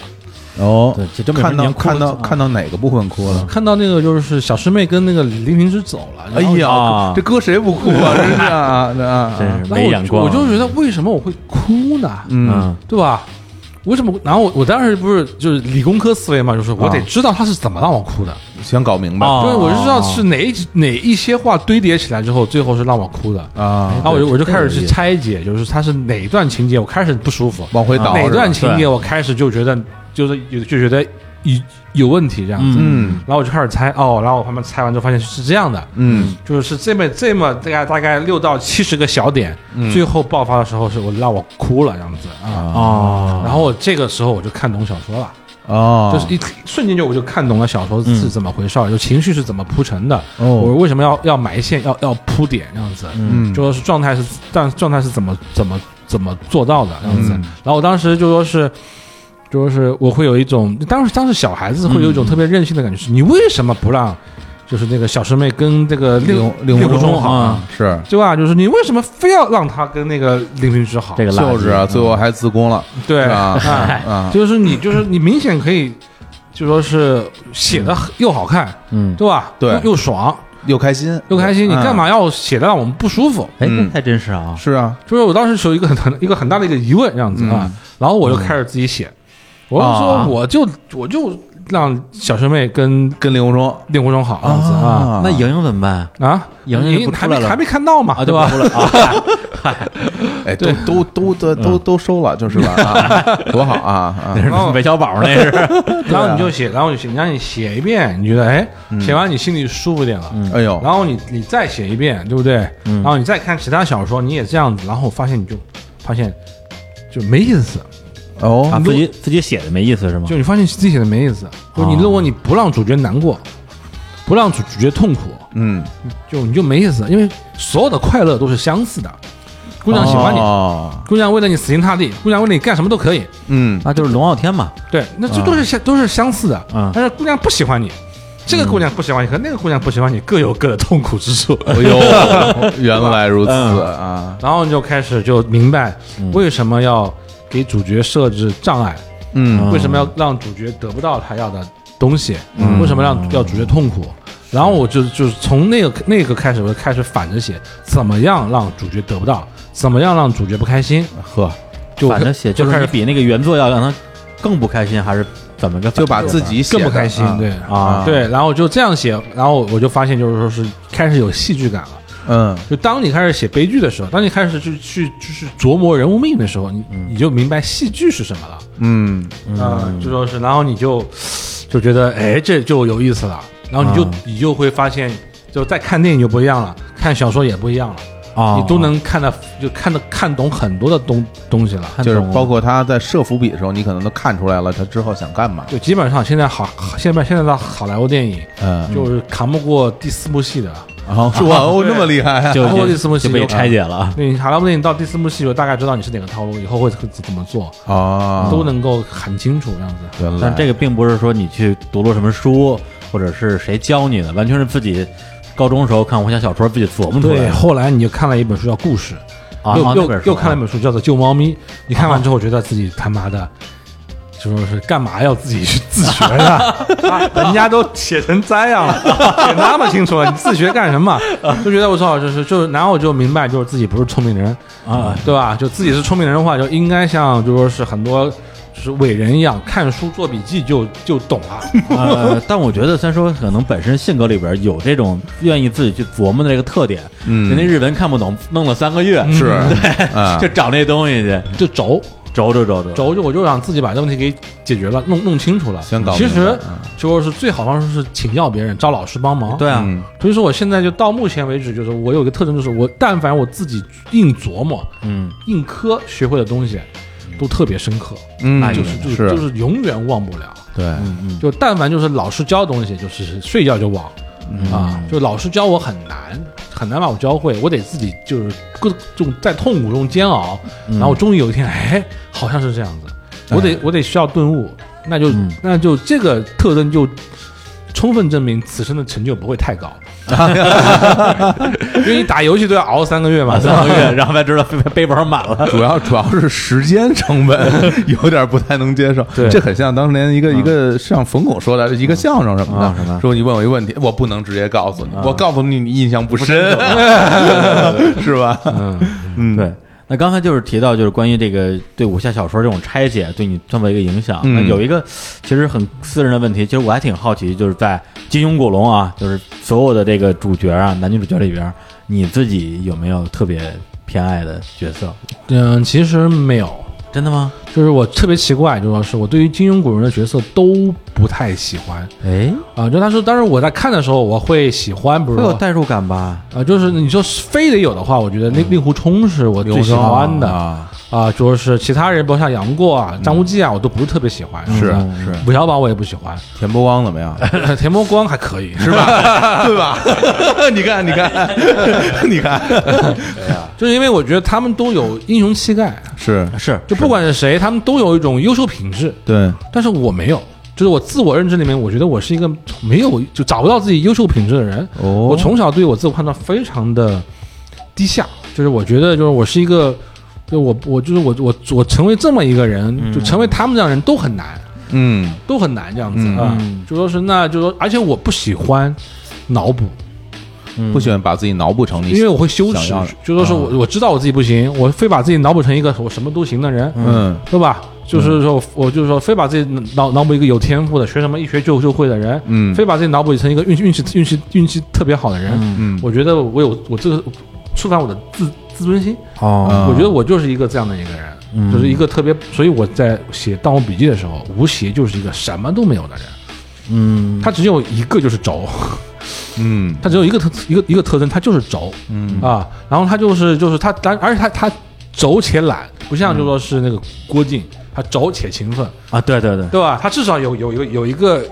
B: 哦
A: 对这这么
B: 看
A: 多
B: 到
A: 年哭了
B: 看到
A: 啊
B: 看到哪个部分哭了？
C: 看到那个就是小师妹跟那个林平之走了，
B: 哎
C: 然后
A: 啊
B: 呀，这搁谁不哭啊？真是啊，这啊
A: 真是
C: 然后
A: 没眼光，
C: 我就，我就觉得为什么我会哭呢？
B: 嗯
A: 嗯，
C: 对吧？为什么我？然后我我当时不是就是理工科思维嘛，就是我得
B: 啊
C: 知道他是怎么让我哭的，
B: 想搞明白
A: 哦
C: 就是我就知道是哪一哪一些话堆叠起来之后，最后是让我哭的。
B: 啊
C: 然，后我就
A: 对
C: 我就开始
A: 这个
C: 去
A: 也
C: 拆解，就是它是哪一段情节，我开始不舒服，
B: 往回倒
C: 啊哪
B: 是吧
C: 段情
A: 对
C: 节我开始就觉得就是有就觉得有有问题这样子，
B: 嗯
C: 然后我就开始猜哦，然后我慢慢猜完之后发现是这样的，
B: 嗯
C: 就是这么这么大概大概六到七十个小点，
B: 嗯
C: 最后爆发的时候是我让我哭了这样子啊。
A: 哦，
C: 然后我这个时候我就看懂小说了，
B: 哦，
C: 就是一瞬间就我就看懂了小说
A: 嗯
C: 是怎么回事儿，就情绪是怎么铺陈的，
B: 哦
C: 我为什么要要埋线，要要铺点这样子，
B: 嗯
C: 就说是状态是，但状态是怎么怎么怎么做到的这样子。
B: 嗯
C: 然后我当时就说是。就说是我会有一种，当时当时小孩子会有一种
B: 嗯
C: 特别任性的感觉，是你为什么不让，就是那个小师妹跟这个令
B: 令
C: 令狐
B: 狐
C: 冲
B: 冲
C: 好啊，
B: 是
C: 对吧？就是你为什么非要让他跟那个令平之好？
A: 这个垃圾
B: 就是啊，最后还自宫了，
C: 对
B: 是吧？
C: 哎
B: 啊，
C: 就是你就是你明显可以，就说是写的又好看，
A: 嗯，
C: 对吧？
B: 对
C: 又又爽
B: 又开心
C: 又开心，你
B: 嗯
C: 干嘛要写的让我们不舒服？
A: 哎，
B: 嗯
A: 这太真实啊！
B: 是啊，
C: 就是我当时是有一个很很一 *laughs* 个很大的一个疑问这样子啊，然后我就开始自己写，我就说
A: 啊
C: 我就我就让小师妹跟
B: 跟令狐冲
C: 令狐冲好这样子啊
A: 那莹莹怎么办？
C: 啊，
A: 莹莹不出
C: 还
A: 来
C: 没
A: 了
C: 还没看到嘛，
A: 啊，
C: 对
A: 就
C: 吧
A: 不？出来
C: *laughs*
A: 啊，嗨，
B: 哎，都都都都都都收了，就是吧？啊，多好啊！啊
A: 那
C: 哦
A: 是韦小宝，那
C: *laughs*
A: 是，
C: 然后你就写，然后你写，让你写一遍，你觉得哎，写完你心里舒服点了，
B: 哎呦，
C: 然后你你再写一遍，对不对？
B: 嗯
C: 然后你再看其他小说，你也这样子，然后发现你就发现就没意思，
A: 啊，
B: 哦，
A: 自己自己写的没意思是吗
C: 就？你发现自己写的没意思。就你如果你不让主角难过，不让主主角痛苦，
B: 嗯，
C: 就你就没意思，因为所有的快乐都是相似的。姑娘喜欢你，
B: 哦，
C: 姑娘为了你死心塌地，姑娘为了你干什么都可以，
B: 嗯，
A: 那啊就是龙傲天嘛，
C: 对，那
B: 哦
C: 这都是相、都是相似的。
A: 嗯
C: 但是姑娘不喜欢你，这
B: 嗯
C: 个姑娘不喜欢你和那个姑娘不喜欢你各有各的痛苦之处。
B: 哎 *laughs* 呦，原来如此啊！
C: 然后你就开始就明白为什么要给主角设置障碍，
B: 嗯
C: 为什么要让主角得不到他要的东西，
B: 嗯
C: 为什么让要主角痛苦。然后我就就是从那个那个开始，我就开始反着写，怎么样让主角得不到，怎么样让主角不开心，
B: 呵，
C: 就
A: 反着写，就
C: 就
A: 是
C: 开
A: 你
C: 始
A: 比那个原作要让他更不开心，还是怎么个反着
B: 就
A: 法？
B: 把自己写
C: 更
B: 的
C: 不开心
B: 啊，
C: 对
A: 啊
C: 对，然后就这样写，然后我就发现就是说是开始有戏剧感了。
B: 嗯，
C: 就当你开始写悲剧的时候，当你开始去去就是琢磨人物命的时候，你你就明白戏剧是什么了。
B: 嗯，
C: 啊，就说是，然后你就就觉得，哎，这就有意思了。然后你就、
A: 啊
C: 你就会发现，就再看电影就不一样了，看小说也不一样了，
A: 啊，
C: 你都能看到，就看得看懂很多的东东西了。
A: 看
B: 就是
A: 懂
B: 包括他在设伏笔的时候，你可能都看出来了，他之后想干嘛。
C: 就基本上现在好，现在现在的好莱坞电影
B: 嗯，
C: 就是扛不过第四部戏的。
B: 然 *laughs* 后说哦，那么厉害啊，
A: 就
C: 包括第四幕
A: 就
C: 戏
A: 被
C: 就
A: 拆解了啊，
C: 对，好莱坞电影到第四部戏，我大概知道你是哪个套路，以后会会怎么做，
B: 啊，
C: 都能够很清楚这样子。
B: 原来
A: 但这个并不是说你去读了什么书，或者是谁教你的，完全是自己高中时候看武侠小说自己琢磨出来
C: 对，
A: 的
C: 后来你就看了一本书叫《故事》，
A: 啊。
C: 又
A: 啊那
C: 又
A: 本书
C: 又看了一
A: 啊
C: 本书叫做《救猫咪》，你看完之后觉得自己他妈的，就说是干嘛要自己去自学呢？
A: *laughs*
C: 啊人家都写成这样了，写那么清楚了，你自学干什么？就觉得我操，就是就然后我就明白，就是自己不是聪明人
A: 啊，
C: 对吧？就自己是聪明人的话，就应该像就说是很多。就是伟人一样，看书做笔记就就懂了。
A: 呃，但我觉得虽然说可能本身性格里边有这种愿意自己去琢磨的这个特点，
B: 嗯
A: 人家日文看不懂，弄了三个月，
B: 是
A: 对，
B: 啊
A: 就找那东西去，
C: 就轴
A: 轴轴轴轴，
C: 轴，就我就想自己把这问题给解决了，弄弄清楚了。
B: 先搞
C: 其
B: 明白
C: 实
B: 嗯
C: 就说是最好方式是请教别人，找老师帮忙。
A: 对啊，
B: 嗯
C: 所以说我现在就到目前为止，就是我有一个特征，就是我但凡我自己硬琢磨、
A: 嗯，
C: 硬磕学会的东西，都特别深刻，
B: 嗯，
A: 那
C: 就是就是
B: 是
C: 就是永远忘不了。
B: 对，
C: 就但凡就是老师教的东西，就是睡觉就忘、啊，就老师教我很难，很难把我教会，我得自己就是各种在痛苦中煎熬，然后终于有一天，哎，好像是这样子，我得、我得需要顿悟，那就、那就这个特征就充分证明此生的成就不会太高。 *laughs* 因为你打游戏都要熬三个月嘛，
A: 晚三个
B: *laughs*
A: 月，然后才知道背背包满了，
B: 主要主要是时间成本 *laughs* 有点不太能接受，
C: 对
B: 这很像当年一个一个像冯巩说的一个相声什么
A: 啊什么
B: 的，说你问我一个问题，我不能直接告诉你，我告诉你你印象不深， *laughs* 是吧？嗯，
A: 对。那刚才就是提到，就是关于这个对武侠小说这种拆解对你这么一个影响。
B: 嗯
A: 那有一个其实很私人的问题，其实我还挺好奇，就是在金庸、古龙啊，就是所有的这个主角啊，男女主角里边，你自己有没有特别偏爱的角色？
C: 嗯，其实没有，
A: 真的吗？
C: 就是我特别奇怪，主要是我对于金庸古人的角色都不太喜欢，
A: 哎，
C: 啊，就他说，当时我在看的时候，我会喜欢，不是
A: 会有
C: 说，
A: 代入感吧？
C: 啊，就是你说非得有的话，我觉得那令狐冲是我最喜欢的
B: 啊，
C: 啊，就是其他人，包括像杨过啊、张无忌啊，我都不是特别喜欢，
B: 是
C: 嗯
B: 是，
C: 韦小宝我也不喜欢， *laughs*
B: 田伯光怎么样？
C: 田伯光还可以，
B: 是吧？ *laughs* 对吧？你看，你看， *laughs* 你看，
C: 就是因为我觉得他们都有英雄气概，
B: 是
A: *laughs* 是，
C: 就不管是谁，他们都有一种优秀品质，
B: 对，
C: 但是我没有。就是我自我认知里面，我觉得我是一个没有就找不到自己优秀品质的人。
B: 哦
C: 我从小对我自我判断非常的低下，就是我觉得就是我是一个，就我我就是我我我成为这么一个人，就成为他们这样的人都很难，
B: 嗯
C: 都很难这样子
B: 嗯
C: 啊。就说是那就说，而且我不喜欢脑补，
B: 不喜欢把自己脑补成你
C: 嗯因为我会羞耻
B: 想要的，啊
C: 就说是我我知道我自己不行，我非把自己脑补成一个我什么都行的人，
B: 嗯
C: 对吧？就是说，我就是说，非把自己脑脑补一个有天赋的，学什么一学就就会的人，
B: 嗯
C: 非把自己脑补成一个运气运气运气运气特别好的人，
B: 嗯
C: 我觉得我有我这个触犯我的自自尊心，
B: 啊
A: 哦，
C: 我觉得我就是一个这样的一个人，
A: 嗯
C: 就是一个特别，所以我在写《盗墓笔记》的时候，吴邪就是一个什么都没有的人，
A: 嗯，
C: 他只有一个就是轴， *laughs*
B: 嗯
C: 他只有一个特一个一个特征，他就是轴，
B: 嗯
C: 啊，然后他就是就是他，但而且他他轴且懒，不
B: 嗯
C: 像就说是那个郭靖，他轴且勤奋，
A: 啊，对对对，
C: 对吧？他至少有有有有一个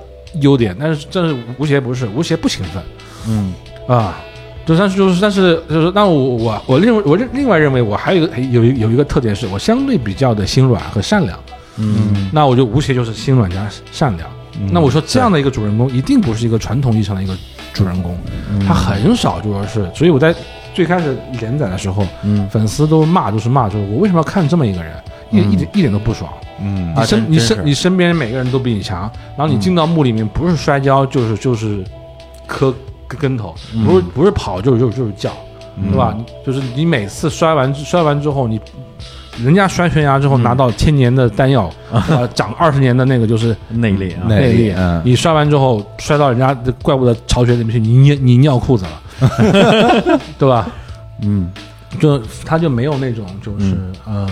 C: 优点，但是这是吴邪不是，吴邪不勤奋，
A: 嗯
C: 啊，就但是就是但是就是，那我我我另我另另外认为我还有一个有一有一个特点是我相对比较的心软和善良，
A: 嗯
C: 那我就吴邪就是心软加善良。那我说这样的一个主人公一定不是一个传统意义上的一个主人公，他很少就说是，所以我在最开始连载的时候，
A: 嗯，
C: 粉丝都骂就是骂，就是我为什么要看这么一个人，一一点一点都不爽。
B: 嗯
C: 你身
A: 啊真
C: 你
A: 真是嗯
C: 身你身边每个人都比你强，然后你进到墓里面不是摔跤就是就是磕跟跟头，
A: 嗯
C: 不是不是跑就是就是就是叫，对吧？就是你每次摔完摔完之后，你人家摔悬崖之
A: 嗯
C: 后拿到千年的丹
A: *laughs*
C: 药，呃，长二十年的那个就是
A: 内力啊，
B: 内
C: 内
B: 力
C: 力
B: 嗯，
C: 你摔完之后摔到人家的怪物的巢穴里面去，你尿你尿裤子了，
A: *laughs*
C: 对吧？
A: 嗯
C: 就他就没有那种就是呃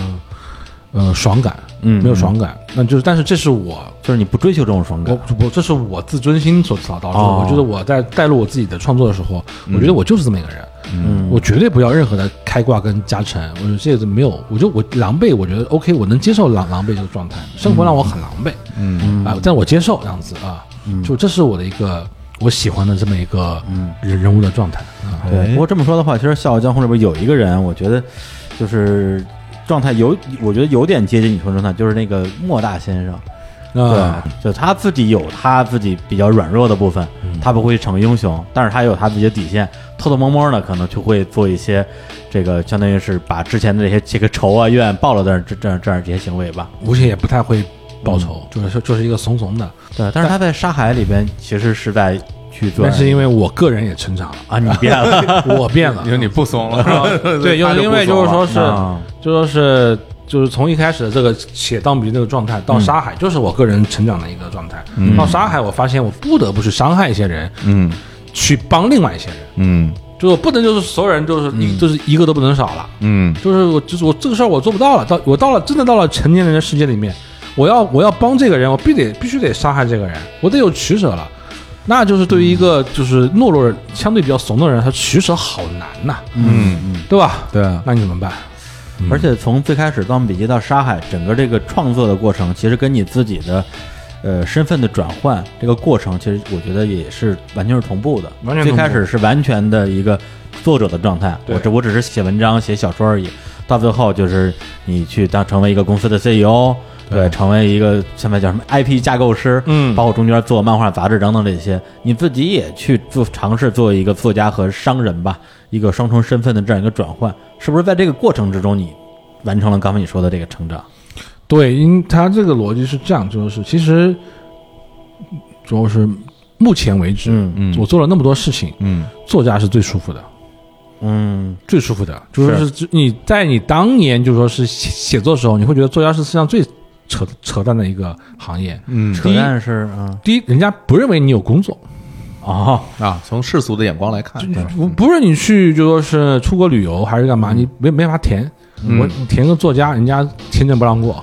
C: 呃爽感，
A: 嗯
C: 没有爽感，那就是但是这是我
A: 就是你不追求这种爽感
C: 我，我这是我自尊心所导导致的。
A: 哦
C: 我觉得我在带入我自己的创作的时候，我觉得我就是这么一个人，
A: 嗯
C: 我绝对不要任何的开挂跟加成。我觉得这个没有，我就我狼狈，我觉得 OK，我能接受狼狼狈这个状态，生活让我很狼狈，嗯啊，但我接受这样子啊，
A: 嗯
C: 就这是我的一个我喜欢的这么一个人人物的状态啊。
B: 哎
A: 对，哎不过这么说的话，其实《笑傲江湖》里边有一个人，我觉得就是状态有，我觉得有点接近你说的状态，就是那个莫大先生。
C: 啊，
A: 对，就他自己有他自己比较软弱的部分，
C: 嗯
A: 他不会逞英雄，但是他也有他自己的底线，偷偷摸摸的可能就会做一些这个，相当于是把之前的这些这个仇啊怨报了的这这这样这些行为吧。
C: 吴邪也不太会报
A: 嗯
C: 仇，就是就是一个怂怂的，
A: 对，但是他在沙海里边其实是在去做，
C: 但是因为我个人也成长了。
A: 啊你变了，
C: *laughs* 我变了
B: 你，说你不怂了，
C: *laughs*
B: *laughs*
C: 对，因
B: 啊他
C: 为
B: 就
C: 因为
B: 不怂
C: 就
B: 了
C: 是说是
A: 啊，
C: 就说是就是从一开始的这个写当笔那个状态到沙
B: 嗯
C: 海，就是我个人成长的一个状态。到沙海，我发现我不得不去伤害一些人，
B: 嗯
C: 去帮另外一些人，
B: 嗯
C: 就是我不能就是所有人就是一就是一个都不能少了，
B: 嗯
C: 就是我就是我这个事儿我做不到了，到我到了真的到了成年人的世界里面，我要我要帮这个人，我必得必须得杀害这个人，我得有取舍了。那就是对于一个
B: 嗯
C: 就是懦弱人相对比较怂的人，他取舍好难呐、
B: 嗯，
C: 对吧？
B: 对啊，
C: 那你怎么办？
A: 而且从最开始《盗墓笔记》到《沙海》，整个这个创作的过程，其实跟你自己的呃身份的转换这个过程，其实我觉得也是完全是同步的。
C: 完全同步
A: 最开始是完全的一个作者的状态，
C: 对
A: 我只我只是写文章、写小说而已。到最后就是你去当成为一个公司的 CEO，对，成为一个现在叫什么 IP 架构师，
C: 嗯
A: 包括中间做漫画、杂志等等这些，你自己也去做尝试做一个作家和商人吧，一个双重身份的这样一个转换，是不是在这个过程之中，你完成了刚才你说的这个成长？
C: 对，因他这个逻辑是这样，就是其实主要是目前为止，
A: 嗯
B: 嗯
C: 我做了那么多事情，
B: 嗯
C: 作家是最舒服的，
A: 嗯
C: 最舒服的，就说是就你在你当年就说是写写作的时候，你会觉得作家是世界上最扯扯淡的一个行业。
B: 嗯
A: 扯淡是嗯
C: 第一，人家不认为你有工作，
A: 哦 *laughs*
B: 啊，从世俗的眼光来看，
C: 不不是你去就说是出国旅游还是干嘛，你没没法填。我填个作家，人家签证不让 *laughs* 过，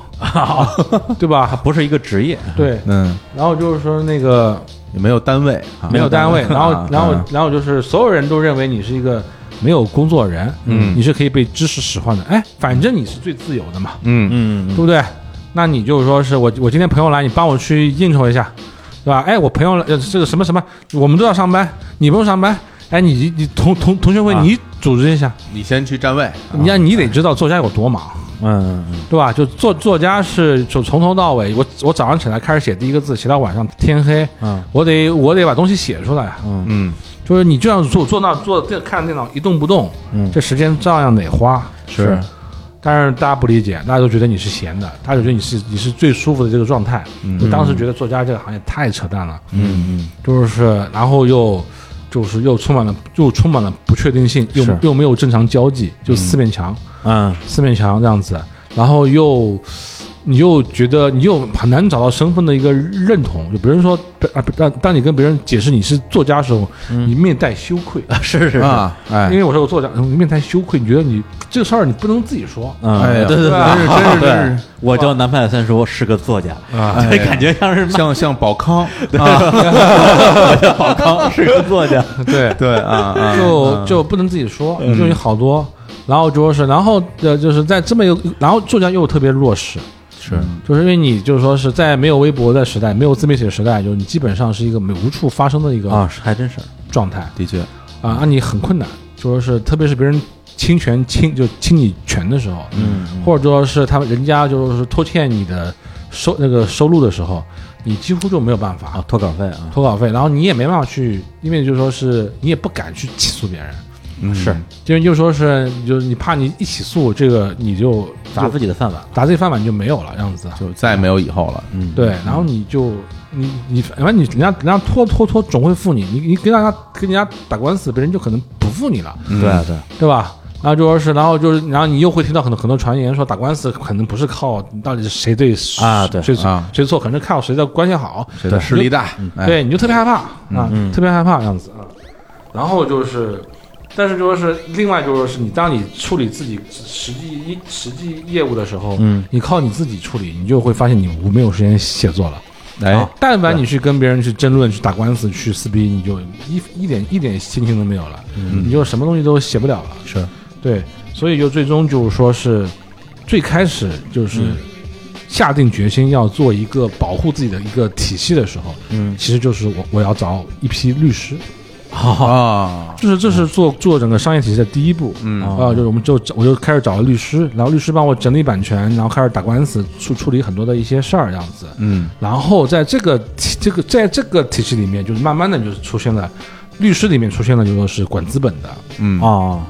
C: 对吧？
A: 不是一个职业，
C: 对，
B: 嗯，
C: 然后就是说那个
B: 也没有单位啊，
C: 没有单位，然后
B: 啊
C: 然后
B: 啊
C: 然后就是所有人都认为你是一个没有工作的人，
B: 嗯
C: 你是可以被知识使唤的，哎，反正你是最自由的嘛，
B: 嗯
A: 嗯
C: 对不对？那你就是说是我我今天朋友来，你帮我去应酬一下，对吧？哎，我朋友来呃这个什么什么，我们都要上班，你不用上班，哎，你你同同同学会
A: 啊哎
C: 你组织一下，
B: 你先去站位，
C: 你要你得知道作家有多忙，
A: 嗯嗯
C: 对吧？就作作家是就从头到尾，我我早上起来开始写第一个字，写到晚上天黑，
A: 嗯
C: 我得我得把东西写出来啊。
B: 嗯
C: 就是你这样坐坐那坐电看着电脑一动不动，
A: 嗯
C: 这时间照样得花。
A: 是
C: 但是大家不理解，大家都觉得你是闲的，大家觉得你是你是最舒服的这个状态。我当时觉得作家这个行业太扯淡了，
A: 嗯
C: 就是然后又就是又充满了又充满了不确定性，又
A: 是
C: 又没有正常交际，就四面墙、
A: 嗯
C: 四面墙这样子，然后又你又觉得你又很难找到身份的一个认同。就比如说，啊，当当你跟别人解释你是作家的时候，
A: 嗯
C: 你面带羞
A: *laughs*
C: 愧，
A: 是是
B: 啊，
C: 因
B: 哎，
C: 为我是个作家，你面带羞愧，你觉得你这个事儿你不能自己说。
A: 嗯，
B: 哎呀
A: 对对对，
B: 真是真是真
A: 对，我叫南派三叔，是个作家，
B: 哎
A: 这
C: *laughs*
A: *laughs* 感觉像是骂
B: 像像宝康，啊
A: 我叫宝康，是个作家，
C: 对，
B: 对啊啊，
A: 哎嗯
C: 就就不能自己说，这种有好多。然后就是，然后呃，就是在这么一个，然后作家又特别弱势，
B: 是
C: 就是因为你就是说是在没有微博的时代，没有自媒体的时代，就是你基本上是一个没无处发声的一
A: 啊，
C: 个
A: 是还真是，
C: 状态
B: 的确，
C: 啊，那你很困难，就说是特别是别人侵权侵就侵你权的时候，
A: 嗯，
C: 或者说是他们人家就是拖欠你的收那个收入的时候，你几乎就没有办法
A: 啊，脱稿费啊，
C: 投稿费，然后你也没办法去，因为就是说是你也不敢去起诉别人，
B: 嗯
A: 是
C: 因为就说是就是你怕你一起诉这个你就
A: 砸
C: 就
A: 自己的饭碗，
C: 砸自己饭碗就没有了这样子，
B: 就再也没有以后了。
A: 嗯，
C: 对，然后你就你你反正你人家人家拖拖拖总会付你，你你跟人家跟人家打官司，别人就可能不付你了，
A: 对啊对啊，
C: 对吧？然后就说是，然后就是，然后你又会听到很多很多传言说打官司可能不是靠到底是谁对谁
A: 啊对
C: 谁
B: 啊
C: 谁错，可能是靠谁的关系好，
B: 谁的势力大？哎，
C: 嗯对，你就特别害怕啊，特别害怕这样子啊。然后就是，但是就说是另外就说是你当你处理自己实际一实际业务的时候，
A: 嗯，
C: 你靠你自己处理，你就会发现你无没有时间写作了。
B: 哎
C: 啊，但凡你去跟别人去争论、去打官司、去撕逼，你就一一点一点心情都没有了，你就什么东西都写不了了。
B: 是
C: 对，所以就最终就是说是最开始就是下定决心要做一个保护自己的一个体系的时候，
A: 嗯，
C: 其实就是我我要找一批律师，
B: 啊，
C: 就是这是做做整个商业体系的第一步。
B: 嗯
C: 啊、就是我们就我就开始找了律师，然后律师帮我整理版权，然后开始打官司，处处理很多的一些事儿，这样子。
B: 嗯
C: 然后在这个体这个在这个体系里面，就是慢慢的就是出现了，律师里面出现了就说是管资本的、
B: 嗯
A: 哦，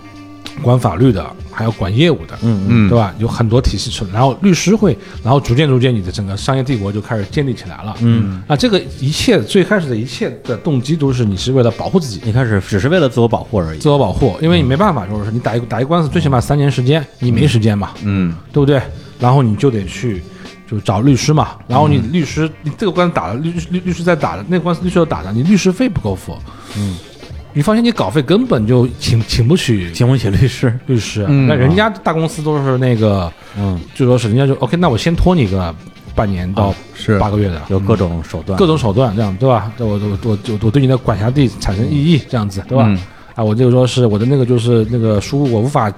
C: 管法律的，还有管业务的，
A: 嗯嗯
B: 嗯，
C: 对吧？有很多体系出来，然后律师会，然后逐渐逐渐，你的整个商业帝国就开始建立起来了。
A: 嗯，
C: 啊，这个一切最开始的一切的动机都是你是为了保护自己，
A: 你开始只是为了自我保护而已
C: 自，我保护，因为你没办法，就是你打一打一官司，最起码三年时间，你没时间嘛，
B: 嗯
C: 对不对？然后你就得去就找律师嘛，然后你律师，你这个官司打了，律律律师在打了，那个官司律师又打了，你律师费不够付，
A: 嗯，
C: 你发现你稿费根本就请请不起
A: 请不起律师，
C: 律师，
B: 嗯
C: 那人家大公司都是那个。
A: 嗯，
C: 就说是人家就 OK，那我先拖你个半年到
B: 是
C: 八个月的，
A: *laughs* 有各种手段，
C: 各种手段这样对吧？这我我我我我对你的管辖地产生异议这样子对吧？
B: 嗯
C: 啊，我就说是我的那个就是那个书我无法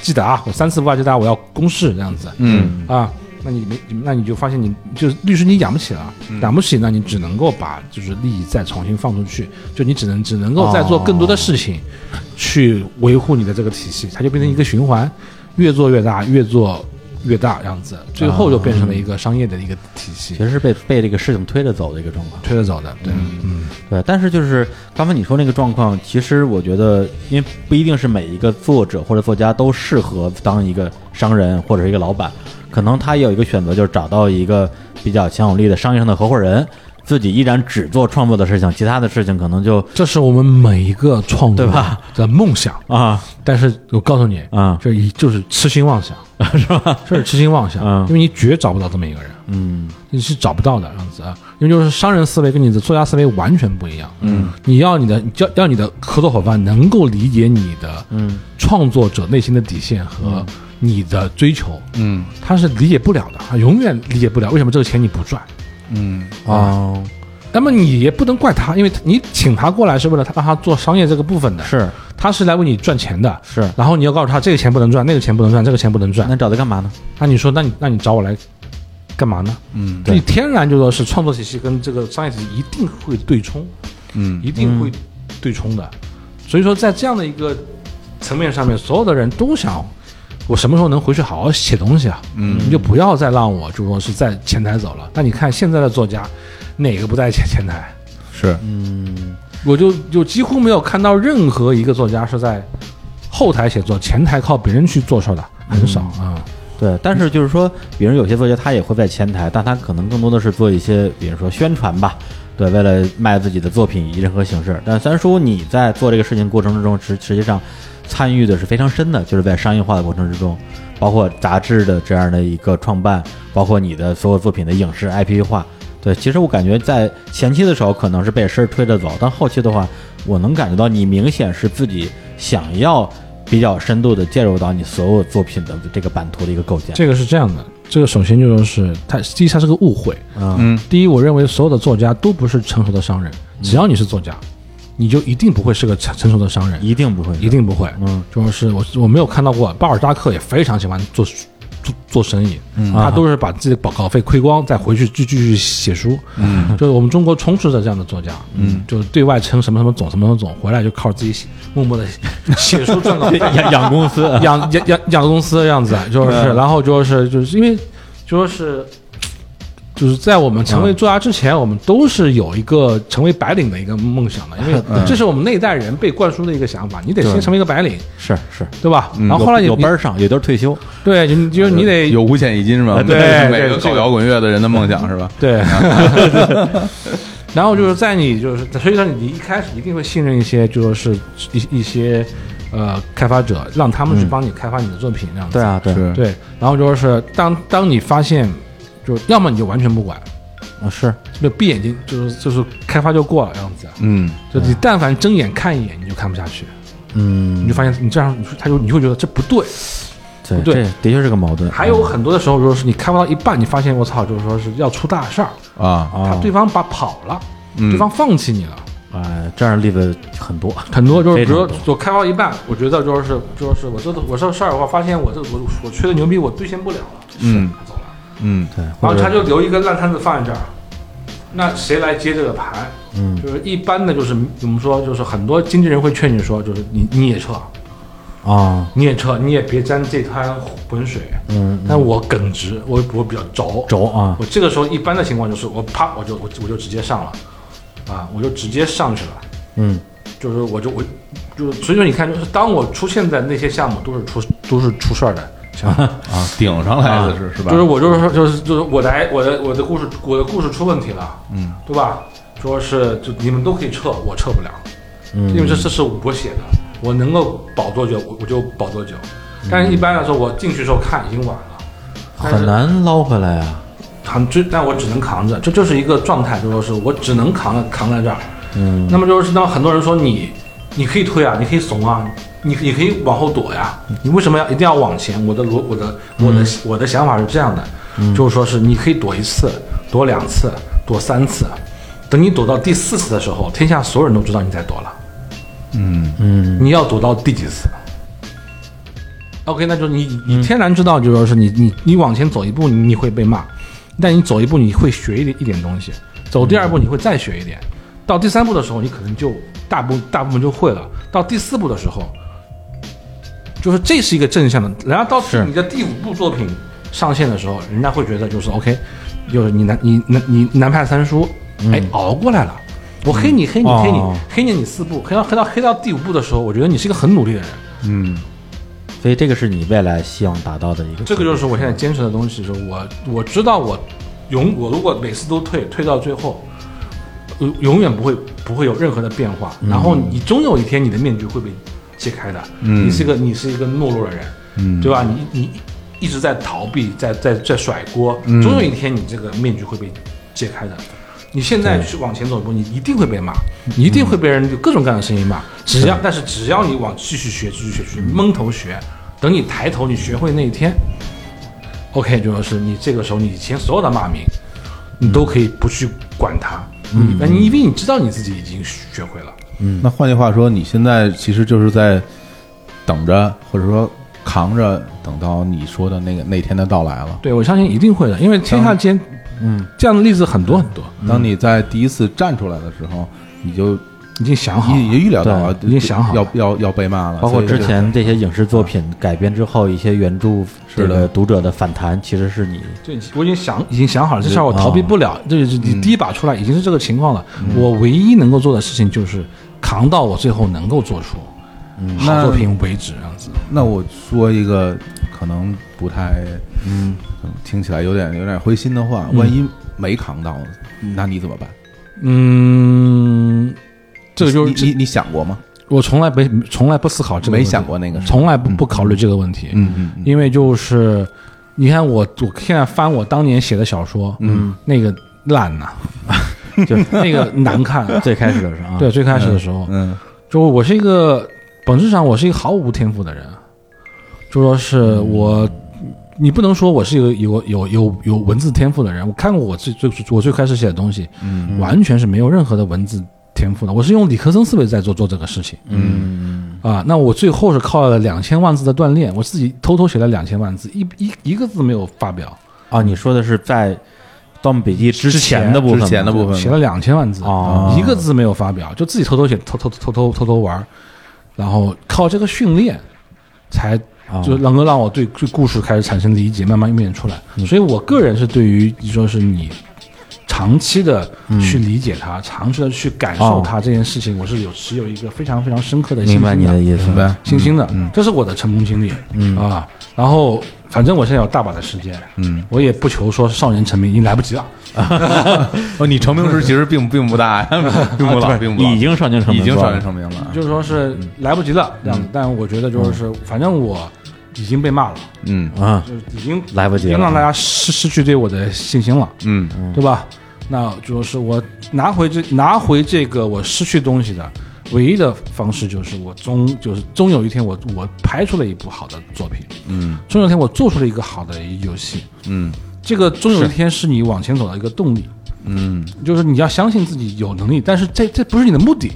C: 寄达，我三次无法寄啊达，我要公示这样子
B: 嗯
C: 啊。那你没，那你就发现你就是律师，你养不起了，
B: 嗯
C: 养不起，那你只能够把就是利益再重新放出去，就你只能只能够再做更多的事情，
B: 哦
C: 去维护你的这个体系，它就变成一个循环，越做越大，越做越大这样子，最后就变成了一个商业的一个体系
A: 其，实是被被这个事情推着走的一个状况。
C: 推着走的，对，嗯，
A: 对，但是就是刚才你说那个状况，其实我觉得，因为不一定是每一个作者或者作家都适合当一个商人或者是一个老板，可能他也有一个选择，就是找到一个比较强有力的商业上的合伙人，自己依然只做创作的事情，其他的事情可能就
C: 这是我们每一个创作
A: 对吧
C: 的梦想，
A: 啊，
C: 但是我告诉你
A: 啊
C: 这一就是痴心妄想，是吧？这是痴心妄想，
A: 嗯
C: 因为你绝找不到这么一个人，
A: 嗯
C: 你是找不到的这样子啊，因为就是商人思维跟你的作家思维完全不一样。嗯，你要你的要要你的合作伙伴能够理解你的
A: 嗯
C: 创作者内心的底线和你的追求，
B: 嗯
C: 他是理解不了的，他永远理解不了为什么这个钱你不赚。
B: 嗯
A: 哦，
C: 那么你也不能怪他，因为你请他过来是为了他让他做商业这个部分的，
A: 是
C: 他是来为你赚钱的。
A: 是，
C: 然后你要告诉他这个钱不能赚，那个钱不能赚，这个钱不能赚
A: 那。找他干嘛呢？
C: 那你说，那你那你找我来干嘛呢？
B: 嗯
A: 对
C: 你天然就说是创作体系跟这个商业体系一定会对冲，
B: 嗯
C: 一定会对冲的。所以说，在这样的一个层面上面，所有的人都想，我什么时候能回去好好写东西啊？
B: 嗯，
C: 你就不要再让我就说是在前台走了。那你看现在的作家，哪个不在前前台？
B: 是
C: 我就就几乎没有看到任何一个作家是在后台写作，前台靠别人去做事儿的很少啊。
A: 对，但是就是说，比如有些作家他也会在前台，但他可能更多的是做一些，比如说宣传吧，对，为了卖自己的作品以任何形式。但三叔你在做这个事情过程之中，实实际上参与的是非常深的，就是在商业化的过程之中，包括杂志的这样的一个创办，包括你的所有作品的影视 IP 化。对，其实我感觉在前期的时候可能是被事儿推着走，但后期的话，我能感觉到你明显是自己想要比较深度的介入到你所有作品的这个版图的一个构建。
C: 这个是这样的，这个首先就是它，第一它是个误会。啊
A: 嗯
B: 嗯
C: 第一，我认为所有的作家都不是成熟的商人，只要你是作家，你就一定不会是个成成熟的商人，
A: 一定不会，
C: 一定不会。
A: 嗯，
C: 就是我我没有看到过，巴尔扎克也非常喜欢做做做生意，他都是把自己的稿稿费亏光，再回去继继续写书。嗯，就是我们中国充斥着这样的作家，嗯，就是对外称什么什么总什么什么总，回来就靠自己写默默的写 *laughs* 书赚稿费，
A: *laughs* 养养公司。
C: *laughs* 养养养养公司的样子，啊就是，
A: 啊
C: 然后就是就是因为就是就是在我们
A: 嗯
C: 成为作家之前，我们都是有一个成为白领的一个梦想的，因为
A: 嗯
C: 这是我们那一代人被灌输的一个想法，你得先成为一个白领，
A: *laughs* 是是，
C: 对吧？然后后来你
A: 嗯有班儿上，也都是退休，
C: 对，你就是你得
B: 有五险一金是吧？
A: 对
B: 这是
C: 对
B: 每个
C: 这
B: 搞
C: 个
B: 摇滚乐的人的梦想是吧？
C: 对，然后就是在你就是，所以说你一开始一定会信任一些，就说是一一些呃开发者，让他们去帮你开发你的作品，这样
A: 嗯
C: 子。
A: 对啊，对，
B: 是，
C: 对，然后就是当当你发现，就要么你就完全不管，
A: 啊是，
C: 就闭眼睛，就是就是开发就过了这样子。
B: 嗯，
C: 就你但凡睁眼看一眼，你就看不下去，
A: 嗯，
C: 你就发现你这样，你说他就你会觉得这不对。
A: 对，
C: 对
A: 这的确是个矛盾。
C: 还有很多的时候，就是你开发到一半，你发现我操，就是说是要出大事儿，
B: 啊，
A: 啊
C: 他，对方把跑了，
B: 嗯
C: 对方放弃你了。
A: 啊，这样的例子很多，
C: 很多就是，
A: 非
C: 比
A: 常
C: 如说
A: 多
C: 我开发一半，我觉得就是就是我这我这事儿的话，发现我这我我吹的牛逼，我兑现不了了，
B: 嗯
C: 走了。
B: 嗯，
A: 对，
C: 然
A: 或
C: 后他
A: 者
C: 就留一个烂摊子放在这儿，那谁来接这个盘？
A: 嗯，
C: 就是一般的，就是我们说，就是很多经纪人会劝你说，就是你你也撤，
A: 啊，
C: 你也撤，你也别沾这滩浑水。
A: 嗯，
C: 但我耿直，我我比较轴，
A: 轴啊，
C: 我这个时候一般的情况就是我啪我就我就我就直接上了，啊，我就直接上去了。
A: 嗯，
C: 就是我就我就是所以说你看，就是当我出现在那些项目都是出都是出事儿的项目，
B: 啊，顶上来的是是吧？
C: 就是我就是说就是就是我的哎我的我的故事我的故事出问题了，嗯，对吧？说是就你们都可以撤，我撤不了，
A: 嗯
C: 因为这这是我写的，我能够保多久我我就保多久，但是一般来说我进去时候看已经晚了，但是
A: 很难捞回来啊。
C: 扛，这但我只能扛着，这就是一个状态，就说是我只能扛扛在这儿。
A: 嗯，
C: 那么就是，当很多人说你，你可以推啊，你可以怂啊，你你可以往后躲呀，你为什么要一定要往前？我的逻我的我的、我的想法是这样的，就是说是你可以躲一次，躲两次，躲三次，等你躲到第四次的时候，天下所有人都知道你在躲了。嗯嗯，你要躲到第几次？OK，那就是你
A: 嗯
C: 你天然知道，就说是你你你往前走一步，你你会被骂，但你走一步你会学一点一点东西，走第二
A: 嗯
C: 步你会再学一点，到第三步的时候你可能就大部大部分就会了，到第四步的时候，就是这是一个正向的，然后到
A: 是
C: 你的第五部作品上线的时候，人家会觉得就是 OK，就是你南你南你南派三叔，哎熬过来了。我黑你黑你黑你
A: 嗯哦
C: 黑你你四步，黑到黑到黑到第五步的时候，我觉得你是一个很努力的人，
A: 所以这个是你未来希望达到的一个。
C: 这个就是我现在坚持的东西，就是我我知道我永我如果每次都退退到最后，呃永远不会不会有任何的变化。然后你终有一天你的面具会被揭开的。
B: 嗯
C: 你是个你是一个懦弱的人，
B: 嗯
C: 对吧？你你一直在逃避，在在在甩锅，
B: 嗯
C: 终有一天你这个面具会被揭开的。你现在去往前走一步，你一定会被骂，你一定会被人有各种各样的声音骂。只要但是只要你往继续学，继续学，去蒙头学，等你抬头，你学会那一天，OK，就说是你这个时候你以前所有的骂名，你都可以不去管它。嗯，那你因为你知道你自己已经学会了，
B: 那换句话说，你现在其实就是在等着，或者说扛着，等到你说的那个那天的到来了。
C: 对我相信一定会的，因为天下间，嗯，这样的例子很多很多，
B: 当你在第一次站出来的时候，你就
C: 已经想好了，
B: 已经预料到了，
C: 对已经想好了
B: 要要要被骂了。
A: 包括
B: 所以就
A: 之前这些影视作品改编之后，一些原著这
B: 是的
A: 个读者的反弹，其实是你
C: 对，我已经想已经想好了，啊这事儿我逃避不了。这是第第一把出来已经是这个情况了，我唯一能够做的事情就是扛到我最后能够做出好
B: 那
C: 作品为止，这样子。
B: 那我说一个可能不太，嗯，听起来有点有点灰心的话，万一没扛到，那你怎么办？
C: 嗯，这个就
B: 你
C: 是
B: 你你想过吗？
C: 我从来没从来不思考这个，
B: 没想，过那个事儿，
C: 从来不不考虑这个问题。
B: 嗯嗯嗯，
C: 因为就是你看我，我现在翻我当年写的小说，嗯，那个烂呐、 *laughs*
A: 就是
C: 那个难看。
A: *laughs* 最开始的时候啊，
C: 对，，最开始的时候，
B: 嗯
C: 就我是一个本质上我是一个毫无天赋的人，啊就说是我，你不能说我是一个有有有有文字天赋的人。我看过我最最我最开始写的东西，
B: 嗯
C: 完全是没有任何的文字天赋的。我是用理科生思维在做做这个事情。
A: 嗯，
C: 啊，那我最后是靠了两千万字的锻炼，我自己偷偷写了两千万字，一一一个字没有发表，
A: 哦，你说的是在《盗墓笔记》之
C: 之前
A: 前的部分吗，
B: 之前的部分
C: 写了两千万字，啊
A: 哦
C: 一个字没有发表，就自己偷偷写，偷偷偷偷偷偷玩儿，然后靠这个训练，才
A: 哦
C: 就能够让我对对故事开始产生理解，慢慢演出来。
A: 嗯
C: 所以我个人是对于你说是你长期的去理解它，长期的去感受
A: 嗯哦
C: 它这件事情，我是有持有一个非常非常深刻的信
A: 明
C: 心
A: 白你的嗯意思，
B: 明白，
C: 星星的，这是我的成功经历，啊，然后反正我现在有大把的时间，嗯，我也不求说少年成名，已经来不及了，
B: 哦，你成名时其实并并不大，
C: *laughs*
B: 并
A: 不
B: 不
C: 啊
B: 老，
A: 是
B: 并不老，
A: 已经上京成名，
B: 已经少年成名了，啊
C: 就是说是来不及了这样子，但我觉得就是反正我已经被骂了，
B: 嗯
A: 啊，
C: 就是已经
A: 来不
C: 已
A: 及
C: 经让大
A: 了，
C: 家失失去对我的信心了，
B: 嗯
C: 对吧？那就是我拿回这拿回这个我失去东西的唯一的方式，就是我终就是终有一天我我拍出了一部好的作品，
B: 嗯
C: 终有一天我做出了一个好的游戏，
B: 嗯
C: 这个终有一天是你往前走的一个动力，
B: 嗯
C: 就是你要相信自己有能力，但是这这不是你的目的，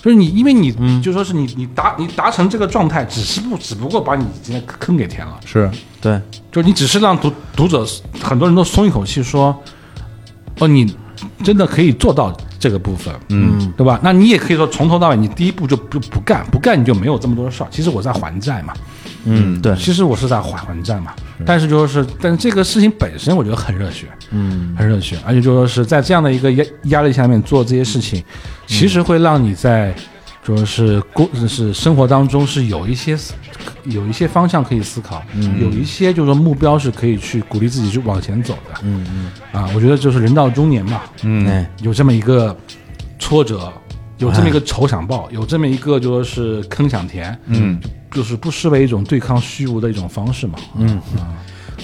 C: 就是你因为你、就说是你你达你达成这个状态，只是不只不过把你今天坑给填了，
B: 是，
A: 对，
C: 就是你只是让读读者很多人都松一口气说，哦，你真的可以做到这个部分，
B: 嗯，
C: 对吧？那你也可以说从头到尾，你第一步就不不干，不干你就没有这么多的事儿。其实我在还债嘛，
A: 嗯，对，
C: 其实我是在还还债嘛，但是就是，但是这个事情本身我觉得很热血，嗯，很热血，而且就说是在这样的一个压压力下面做这些事情，其实会让你在，主要是工是生活当中是有一些思有一些方向可以思考，有一些就是说目标是可以去鼓励自己去往前走的，嗯嗯，啊，我觉得就是人到中年嘛，
B: 嗯
A: 哎，
C: 有这么一个挫折，有这么一个仇想报，有这么一个就说是坑想填，
B: 嗯
C: 就是不失为一种对抗虚无的一种方式嘛。嗯，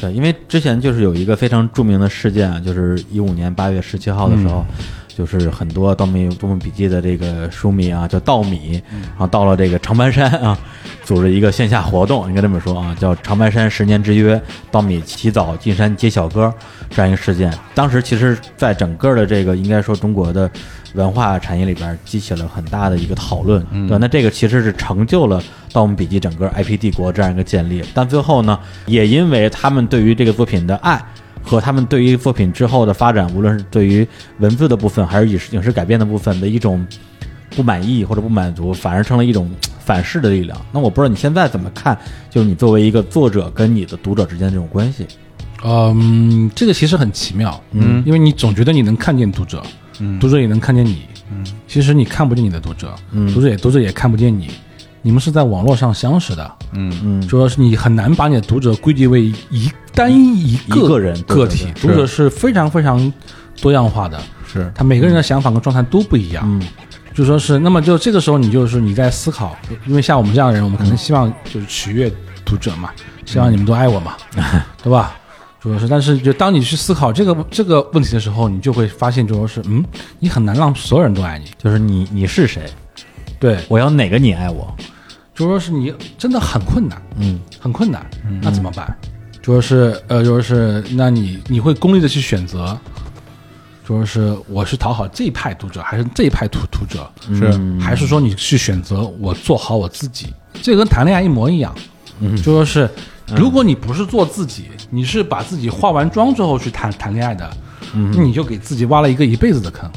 A: 对，因为之前就是有一个非常著名的事件啊，就是一五年八月十七号的时候，就是很多《盗墓盗墓笔记》的这个书迷啊，叫盗米，然后到了这个长白山啊，组织一个线下活动，应该这么说啊，叫“长白山十年之约”，盗米起早进山接小哥这样一个事件。当时其实，在整个的这个应该说中国的文化产业里边，激起了很大的一个讨论，对吧，那这个其实是成就了《盗墓笔记》整个 IP 帝国这样一个建立，但最后呢，也因为他们对于这个作品的爱。和他们对于作品之后的发展，无论是对于文字的部分，还是影视影视改编的部分的一种不满意或者不满足，反而成了一种嘖反噬的力量。那我不知道你现在怎么看，就是你作为一个作者跟你的读者之间的这种关系。
C: 嗯，这个其实很奇妙，嗯，因为你总觉得你能看见读者，嗯，读者也能看见你，嗯，其实你看不见你的读者，嗯，读者也读者也看不见你，你们是在网络上相识的，
B: 嗯
A: 嗯
C: 主要是你很难把你的读者归结为一单一一
A: 一个人对
C: 个体，
B: 对
C: 读者是非常非常多样化的，
B: 是，
C: 他每个人的想法跟状态都不一样，
A: 嗯，
C: 就说是，那么就这个时候你就是你在思考，因为像我们这样的人，我们可能希望就是取悦读者嘛，希望你们都爱我嘛，对吧？主要是，但是就当你去思考这个这个问题的时候，你就会发现，就说是，嗯，你很难让所有人都爱你。
A: 就是你你是谁？
C: 对，
A: 我要哪个你爱我？
C: 就说是你真的很困难，
A: 嗯，
C: 很困难，那怎么办？就说是，呃，就说是，那你你会功利的去选择，就说是我是讨好这一派读者，还是这一派读读者？
A: 嗯
B: 是
C: 还是说你去选择我做好我自己？这跟谈恋爱一模一样，
A: 嗯
C: 就说是，如果你不是做自己，你是把自己化完妆之后去谈谈恋爱的，
A: 嗯
C: 那你就给自己挖了一个一辈子的坑。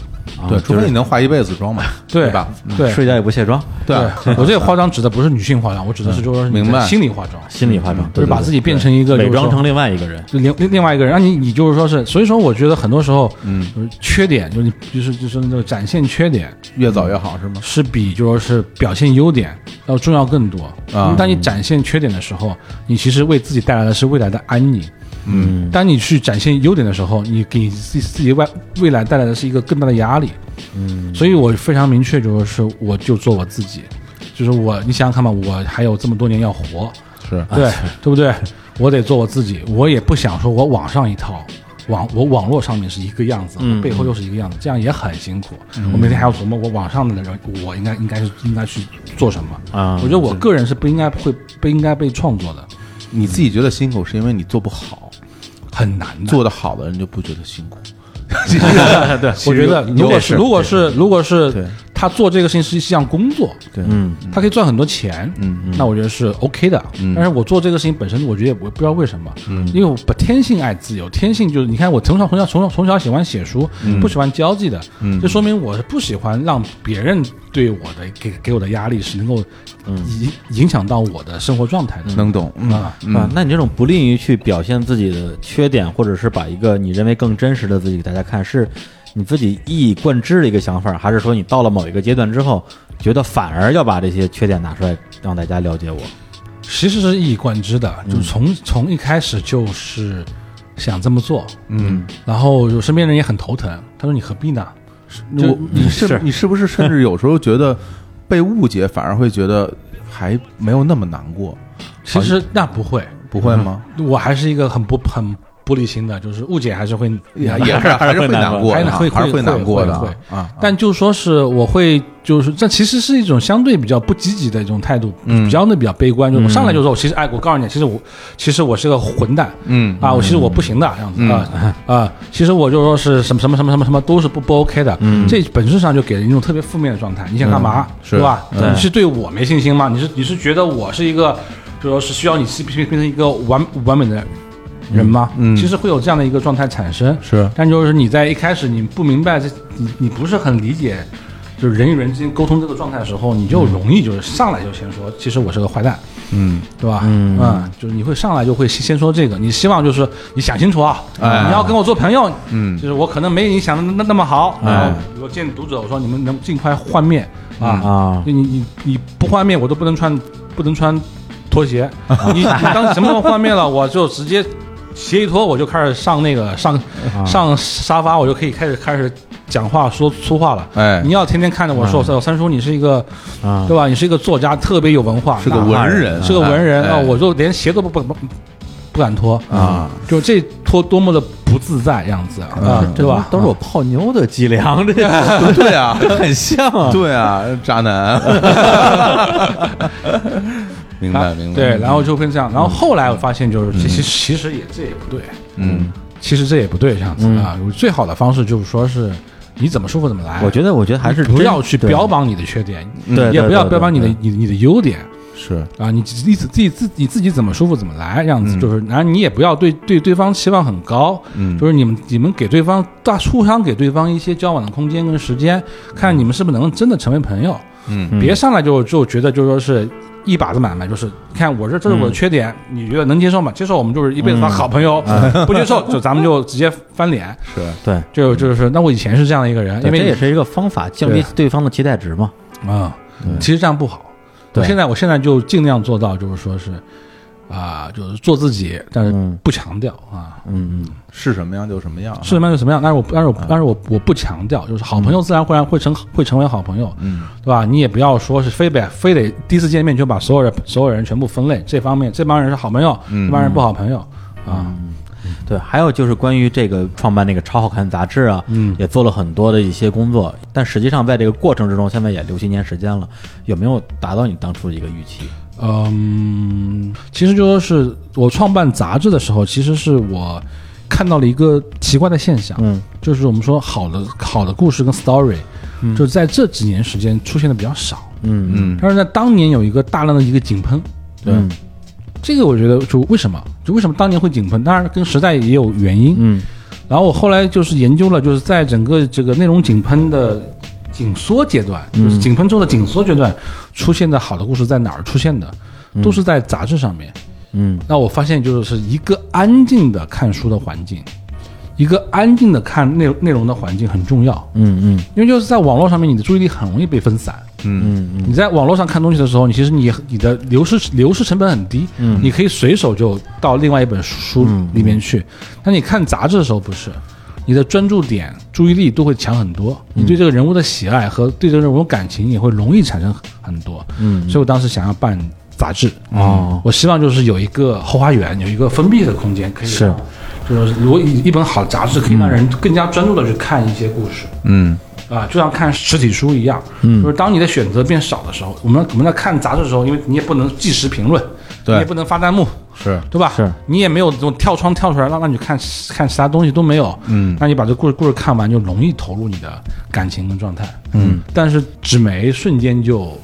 B: 对，啊除非你能化一辈子妆嘛，
C: *laughs* 对
B: 吧？？
C: 对，
A: 睡觉也不卸妆，
B: 对啊，
C: *laughs* 我这个化妆指的不是女性化妆，我指的是就是你
B: 明白
C: 心理化妆，
A: 嗯
C: 嗯
A: 心理化妆，
C: 就是把自
A: 己
C: 己变成一个
A: 伪装成
C: 另
A: 另外一个人。
C: 另另外一个人，让你你就是说是，所以说我觉得很多时候，嗯，缺点就是你就是就是那个展现缺点，
B: 越早越好是吗？
C: 是比就说是表现优点要重要更多。嗯
B: 啊
C: 因为当你展现缺点的时候，你其实为自己带来的是未来的安宁。
B: 嗯，
C: 当你去展现优点的时候，你给自己自己外未来带来的是一个更大的压力。嗯，所以我非常明确，就是我就做我自己，就是我，你想想看吧，我还有这么多年要活，
B: 是
C: *laughs* 对对不对？我得做我自己，我也不想说我网上一套。网我网络上面是一个样子，
A: 嗯
C: 我背后又是一个样子，这样也很辛苦。我每天还要琢磨我网上的人，我应该应该是应该去做什么
A: 啊
C: 我觉得我个人是不应该会不应该被创作的，
B: 你自己觉得辛苦，是因为你做不好，
C: 嗯很难的。
B: 做得好的人就不觉得辛苦。
A: 对，
C: 啊我觉得
B: 有
C: 如果
B: 也
C: 是
B: 是
C: 如果是如果是
B: 对
C: 他做这个事情是一项工作，
B: 对，
A: 嗯
C: 他可以赚很多钱，
B: 嗯
C: 那我觉得是 OK 的。但是我做这个事情本身，我觉得也不不知道为什么，
B: 嗯
C: 因为我本天性爱自由，天性就是你看我从小从小从小从小喜欢写书，
B: 嗯
C: 不喜欢交际的，这说明我是不喜欢让别人对我的给给我的压力是能够影影响到我的生活状态的
B: 嗯能懂嗯
A: *laughs*
C: 啊。
A: 啊，那你这种不利于去表现自己的缺点，或者是把一个你认为更真实的自己给大家看，是你自己一以贯之的一个想法，还是说你到了某一个阶段之后，觉得反而要把这些缺点拿出来让大家了解我？
C: 其实是一以贯之的，
B: 嗯
C: 就从、从一开始就是想这么做，
B: 嗯，
C: 然后有身边人也很头疼，他说你何必呢？就
B: 我你是你是不
C: *laughs*
B: 是甚至有时候觉得被误解，反而会觉得还没有那么难过？
C: 其实那不会，
B: 不会吗？
C: 我还是一个很不很玻璃心的，就是误解还是会
B: 也也是还是会难过
C: 还
B: 的，
C: 是会
B: 还是
C: 会
B: 难过的
C: 会
B: 啊
C: 会
B: 啊。
C: 但就说是我会，就是这其实是一种相对比较不积极的一种态度，
B: 嗯
C: 比较那比较悲观，就是我上来就说我其实哎，我告诉你，其实我其实我是个混蛋，
B: 嗯
C: 啊，我其实我不行的这样子啊啊，其实我就说是什么什么什么什么什么都是不不 OK 的，
B: 嗯
C: 这本质上就给人一种特别负面的状态。你想干嘛
B: 是嗯
C: 对吧？
A: 对
C: 你是对我没信心吗？你是你是觉得我是一个，就说是需要你是变变成一个完完美的人人吗？
B: 嗯
C: 其实会有这样的一个状态产生。
B: 是
C: 但就是你在一开始你不明白这，你你不是很理解，就是人与人之间沟通这个状态的时候，你就容易就是上来就先说，其实我是个坏蛋，
B: 嗯，
C: 对吧？嗯，就是你会上来就会先先说这个，你希望就是你想清楚啊，
B: 哎
C: 你要跟我做朋友，
B: 嗯
C: 就是我可能没你想的那那么好，
A: 哎
C: 然后我见读者我说你们能尽快换面啊
B: 嗯
A: 啊
C: 就你你你不换面我都不能穿不能穿
B: *laughs*
C: 拖鞋，你你当什么时候换面了，我就直接鞋一脱我就开始上那个上
B: 啊
C: 上沙发，我就可以开始开始讲话说粗话了。
B: 哎嗯
C: 你要天天看着我说，我说三叔你是一个
A: 啊
C: 对吧？你是一个作家，特别有文化，
B: 是个
C: 那
B: 文人，
C: 是个文人
B: 哎
C: 啊，我就连鞋都不不不不敢脱
B: 啊，
C: 就这脱多么的不自在样子啊，对 *laughs* 吧？
A: 都是我泡妞的脊梁，这
B: 对啊，
A: 很像啊。
B: 对啊，渣男。 *laughs* 明白，明白。
C: 啊对，然后就会这样，然
A: 嗯
C: 后后来我发现就是，其实其实也这也不对，
B: 嗯，
C: 其实这也不对这样
A: 嗯
C: 子啊。我最好的方式就是说是你怎么舒服怎么来，
A: 我觉得，我觉得还是
C: 不
A: 真
C: 要去
A: 对嗯
C: 标榜你的缺点，
A: 对
C: 也
A: 对
C: 不要
A: 对
C: 标榜你的
A: 对
C: 你你的优点，
B: 是
C: 啊，你自你自自己自你自己怎么舒服怎么来，这样
A: 嗯
C: 子就是，然后你也不要对对对方期望很高，
B: 嗯
C: 就是你们你们给对方大互相给对方一些交往的空间跟时间，看你们是不是能真的成为朋友，
B: 嗯，
C: 别上来就就觉得就说是一把子买卖，就是看我这这是
A: 嗯
C: 我的缺点，你觉得能接受吗？接受我们就是一辈子的好朋友，
A: 啊
C: *laughs* 不接受就咱们就直接翻脸，
B: 是，
A: 对，
C: 就就是那我以前是这样的一个人，
A: 对
C: 因为
A: 这
C: 你
A: 也是一个方法，降低对方的期待值嘛。
C: 啊、其实这样不好。
A: 对
C: 我现在我现在就尽量做到，就是说是啊、就是做自己，但是
A: 嗯
C: 不强调啊，
A: 嗯
B: 是什么样就什么样。啊
C: 是什么样就什么样。但是我但是我
B: 嗯
C: 但是我我不强调，就是好朋友自然会然会成会成为好朋友，
B: 嗯，
C: 对吧？你也不要说是非得非得第一次见面就把所有人所有人全部分类，这方面这帮人是好朋友，
B: 嗯
C: 这帮人不好朋友啊。
A: 嗯，对。还有就是关于这个创办那个超好看杂志啊，
C: 嗯
A: 也做了很多的一些工作，但实际上在这个过程之中，现在也六七年时间了，有没有达到你当初的一个预期？
C: 嗯，其实就说是我创办杂志的时候，其实是我看到了一个奇怪的现象，
A: 嗯，
C: 就是我们说好的好的故事跟 story，、就是在这几年时间出现的比较少。
A: 嗯
B: 嗯
C: 但是在当年有一个大量的一个井喷，
A: 对，
C: 这个我觉得就为什么就为什么当年会井喷，当然跟时代也有原因。
A: 嗯
C: 然后我后来就是研究了，就是在整个这个内容井喷的紧缩阶段，就是井喷之后的紧缩阶段，出现的好的故事在哪儿出现的，都是在杂志上面。
A: 嗯
C: 那我发现就是一个安静的看书的环境，一个安静的看内内容的环境很重要，
A: 嗯嗯
C: 因为就是在网络上面，你的注意力很容易被分散。
B: 嗯
A: 嗯嗯
C: 你在网络上看东西的时候，你其实你你的流失流失成本很低，
A: 嗯
C: 你可以随手就到另外一本书
A: 嗯
C: 里面去。但你看杂志的时候不是，你的专注点、注意力都会强很多，你
A: 嗯
C: 对这个人物的喜爱和对这个人物的感情也会容易产生很多。
A: 嗯
C: 所以我当时想要办杂志，
A: 哦
C: 我希望就是有一个后花园，有一个封闭的空间，可以
A: 是嗯
C: 让，就是如果一一本好杂志可以让人更加专注的去看一些故事。
B: 嗯
C: 啊，就像看实体书一样，嗯，就是当你的选择变少的时候，我们我们在看杂志的时候，因为你也不能即时评论，
B: 对
C: 你也不能发弹幕，
B: 是
C: 对吧？
A: 是，
C: 你也没有这种跳窗跳出来让让你看看其他东西都没有，嗯，那你把这故事故事看完就容易投入你的感情跟状态，嗯，但是纸媒瞬间就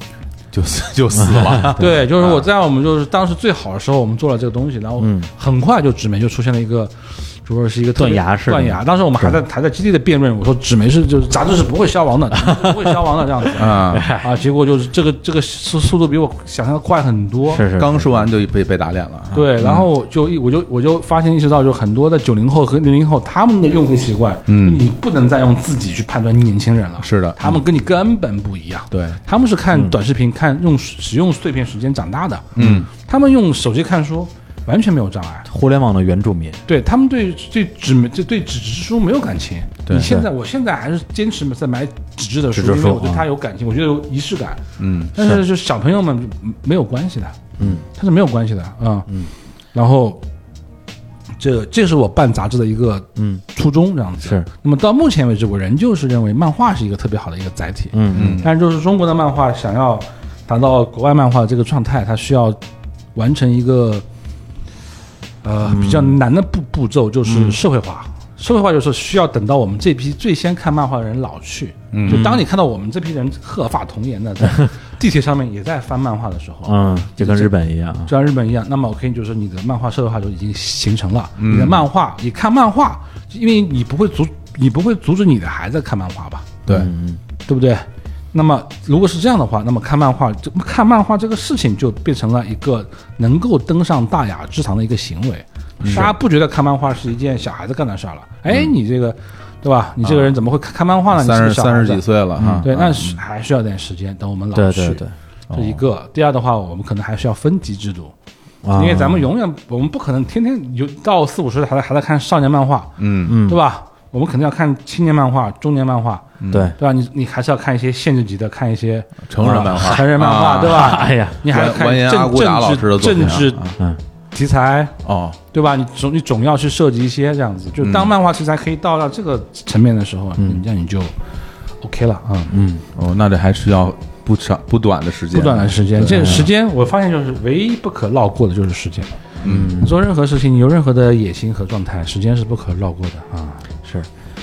B: 就死 *laughs* 就死了，
C: *laughs* 对，就是我在我们就是当时最好的时候，我们做了这个东西，然后很快就纸媒就出现了一个，就说是一个特别
A: 断崖式的
C: 断崖。当时我们还在还在基地的辩论，我说纸媒是就是杂志是不会消亡的，纸媒是不会消亡的这样子
B: 啊
C: *laughs* 啊。结果就是这个这个速速度比我想象的快很多，
A: 是是
B: 刚说完就被被打脸了，
C: 对，然后就一我就我就发现意识到，就很多的九零后和零零后他们的用户习惯，嗯，你不能再用自己去判断年轻人了，
B: 是的
C: 他们跟你根本不一样，
B: 对
C: 他们是看短视频、看用使用碎片时间长大的，嗯，他们用手机看书完全没有障碍，
A: 互联网的原住民，
C: 对他们对对纸媒对对纸质书没有感情。
B: 对
C: 你现在我现在还是坚持在买纸质的书，
A: 纸质
C: 因为
A: 书
C: 我对它有感情，我觉得有仪式感。
B: 嗯，
C: 但是就是小朋友们没有关系的，嗯，它是没有关系的啊。嗯，然后这这是我办杂志的一个嗯初衷，这样子
A: 是。
C: 那么到目前为止，我仍旧是认为漫画是一个特别好的一个载体。
A: 嗯嗯
C: 但是就是中国的漫画想要达到国外漫画的这个状态，它需要完成一个呃
A: 嗯
C: 比较难的步步骤，就是社会化。社会化就是需要等到我们这批最先看漫画的人老去，
A: 嗯
C: 就当你看到我们这批人鹤发童颜的在地铁上面也在翻漫画的时候，
A: 嗯，就跟日本一样啊，
C: 就像日本一样，那么我可以就是你的漫画社会化就已经形成了。
B: 嗯
C: 你的漫画，你看漫画，因为你不会阻，你不会阻止你的孩子看漫画吧？
B: 对，
C: 嗯对不对？那么如果是这样的话，那么看漫画，这看漫画这个事情就变成了一个能够登上大雅之堂的一个行为。
B: 嗯
C: 大家不觉得看漫画是一件小孩子干的事儿了？哎，你这个，对吧？你这个人怎么会看看漫画呢？你
B: 三十
C: 是个小孩
B: 三十
C: 子嗯
B: 几岁了啊，
C: 对，那是还需要点时间，等我们老
A: 对
C: 去。
A: 对对，哦
C: 这一个。第二的话，我们可能还需要分级制度，
A: 啊
C: 因为咱们永远我们不可能天天有到四五十岁还在还在看少年漫画，
B: 嗯
A: 嗯
C: 对吧？我们肯定要看青年漫画、中年漫画，
A: 对，
C: 对吧？你你还是要看一些限制级的，看一些
B: 成人漫画
C: 啊成人漫画，
B: 啊
C: 对吧？
A: *laughs* 哎呀
C: 你还要看
B: 完颜阿
C: 政
B: 骨打老师的
C: 政治
B: 作品啊
C: 政治
A: 嗯
C: 题材，
B: 哦，
C: 对吧？你总你总要去涉及一些这样子，就
B: 嗯
C: 当漫画题材可以到到这个层面的时候，嗯，这样你就 OK 了啊。
A: 嗯
B: 哦，那这还需要不长不短的时间，
C: 不短的时间，这时间我发现就是唯一不可绕过的就是时间。嗯，你做任何事情，你有任何的野心和状态，时间是不可绕过的啊。
A: 是。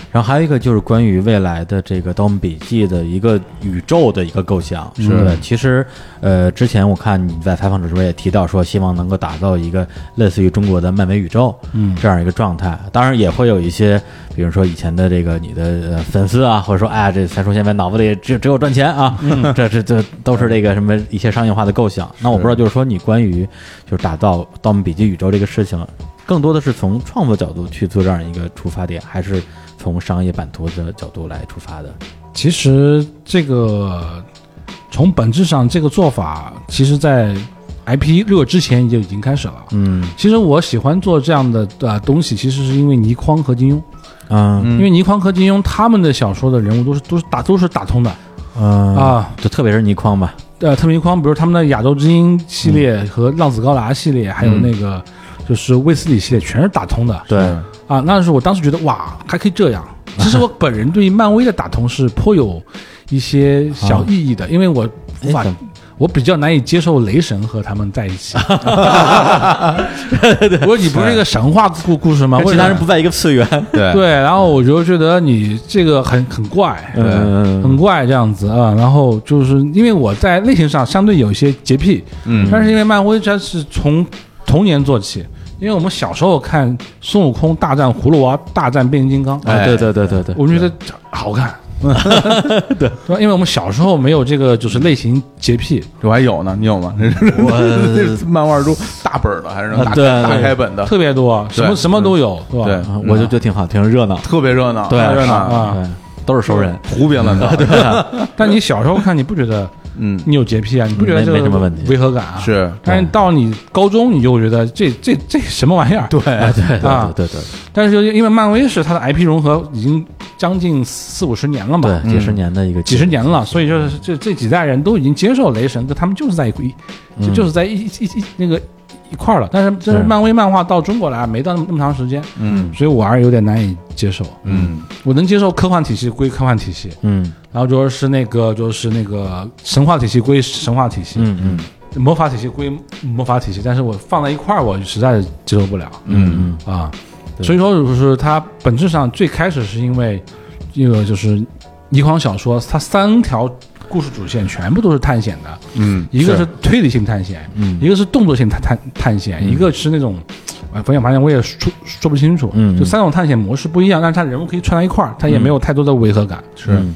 A: 然后还有一个就是关于未来的这个《盗墓笔记》的一个宇宙的一个构想，是对。其实，呃，之前我看你在采访的时候也提到说，希望能够打造一个类似于中国的漫威宇宙，嗯，这样一个状态。当然也会有一些，比如说以前的这个你的呃粉丝啊，或者说哎呀，这才叔现在脑子里只只有赚钱啊，这这这都是这个什么一些商业化的构想。那我不知道，就是说你关于就是打造《盗墓笔记》宇宙这个事情，更多的是从创作角度去做这样一个出发点，还是从商业版图的角度来出发的？
C: 其实这个从本质上，这个做法其实在 IP 热之前就已经开始了。
A: 嗯
C: 其实我喜欢做这样的呃东西，其实是因为倪匡和金庸，
A: 嗯
C: 因为倪匡和金庸他们的小说的人物都是都是打都是打通的
A: 嗯
C: 啊。
A: 就特别是倪匡吧，
C: 呃，特别倪匡，比如他们的《亚洲之鹰》系列
A: 嗯
C: 和《浪子高达》系列，还有那个就是卫斯理系列，全是打通的
A: 对，
C: 啊。那是我当时觉得哇，还可以
A: *laughs*
C: 这样。其实我本人对于漫威的打通是颇有一些小意义的，因为我无法
A: 啊哎怎么。
C: 我比较难以接受雷神和他们在一
A: *laughs*
C: 起。我说你不是一个神话故故事吗？
A: 跟 *laughs*
C: 为
A: 其
C: 啥
A: 他人不在一个次元，
B: 对
C: 对，然后我就觉得你这个很很怪，
A: 嗯
C: 很怪这样子啊。然后就是因为我在类型上相对有一些洁癖，
B: 嗯
C: 但是因为漫威它是从童年做起，因为我们小时候看孙悟空大战葫芦娃大战变形金刚，哎
A: 啊，对对对对对，
C: 我们觉得好
A: *laughs*
C: 看。对，对吧，因为我们小时候没有这个就是类型洁癖，
B: 这我还有呢，你有吗？这是 *laughs* 这是漫画书大本儿的还是那种
A: 啊
B: 大
A: 对
B: 大
A: 对
B: 开本的？
C: 特别多，什么
B: 对
C: 什么都有，对吧？
B: 对嗯
A: 啊我就觉得挺好，挺热闹，
B: 特别热闹，
A: 对
B: 太热
A: 是
B: 闹，
C: 啊
A: 对，都是熟人，
C: *laughs*
B: 胡编乱造，对
C: 但你小时候看，你不觉得
B: 嗯，
C: 你有洁癖啊，你不觉得
A: 没
C: 这个
A: 没什么问题
C: 违和感啊？
B: 是
C: 但是到你高中，你就会觉得这这这什么玩意儿？对
A: 哎，对对
C: 啊
A: 对对对
C: 但是就因为漫威是它的 IP 融合已经将近四五十年了嘛，
A: 对，几十年的一个
C: 嗯几十年了，所以就是这这几代人都已经接受雷神，就他们就是在一一，就就是在一一一一那个一块儿了。但是真是
A: 是
C: 漫威漫画到中国来没到那么那么长时间，
B: 嗯
C: 所以我还是有点难以接受。
B: 嗯
C: 我能接受科幻体系归科幻体系，
A: 嗯
C: 然后就是那个就是那个神话体系归神话体系，
A: 嗯嗯
C: 魔法体系归魔法体系，但是我放在一块儿，我实在是接受不了。
B: 嗯
C: 啊，所以说就是它本质上最开始是因为这个就是倪匡小说，它三条故事主线全部都是探险的，
B: 嗯，
C: 一个是推理性探险，
A: 嗯
C: 一个是动作性探探探险，一个是那种。哎，反正反正我也说说不清楚，
A: 嗯嗯
C: 就三种探险模式不一样，但是它人物可以串在一块儿，它也没有太多的违和感。
B: 是
A: 嗯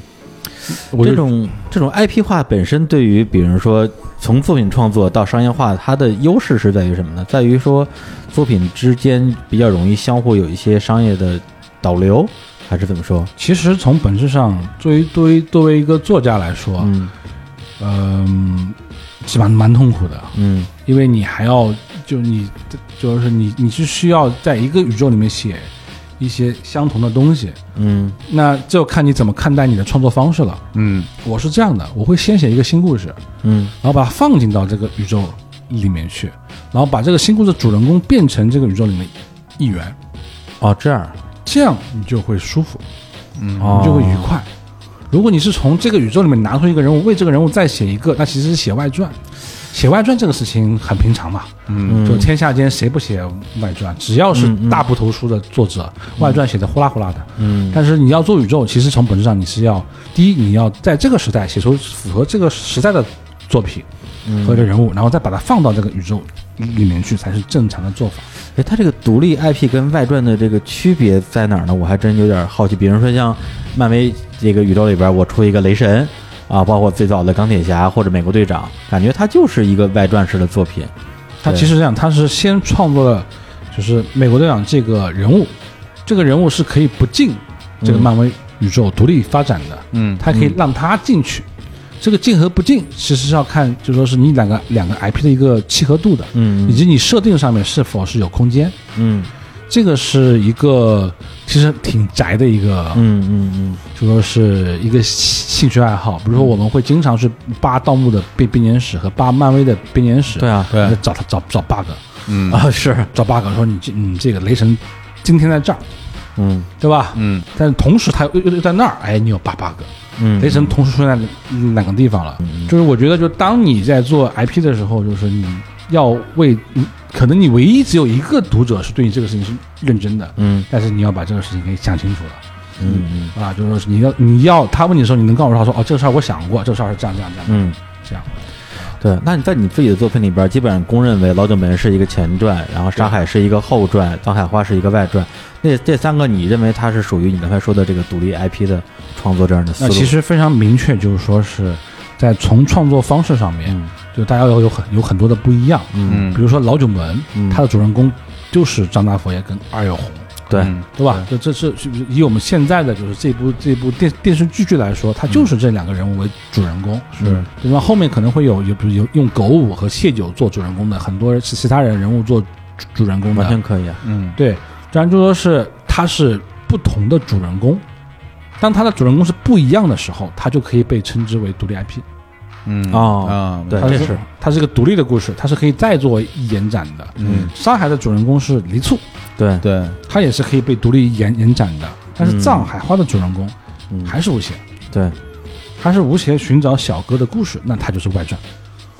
C: 我
A: 这
C: 就
A: 种这种 IP 化本身对于，比如说从作品创作到商业化，它的优势是在于什么呢？在于说作品之间比较容易相互有一些商业的导流，还是怎么说？
C: 其实从本质上，作为作为作为一个作家来说，
A: 嗯
C: 嗯，是蛮蛮痛苦的。
A: 嗯
C: 因为你还要就你就是你你是需要在一个宇宙里面写一些相同的东西，
A: 嗯
C: 那就看你怎么看待你的创作方式了。
B: 嗯
C: 我是这样的，我会先写一个新故事，
A: 嗯
C: 然后把它放进到这个宇宙里面去，然后把这个新故事的主人公变成这个宇宙里面一员，
A: 哦，这样
C: 这样你就会舒服，
A: 哦
C: 你就会愉快。如果你是从这个宇宙里面拿出一个人物，为这个人物再写一个，那其实是写外传。写外传这个事情很平常嘛，
B: 嗯
C: 就天下间谁不写外传？只要是
A: 嗯嗯
C: 大部头书的作者，外传写的呼啦呼啦的。
A: 嗯
C: 但是你要做宇宙，其实从本质上你是要第一，你要在这个时代写出符合这个时代的作品
A: 嗯
C: 和这人物，然后再把它放到这个宇宙里面去，才是正常的做法。
A: 哎，它这个独立 IP 跟外传的这个区别在哪儿呢？我还真有点好奇。比如说像漫威这个宇宙里边，我出一个雷神啊，包括最早的钢铁侠或者美国队长，感觉它就是一个外传式的作品。
C: 他
A: 对
C: 其实这样，他是先创作了，就是美国队长这个人物，这个人物是可以不进这个
A: 嗯
C: 漫威宇宙独立发展的。
B: 嗯
C: 它可以让它进去。这个进和不进，其实是要看，就说是你两个两个 IP 的一个契合度的，
A: 嗯
C: 以及你设定上面是否是有空间。
A: 嗯
C: 这个是一个其实挺宅的一个，
A: 嗯嗯
C: 就说是一个兴趣爱好。比如说，我们会经常去扒盗墓的编编年史和扒漫威的编年史，
A: 嗯，对啊，
B: 对
C: 找他找找 bug，
B: 嗯
A: 啊是，
C: 找 bug 说你这你这个雷神今天在这儿，
A: 嗯
C: 对吧？
B: 嗯
C: 但是同时他又又又在那儿，哎，你有 bug bug。
A: 嗯，
C: 雷神同时出现在哪个地方了？就是我觉得，就当你在做 IP 的时候，就是你要为，嗯可能你唯一只有一个读者是对你这个事情是认真的，
A: 嗯
C: 但是你要把这个事情给想清楚了
A: 嗯嗯
C: 啊，就是说你要你要他问你的时候，你能告诉他说，哦，这个事儿我想过，这个事儿是这样这样这样
A: 嗯，
C: 这样。
A: 对。那你在你自己的作品里边，基本上公认为《老九门》是一个前传，然后《沙海》是一个后传，《藏海花》是一个外传。那这三个，你认为它是属于你刚才说的这个独立 IP 的创作这样的思
C: 那
A: 路？
C: 其实非常明确，就是说是在从创作方式上面，
A: 嗯
C: 就大家要有很有很多的不一样。
A: 嗯，
C: 比如说老九门
A: 嗯，
C: 他的主人公就是张大佛爷跟二月红。
A: 对，
C: 对吧？这这是是不是以我们现在的就是这部这部电电视剧剧来说，它就是这两个人物为主人公，
A: 嗯
C: 对吧？后面可能会有有比如有用狗舞和谢九做主人公的，很多是其他人人物做主主人公
A: 完
C: 的
A: 全，可以啊。
B: 嗯
C: 对。当然就说是他是不同的主人公，当他的主人公是不一样的时候，他就可以被称之为独立 IP。
B: 嗯啊
A: 对
C: 它
A: 这是
C: 它是一个独立的故事，它是可以再做延展的。
B: 嗯
C: 上海的主人公是黎簇，
A: 对，
B: 对
C: 它也是可以被独立延延展的。但是
A: 嗯
C: 藏海花的主人公
A: 嗯，
C: 还是吴邪，
A: 对，
C: 还是吴邪寻找小哥的故事，那他就是外传，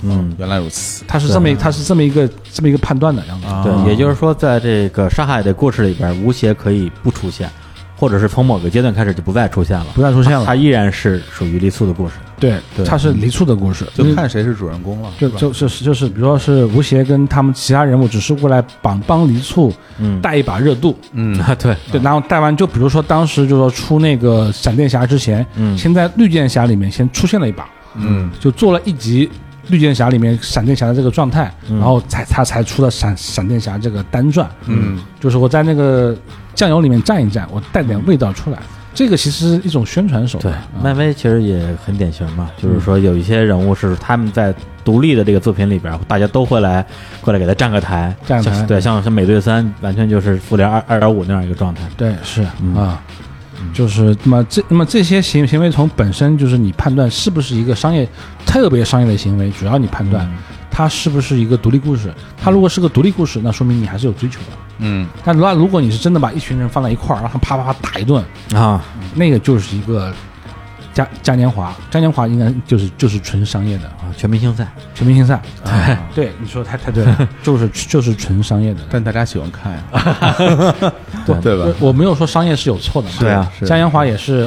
A: 嗯。
B: 原来如此
C: 他是这么一他是这么一个这么一个判断的样子。
B: 啊
A: 对，也就是说，在这个沙海的故事里边，吴邪可以不出现，或者是从某个阶段开始就不再出现了，
C: 不再出现
A: 他
C: 了，
A: 依然是属于黎簇的故事。
C: 对，
A: 对
C: 他是黎簇的故事，
B: 就看谁是主人公了
C: 就就就是就是，比如说是吴邪跟他们其他人物只是过来帮帮黎簇
A: 嗯，
C: 带一把热度，
B: 嗯
A: 啊，对，
C: 对，然后带完就比如说当时就说出那个闪电侠之前，
A: 嗯
C: 先在绿箭侠里面先出现了一把，
B: 嗯
C: 就做了一集绿箭侠里面闪电侠的这个状态，
A: 嗯
C: 然后才他才出了闪闪电侠这个单传，
B: 嗯
C: 就是我在那个酱油里面蘸一蘸，我带点味道出来。这个其实是一种宣传手
A: 对
C: 段。啊，
A: 漫威其实也很典型嘛，就是说有一些人物是他们在独立的这个作品里边，大家都会来过来给他站个台，
C: 站个台
A: 像对，像像美队三完全就是复联二二点五那样一个状态，
C: 对，是啊，就是那么这那么这些行行为从本身就是你判断是不是一个商业特别商业的行为，主要你判断它是不是一个独立故事。它如果是个独立故事，那说明你还是有追求的。
B: 嗯，
C: 但那如果你是真的把一群人放在一块儿，让他啪啪啪打一顿，
A: 啊，
C: 那个就是一个嘉嘉年华，嘉年华应该就是就是纯商业的
A: 啊全明星赛，
C: 全明星赛。对，对，你说得太太对了，就是就是纯商业的。
B: 但大家喜欢看呀，
A: 对
B: 对吧？
C: 呃我我没有说商业是有错的嘛，
A: 对啊
B: 是
C: 嘉年华也是，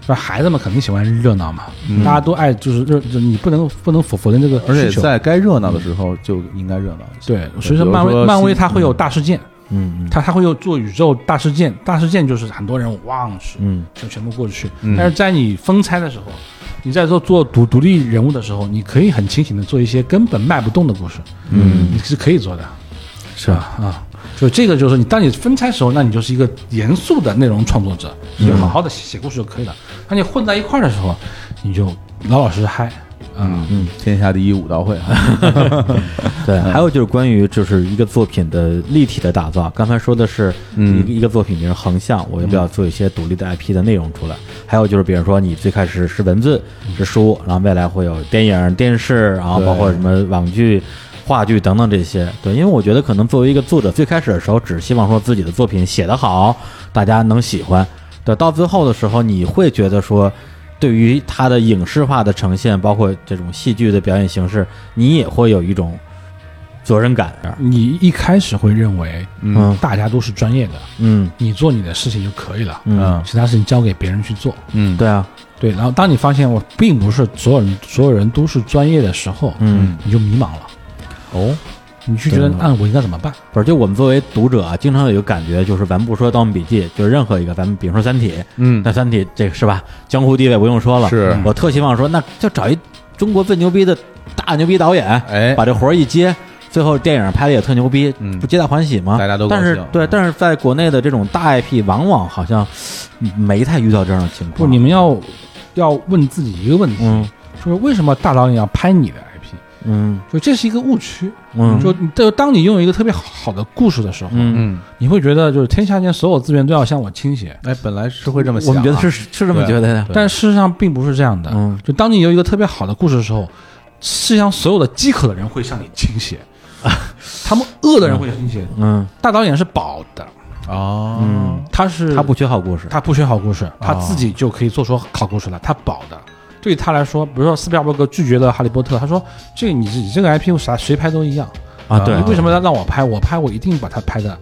C: 是吧孩子们肯定喜欢热闹嘛，大家都爱就是热，就你不能不能否否认这个
B: 嗯而且
C: 需求。
B: 在该热闹的时候就应该热闹一些。
C: 对，所以说漫
B: 比如
C: 威
B: 说
C: 漫威
B: 新
C: 它会有大事件，
A: 嗯
C: 它它会有做宇宙大事件，大事件就是很多人忘去，
A: 嗯
C: 就全部过去
B: 嗯。
C: 但是在你分拆的时候，你在做做独独立人物的时候，你可以很清醒的做一些根本卖不动的故事，
A: 嗯，
C: 你是可以做的。
A: 是吧？
C: 啊，就这个就是你，当你分拆时候，那你就是一个严肃的内容创作者，
A: 嗯
C: 你就好好的写故事就可以了。当你混在一块儿的时候，你就老老实实嗨。啊
B: 嗯嗯，天下第一武道会啊，
A: 对，还有就是关于就是一个作品的立体的打造。刚才说的是一个一个作品，比如横向，我要不要做一些独立的 IP 的内容出来？还有就是，比如说你最开始是文字是书，然后未来会有电影、电视，然后包括什么网剧。话剧等等这些，对，因为我觉得可能作为一个作者，最开始的时候只希望说自己的作品写得好，大家能喜欢，对，到最后的时候，你会觉得说，对于它的影视化的呈现，包括这种戏剧的表演形式，你也会有一种责任感。
C: 你一开始会认为
A: 嗯
C: 大家都是专业的，
A: 嗯
C: 你做你的事情就可以了，啊
A: 嗯，
C: 其他事情交给别人去做。
B: 嗯，
A: 对啊，
C: 对，然后当你发现我并不是所有人所有人都是专业的时候，
A: 嗯，
C: 你就迷茫了，
A: 哦，
C: 你就觉得
A: 对
C: 啊，我应该怎么办？
A: 不是，就我们作为读者啊，经常有一个感觉，就是咱不说《盗墓笔记》，就是任何一个，咱们比如说《三体》，
B: 嗯
A: 那《三体》这个是吧，江湖地位不用说了，
B: 是
A: 我特希望说，那就找一中国最牛逼的大牛逼导演，
B: 哎
A: 把这活儿一接。最后电影拍的也特牛逼，
B: 嗯
A: 不皆大欢喜吗？
B: 大家都高
A: 但是
B: 兴
A: 对，
B: 嗯
A: 但是在国内的这种大 IP，往往好像嗯没太遇到这样的情
C: 不，
A: 况。
C: 你们要要问自己一个问题，
A: 嗯
C: 就是为什么大导演要拍你的 IP？
A: 嗯
C: 就这是一个误区。
A: 嗯
C: 就你就当你拥有一个特别好的故事的时候，
A: 嗯，
B: 嗯，
C: 你会觉得就是天下间所有资源都要向我倾斜，
B: 哎，本来是会这么
A: 我
B: 想啊，啊
A: 们觉得是是这么觉得的。
C: 但事实上并不是这样的。
A: 嗯
C: 就当你有一个特别好的故事的时候，世界上所有的饥渴的人会向你倾
A: *laughs*
C: 斜，他们饿的人会向你倾斜。
A: 嗯
C: 大导演是饱的，
B: 哦，
A: 嗯，
C: 他是
A: 他不缺啊好故事。
C: 他不缺好故事，他自己就可以做出好故事来，他饱的。对于他来说，比如说斯皮尔伯格拒绝了《哈利波特》，他说：“这个你你这个 IP 啥谁拍都一样，
A: 啊，对
C: 你，为什么要让我拍？我拍我一定把它拍的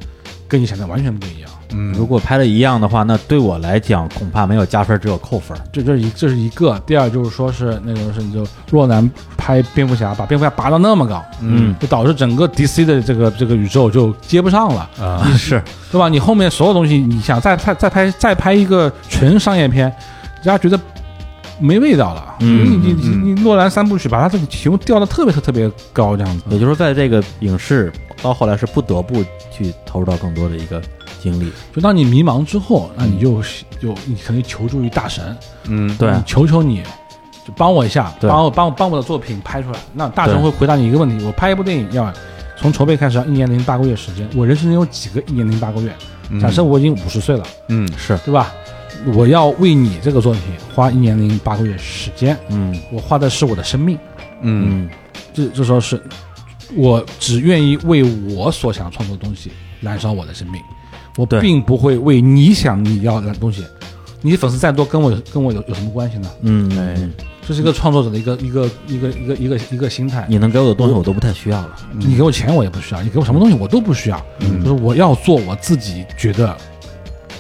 C: 跟你想的完全不一样。
B: 嗯
A: 如果拍的一样的话，那对我来讲恐怕没有加分，只有扣分。
C: 这这是一这是一个，第二就是说是那种是你就若男拍蝙蝠侠，把蝙蝠侠拔到那么高，
A: 嗯，
C: 就导致整个 DC 的这个这个宇宙就接不上了，
B: 啊，
A: 是，
C: 对吧？你后面所有东西，你想再再再拍再拍一个纯商业片，人家觉得没味道了。
A: 嗯
C: 你你你你诺兰三部曲把他这个题目调的特别特特别高，这样子
A: 也。就是说，在这个影视到后来是不得不去投入到更多的一个精力。
C: 就当你迷茫之后，那你就就你可能求助于大神，
B: 嗯，
A: 对
C: 你求求你，就帮我一下，
A: 对
C: 帮我帮我帮我的作品拍出来。那大神
A: 对
C: 会回答你一个问题：我拍一部电影要从筹备开始要一年零八个月时间，我人生有几个一年零八个月？
B: 嗯
C: 假设我已经五十岁了，
B: 嗯
A: 是，
C: 对吧？我要为你这个作品花一年零八个月时间，
A: 嗯
C: 我花的是我的生命。
B: 嗯
A: 嗯
C: 这这时候是，我只愿意为我所想创作的东西燃烧我的生命，我
A: 对
C: 并不会为你想你要的东西。你粉丝再多，跟我有跟我有有什么关系呢？
A: 嗯，哎，
C: 这是一个创作者的一个一个一个一个一个一个心态。
A: 你能给我的东西我都不太需要了。
C: 你给我钱我也不需要，你给我什么东西我都不需要，就是我要做我自己觉得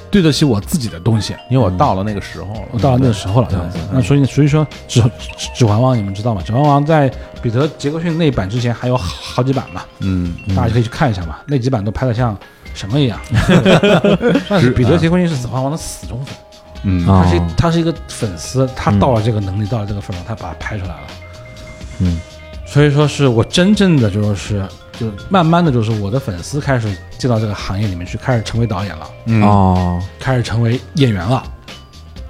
C: 对得起我自己的东西。
B: 因为我到了那个时候了，
C: 我嗯到了那个时候了，这样子。那所以所以说，指《指指环王》你们知道吗？《指环王》在彼得·杰克逊那一版之前还有好好几版嘛，
B: 嗯，
C: 大家可以去看一下嘛。那几版都拍的像什么一样， *laughs* 但是彼得·杰克逊是《指环王》的死忠粉。
B: 嗯
A: 啊
C: 他是他是一个粉丝，他到了这个能力，到了这个份上，他把它拍出来了。
A: 嗯，
C: 所以说是我真正的就是就慢慢的就是我的粉丝开始进到这个行业里面去，开始成为导演了，
B: 嗯
A: 哦，
C: 开始成为演员了，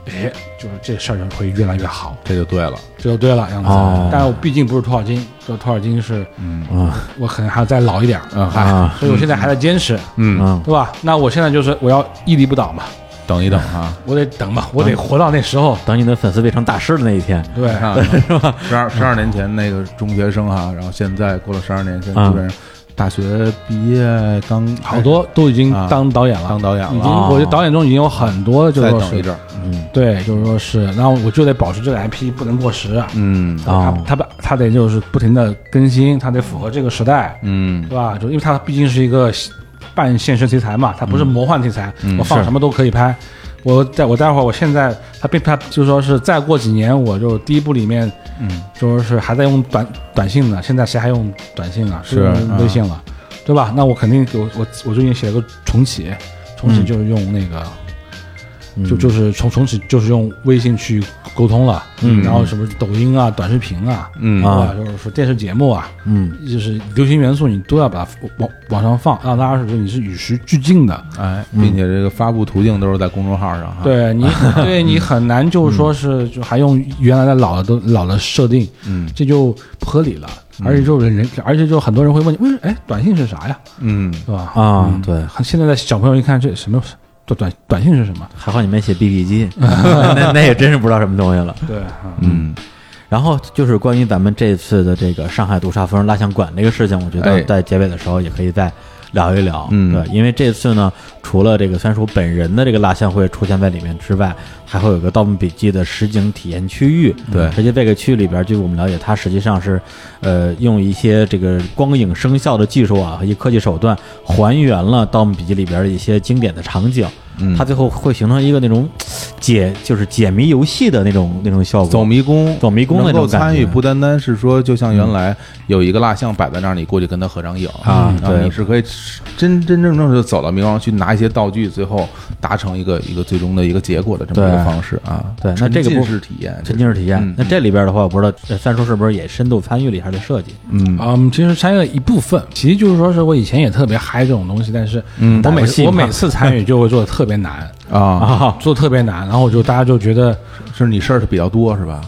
C: 哎，就是这事儿会越来越好，
B: 这就对了。
C: 这就对了，杨子。
A: 哦
C: 但是我毕竟不是托尔金，这托尔金是，
A: 啊
C: 我可能还要再老一点儿，
B: 嗯
C: 嗨
A: 啊
C: 所以我现在还在坚持，
B: 嗯，
A: 嗯
C: 对吧？那我现在就是我要屹立不倒嘛，
B: 等一等啊，
C: 我得等嘛，我得活到那时候，
A: 等你的粉丝变成大师的那一天，
C: 对 *laughs*
B: 你，看啊十二十二年前那个中学生哈，然后现在过了十二年，现在基本上大学毕业刚
C: 嗯好多都已经
B: 啊
C: 当导演了，
B: 当导演
C: 已经，
B: 了，
A: 啊
C: 我觉得导演中已经有很多就
B: 再
C: 是说
B: 等一
C: 是，
B: 阵儿，
A: 嗯
C: 对，就是说是，然后我就得保持这个 IP 不能过时，啊
B: 嗯
C: 他
A: 哦
C: 他把他得就是不停的更新，他得符合这个时代，
B: 嗯
C: 对吧？就因为它毕竟是一个半现实题材嘛，它不是
B: 嗯
C: 魔幻题材，我放什么都可以拍。我在我待会儿，我现在它变它就说是再过几年，我就第一部里面，
B: 嗯，
C: 就说是还在用短短信呢，现在谁还用短信啊？
B: 是嗯
C: 都用微信了，对吧？那我肯定我我我最近写了个重启，重
B: 嗯
C: 启就是用那个。就就是重重启，就是用微信去沟通了，
B: 嗯
C: 然后什么抖音啊、短视频啊，
B: 嗯
C: 对
A: 啊
C: 吧？就是说电视节目啊，
A: 嗯
C: 就是流行元素，你都要把它往往上放，让大家是觉得你是与时俱进的。
B: 哎，并且这个发布途径都是在公众号上哈，，*laughs*
C: 对你，对你很难就是说是就还用原来的老的都老的设定，
B: 嗯
C: 这就不合理了。而且就是人，而且就很多人会问你，为什哎，短信是啥呀？
B: 嗯，
C: 对吧？
A: 啊，对，
C: 很现在的小朋友一看这什么短短短信是什么？
A: 还好你没写 BB *laughs* 机，那那也真是不知道什么东西了。
C: 对，
B: 嗯，
A: 然后就是关于咱们这次的这个上海毒煞风蜡像馆这个事情，我觉
B: 哎
A: 得在结尾的时候也可以再聊一聊。
B: 嗯
A: 对，因为这次呢，除了这个三叔本人的这个蜡像会出现在里面之外，还会有个《盗墓笔记》的实景体验区域。
B: 对
A: 实际这个区域里边，据我们了解，它实际上是呃用一些这个光影声效的技术啊和一些科技手段，还原了《盗墓笔记》里边的一些经典的场景。
B: 嗯
A: 它最后会形成一个那种解就是解谜游戏的那种那种效果。
B: 走迷宫，
A: 走迷宫那
B: 能
A: 种
B: 够
A: 感觉嗯
B: 参与，不单单是说，就像原来有一个蜡像摆在那儿，你过去跟他合张影
A: 啊
B: 然后
A: 对
B: 你是可以真真正正的走到迷宫上去拿一些道具，最后达成一个一个最终的一个结果的这么一个
A: 对
B: 方式啊。
A: 对那这个
B: 沉浸
A: 部
B: 式体验，
A: 沉浸式体验。
B: 嗯
A: 那这里边的话，我不知道呃三叔是不是也深度参与了一下这设计？
B: 嗯
C: 嗯，其实参与了一部分，其实就是说是我以前也特别嗨这种东西，但是
B: 嗯
C: 我
A: 打
C: 每
A: 游戏
C: 我
A: 嘛
C: 每次参与就会做的特别难，
B: 啊，
A: 啊，
C: 做得特别难，然后我就大家就
B: *laughs*
C: 觉得
B: 是你事儿比较多
A: *laughs*
B: 是吧？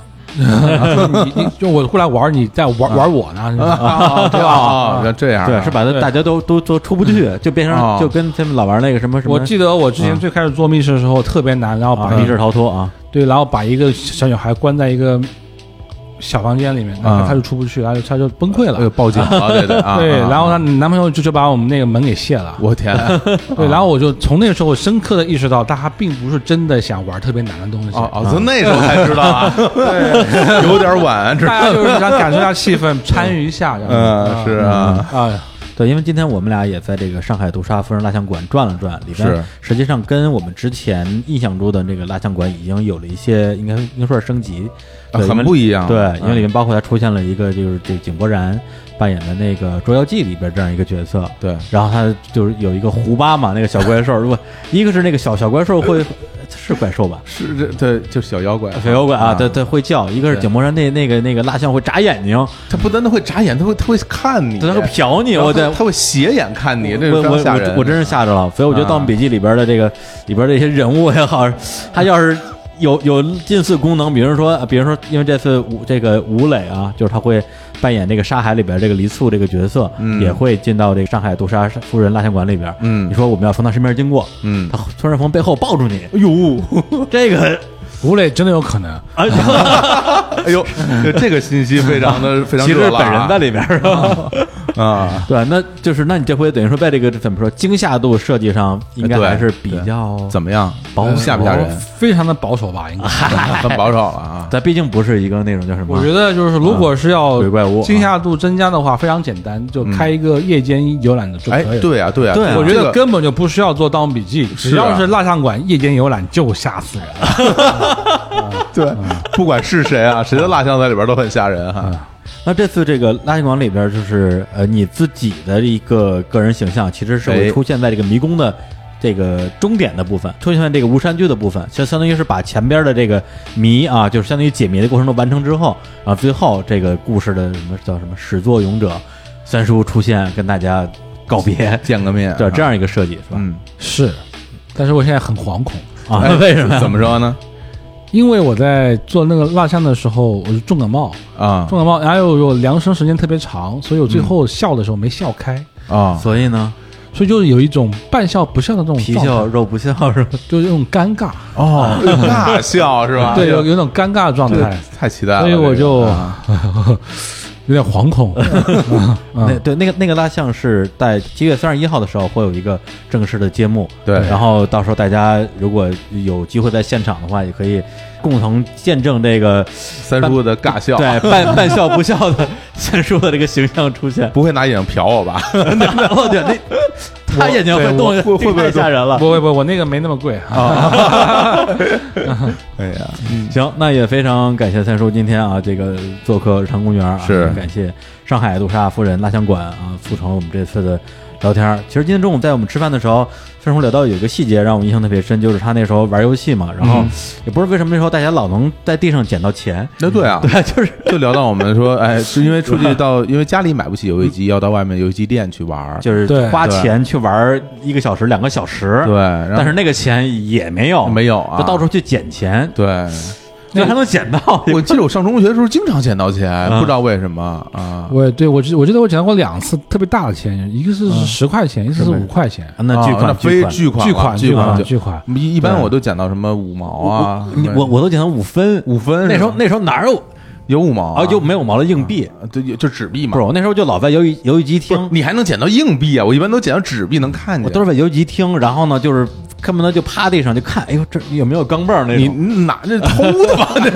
C: 你你就我过来玩儿，你在玩玩我呢，
A: 哦
B: *laughs*
C: 对吧？
B: 啊，这样啊
A: 对，是把它
C: 对
A: 大家都都都出不去，就变
B: 哦
A: 成就跟他们老玩那个什么什么，
C: 我记得我之前
B: 啊
C: 最开始做密室的时候特别难，然后
A: 啊
C: 把
A: 密
C: 一
A: 室逃脱啊，
C: 对，然后把一个小女孩关在一个小房间里面，然
B: 啊
C: 后她就出不去，然后她就崩溃
B: 哎呦
C: 了。
B: 报警了，对对啊，
A: *laughs*
C: 对，
B: 啊
C: 然后她男朋友就就把我们那个门给卸了。
B: 我啊天，哦
C: 对，然后我就从那个时候，我深刻的意识到，大家并不是真的想玩特别难的东西，
B: 哦哦，就那时候才知
A: *laughs*
B: 道啊，有点晚，知道
C: *laughs* 大家就是想感受一下气氛，参与一
B: *laughs*
C: 下。这样
B: 嗯，是啊，
C: 啊，
A: 对，因为今天我们俩也在这个上海毒杀夫人蜡像馆转了转，里
B: 是
A: 边实际上跟我们之前印象中的那个蜡像馆已经有了一些，应该应该说是升级，
B: 啊
A: 对
B: 很不一样
A: 嗯对，因为里
B: 嗯
A: 面包括它出现了一个就是这个井柏然扮演的那个《捉妖记》里边这样一个角色，
B: 对
A: 然后他就是有一个胡巴嘛，那个小怪兽，如果一个是那个小小怪兽 *laughs* 会是怪兽吧？
B: 是这对，就小妖怪，
A: 小妖怪啊，对对，会叫；一个是井柏然那那个那个蜡像会眨眼睛，
B: 他不单单会眨眼，他会他会看你，
A: 对，他会瞟你，
B: 然后
A: 我
B: 他
A: 对。
B: 他会斜眼看你，这
A: 我
B: 是
A: 我
B: 非常吓
A: 我
B: 人。
A: 我真是吓着了，所以我觉得《
B: 啊
A: 盗墓笔记》里边的这个里边这些人物也好，他要是有有近似功能，比如说比如说，因为这次吴这个吴磊啊，就是他会扮演那个沙海里边这个黎簇这个角色，
B: 嗯
A: 也会进到这个上海毒杀夫人蜡像馆里边。
B: 嗯
A: 你说我们要从他身边经过，
B: 嗯
A: 他突然从背后抱住你，
B: 哎呦，
A: 这个
C: 吴磊真的有可能，
A: 啊，
B: *laughs*
A: *laughs*
B: 哎呦，这这个信息非常的非常
A: 其实
B: 热辣啊
A: 本人在里边是吧？
B: 啊，
A: *laughs* 对，那就是那你这回等于说在这个怎么说惊吓度设计上，应该
B: 哎对
A: 还是比较
B: 怎么样？
A: 保守哎
B: 吓不
A: *laughs*
B: 吓人？
C: 非常的保守吧，应该。
B: 很保守了啊。
A: 咱毕竟不是一个那种叫什么，
C: 我觉得就是，如果是要
A: 鬼怪屋啊
C: 惊吓度增加的话，非常简单，就开一个夜间游览的就
B: 哎
C: 可以，了。
B: 对啊，对啊，
A: 对啊
C: 我觉
B: 这
C: 得
B: 个
C: 根本就不需要做《盗墓笔记》，只要是蜡像馆夜间游览就吓死人。
B: 对，不管是谁
A: *laughs*
B: 啊，谁的蜡像在里边都很吓人啊
A: 嗯
B: 哈。
A: 那这次这个垃圾馆里边，就是呃你自己的一个个人形象，其实是
B: 哎
A: 会出现在这个迷宫的。这个终点的部分出现在这个无山居的部分，就相当于是把前边的这个谜啊，就是相当于解谜的过程都完成之后，啊，最后这个故事的什么叫什么始作俑者三叔出现跟大家告
C: *laughs*
A: 别，
B: 见个面，啊
A: 对，这样一个设计是吧？
B: 嗯，
C: 是，但是我现在很惶恐，
A: 啊
B: 哎，
A: 为什么呀？
B: 怎么说呢？
C: 因为我在做那个蜡像的时候，我是重感冒，
B: 啊
C: 重感冒，然后我量身时间特别长，所以我最后笑的时候没笑开，
A: *laughs*
B: 啊，
A: 所以呢，
C: 所以就是有一种半笑不笑的这种
A: 皮
C: 嗯状态
A: 笑肉不笑是吧？
C: 就是这种尴尬，
B: 哦，大笑是吧？
C: 啊
B: 哎
C: 对，有有一种尴尬的状
B: 这
C: 态，
B: 太期待了，
C: 所以我
B: 这个啊
C: 就、 *laughs* 有点惶 *laughs* 恐。
B: 嗯
A: 那对那个那个蜡像是在七月三十一号的时候会有一个正式的揭幕，
B: 对
A: 然后到时候大家如果有机会在现场的话，也可以共同见证这个
B: 三叔的尬笑，
A: 对半半笑不笑的三叔的这个形象出
B: *laughs*
A: 现。
B: 不会拿眼睛瞟我
A: *laughs*
B: 吧？
A: 我去，那他眼睛会动，
B: 对我会会不会
A: 太吓人了？
C: 不不不，我那个没那么贵啊。
B: 哎呀，
A: 行，那也非常感谢三叔今天啊，这个做客日常公园啊，
B: 是
A: 也感谢上海杜莎夫人蜡像馆啊，促成了我们这次的聊天儿。其实今天中午在我们吃饭的时候，三叔聊到有一个细节让我印象特别深，就是他那时候玩游戏嘛，然
B: 嗯
A: 后也不知道为什么那时候大家老能在地上捡到钱，
B: 那对啊，
A: 对， *laughs* 就是
B: 就聊到我们说，哎，是因为出去
A: *laughs*
B: 到，因为家里买不起游戏机，要到外面游戏机店去玩儿，
A: 就是
C: 对
A: 花钱去玩一个小时、两个小时，
B: 对，，然后
A: 但是那个钱也没有，
B: 没有啊
A: 就到处去捡钱，
B: 对，
A: 那还能捡到，
B: 我记得我上中学的时候经常捡到钱，
A: 嗯
B: 不知道为什么啊。
C: 我对我记我记得我捡到过两次特别大的钱，一个是十块钱，一次嗯是五块钱，
A: *laughs* 那巨
B: 啊那
A: 款
B: 非
A: 巨
B: 巨款
C: 巨
B: 了
C: 款
B: 巨
C: 巨款
B: 巨
C: 巨款。
B: 一一般我都捡到什么五毛啊，
A: 款，你我我都捡到五分，
B: 五分
A: 那时候
B: 是吧
A: 那时候哪有
B: 有五毛
A: 啊？就没有毛的硬币，
B: 对有就纸币嘛
A: 不是，我那时候就老在游戏游戏机
B: 啊不是
A: 厅，
B: 你还能捡到硬币啊？我一般都捡到纸币能看见，
A: 我都是在游戏机厅，然后呢就是恨不得就趴地上就看，哎呦这有没有钢镚儿那
B: 你 *laughs*
A: 种。
B: 你哪这偷的吧？这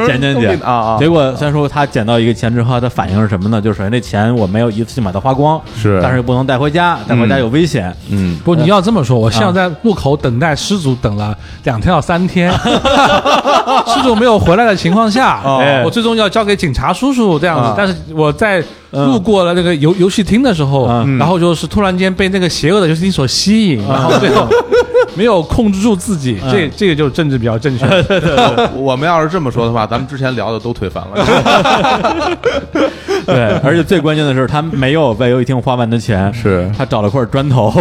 B: 是
A: *laughs* 捡捡
B: *laughs*
A: 捡
B: 啊啊！
A: 结果虽然说他捡到一个钱之后，他的反应是什么呢？就是首哎先那钱我没有一次性把它花光，
B: 是
A: 但是又不能带回家，带回家有危险。
B: 嗯，
C: 不，你要这么说，我
B: 啊
C: 像在路口等待失主等了两天到三天， *laughs* 失主没有回来的情况下哎
B: 哦，
C: 我最终要交给警察叔叔这样
B: 啊嗯
C: 子。但是我在路过了那个游游戏厅的时候
B: 啊
A: 嗯，
C: 然后就是突然间被那个邪恶的游戏厅所吸引，
B: 啊
C: 然后最后
B: *laughs*
C: 没有控制住自己，这这个就是政治比较正确。
B: 我 *laughs* 我们要是这么说的话，咱们之前聊的都推翻
C: *laughs*
B: 了。
A: 对，而且最关键的是，他没有在游戏厅花完的钱，
B: 是
A: 他找了块砖头，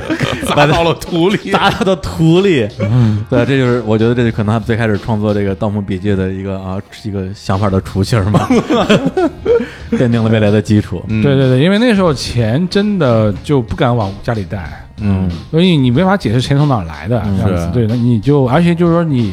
B: *laughs* 砸到了土
C: *laughs*
A: *laughs*
B: 里，
A: 砸他的土里。嗯对，这就是我觉得这就可能他最开始创作这个《盗墓笔记》的一个啊一个想法的雏形 *laughs* 吧，奠定了未来的基础。
B: 嗯
C: 对对对，因为那时候钱真的就不敢往家里带，
B: 嗯，
C: 所以你没法解释钱从哪儿来的
A: 嗯
C: 这样子
B: 是。
C: 对，那你就而且就是说你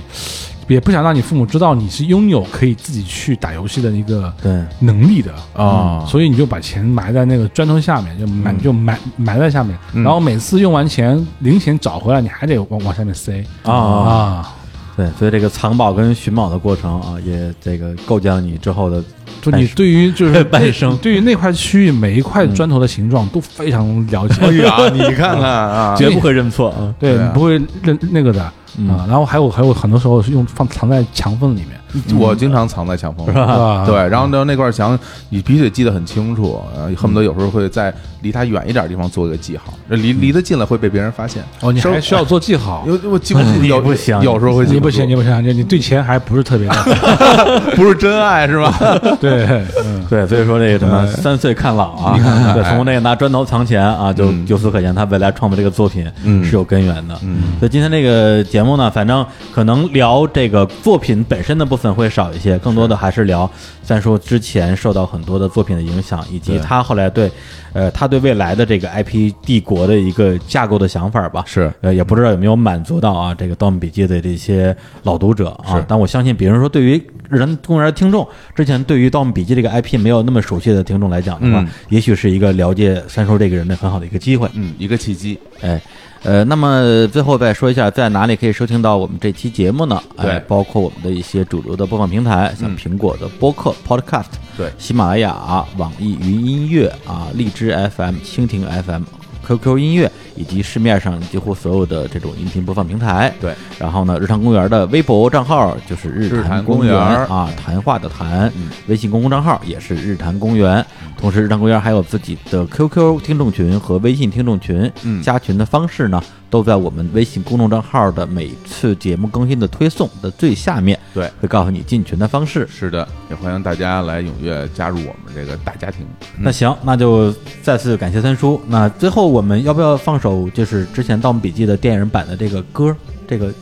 C: 也不想让你父母知道你是拥有可以自己去打游戏的一个
A: 对
C: 能力的
B: 啊
C: 嗯所以你就把钱埋在那个砖头下面，就埋
A: 嗯
C: 就埋埋在下面，然后每次用完钱零钱找回来，你还得往往下面塞
A: 啊，
C: 啊。
A: 对，所以这个藏宝跟寻宝的过程啊，也这个构建了你之后的
C: 就
A: 半
C: 你
A: 生
C: 对于就
A: *laughs*
C: 是
A: 半生
C: 那对于那块区域每一块砖头的形状都非常了解，
A: 嗯
B: 哎呀，你看看
C: *laughs*
B: 啊，
A: 绝不会认错啊。
C: 对，
B: 对啊
C: 不会认那个的啊、
A: 嗯
C: 然后还有还有很多时候是用放藏在墙缝里面，
B: 我经常藏在墙缝里。
C: 是吧？
B: 对，然后呢，那块墙你必须得记得很清楚，呃，恨不得有时候会在离它远一点的地方做一个记号，离离得近了会被别人发现。
C: 嗯哦，你
B: 稍
C: 还需要做记号。
B: 有 *laughs* 我记不住，
A: 你
B: 有
A: 不行
B: 有时候会记
C: 你不
B: 住
C: 行，你不行，你你对钱还不是特别
B: *laughs*
C: 的
B: 不是真爱是吧？
C: *laughs* 对， *laughs* 嗯，
A: 对，所以说这个什么三岁哎看老啊，对，从那个拿砖头藏钱啊，就由此可见他未来创作这个作品
B: 嗯
A: 是有根源的。嗯，所以今天这个节目呢，反正可能聊这个作品本身的部分会少一些，更多的还是聊三叔之前受到很多的作品的影响，以及他后来对，呃，他对未来的这个 IP 帝国的一个架构的想法吧。
B: 是
A: 呃，也不知道有没有满足到啊这个《盗墓笔记》的这些老读者啊
B: 是。
A: 但我相信，比如说对于人公园的听众，之前对于《盗墓笔记》这个 IP 没有那么熟悉的听众来讲的话，
B: 嗯
A: 也许是一个了解三叔这个人的很好的一个机会。
B: 嗯，一个契机。
A: 哎，呃，那么最后再说一下，在哪里可以收听到我们这期节目呢？哎
B: 对嗯
A: 包括我们的一些主流的播放平台，像苹果的播客 Podcast，
B: 对
A: 喜马拉雅、啊网易云音乐啊、荔枝 FM、蜻蜓 FM。QQ 音乐以及市面上几乎所有的这种音频播放平台，
B: 对，
A: 然后呢，日坛公园的微博账号就是日
B: 日坛
A: 公
B: 公园
A: 啊，谈话的谈，
B: 嗯
A: 微信公共账号也是日坛公园。同时，日坛公园还有自己的 QQ 听众群和微信听众群，
B: 嗯
A: 加群的方式呢，都在我们微信公众账号的每次节目更新的推送的最下面，
B: 对
A: 会告诉你进群的方式。
B: 是的，也欢迎大家来踊跃加入我们这个大家庭。
A: 那行，那就再次感谢三叔。那最后我们要不要放首就是之前《盗墓笔记》的电影版的这个歌？这个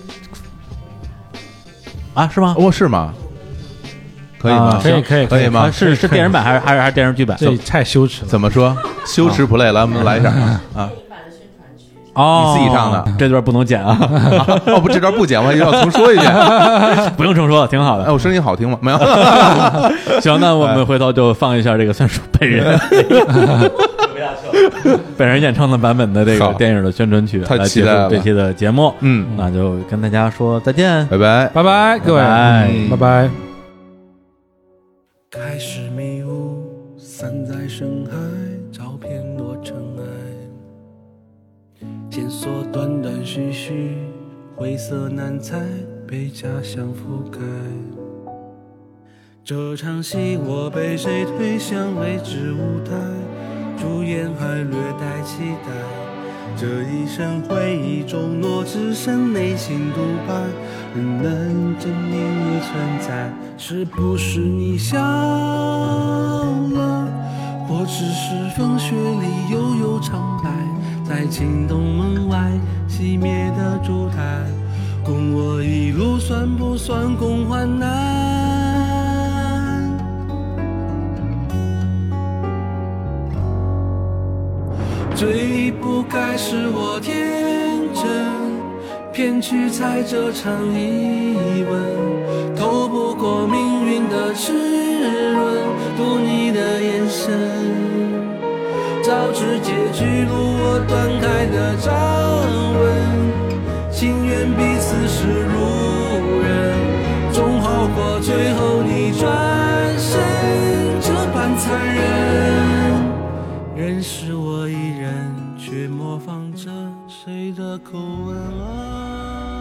A: 啊，是吗？
B: 哦，是吗？可以
A: 啊
B: 吗？
C: 可以可以
B: 可以
A: 啊
B: 吗？
A: 是是电影版还是还是还是电视剧版？
C: 这太羞耻了。
B: 怎么说？羞耻 play 来，我们来一下啊！ *laughs*
A: 哦，
B: 你自己上的
A: 这段不能剪啊，
B: 哦不，这段不剪，我要重说一遍。 *laughs*
A: 不用重说，挺好
B: 哎，
A: 的。
B: 我声音好听吗？没有。 *laughs* 呃
A: 行，那我们回头就放一下这个算是本人本人演唱的版本的这个
B: 好
A: 电影的宣传曲，
B: 太
A: 来
B: 期
A: 结束
B: 待了
A: 这期的节目。
B: 嗯，
A: 那就跟大家说再见。
B: 拜拜。
C: 拜拜，各位，
A: 拜
C: 嗯拜拜。
D: 开始迷雾，散在深海，照片落尘埃。线索断断续续，灰色难猜，被假象覆盖。这场戏我被谁推向未知舞台，主演还略带期待。这一生回忆中落，只剩内心独白，仍能证明你存在。是不是你笑了，或只是风雪里悠悠长白，在青铜门外熄灭的烛台，共我一路算不算共患难？最不该是我天真，骗去猜这场疑问，透不过命运的齿轮，读你的眼神。早知结局如我断开的掌纹，情愿彼此是路人，终好过最后你转身这般残忍。认识我一人，却模仿着谁的口吻啊。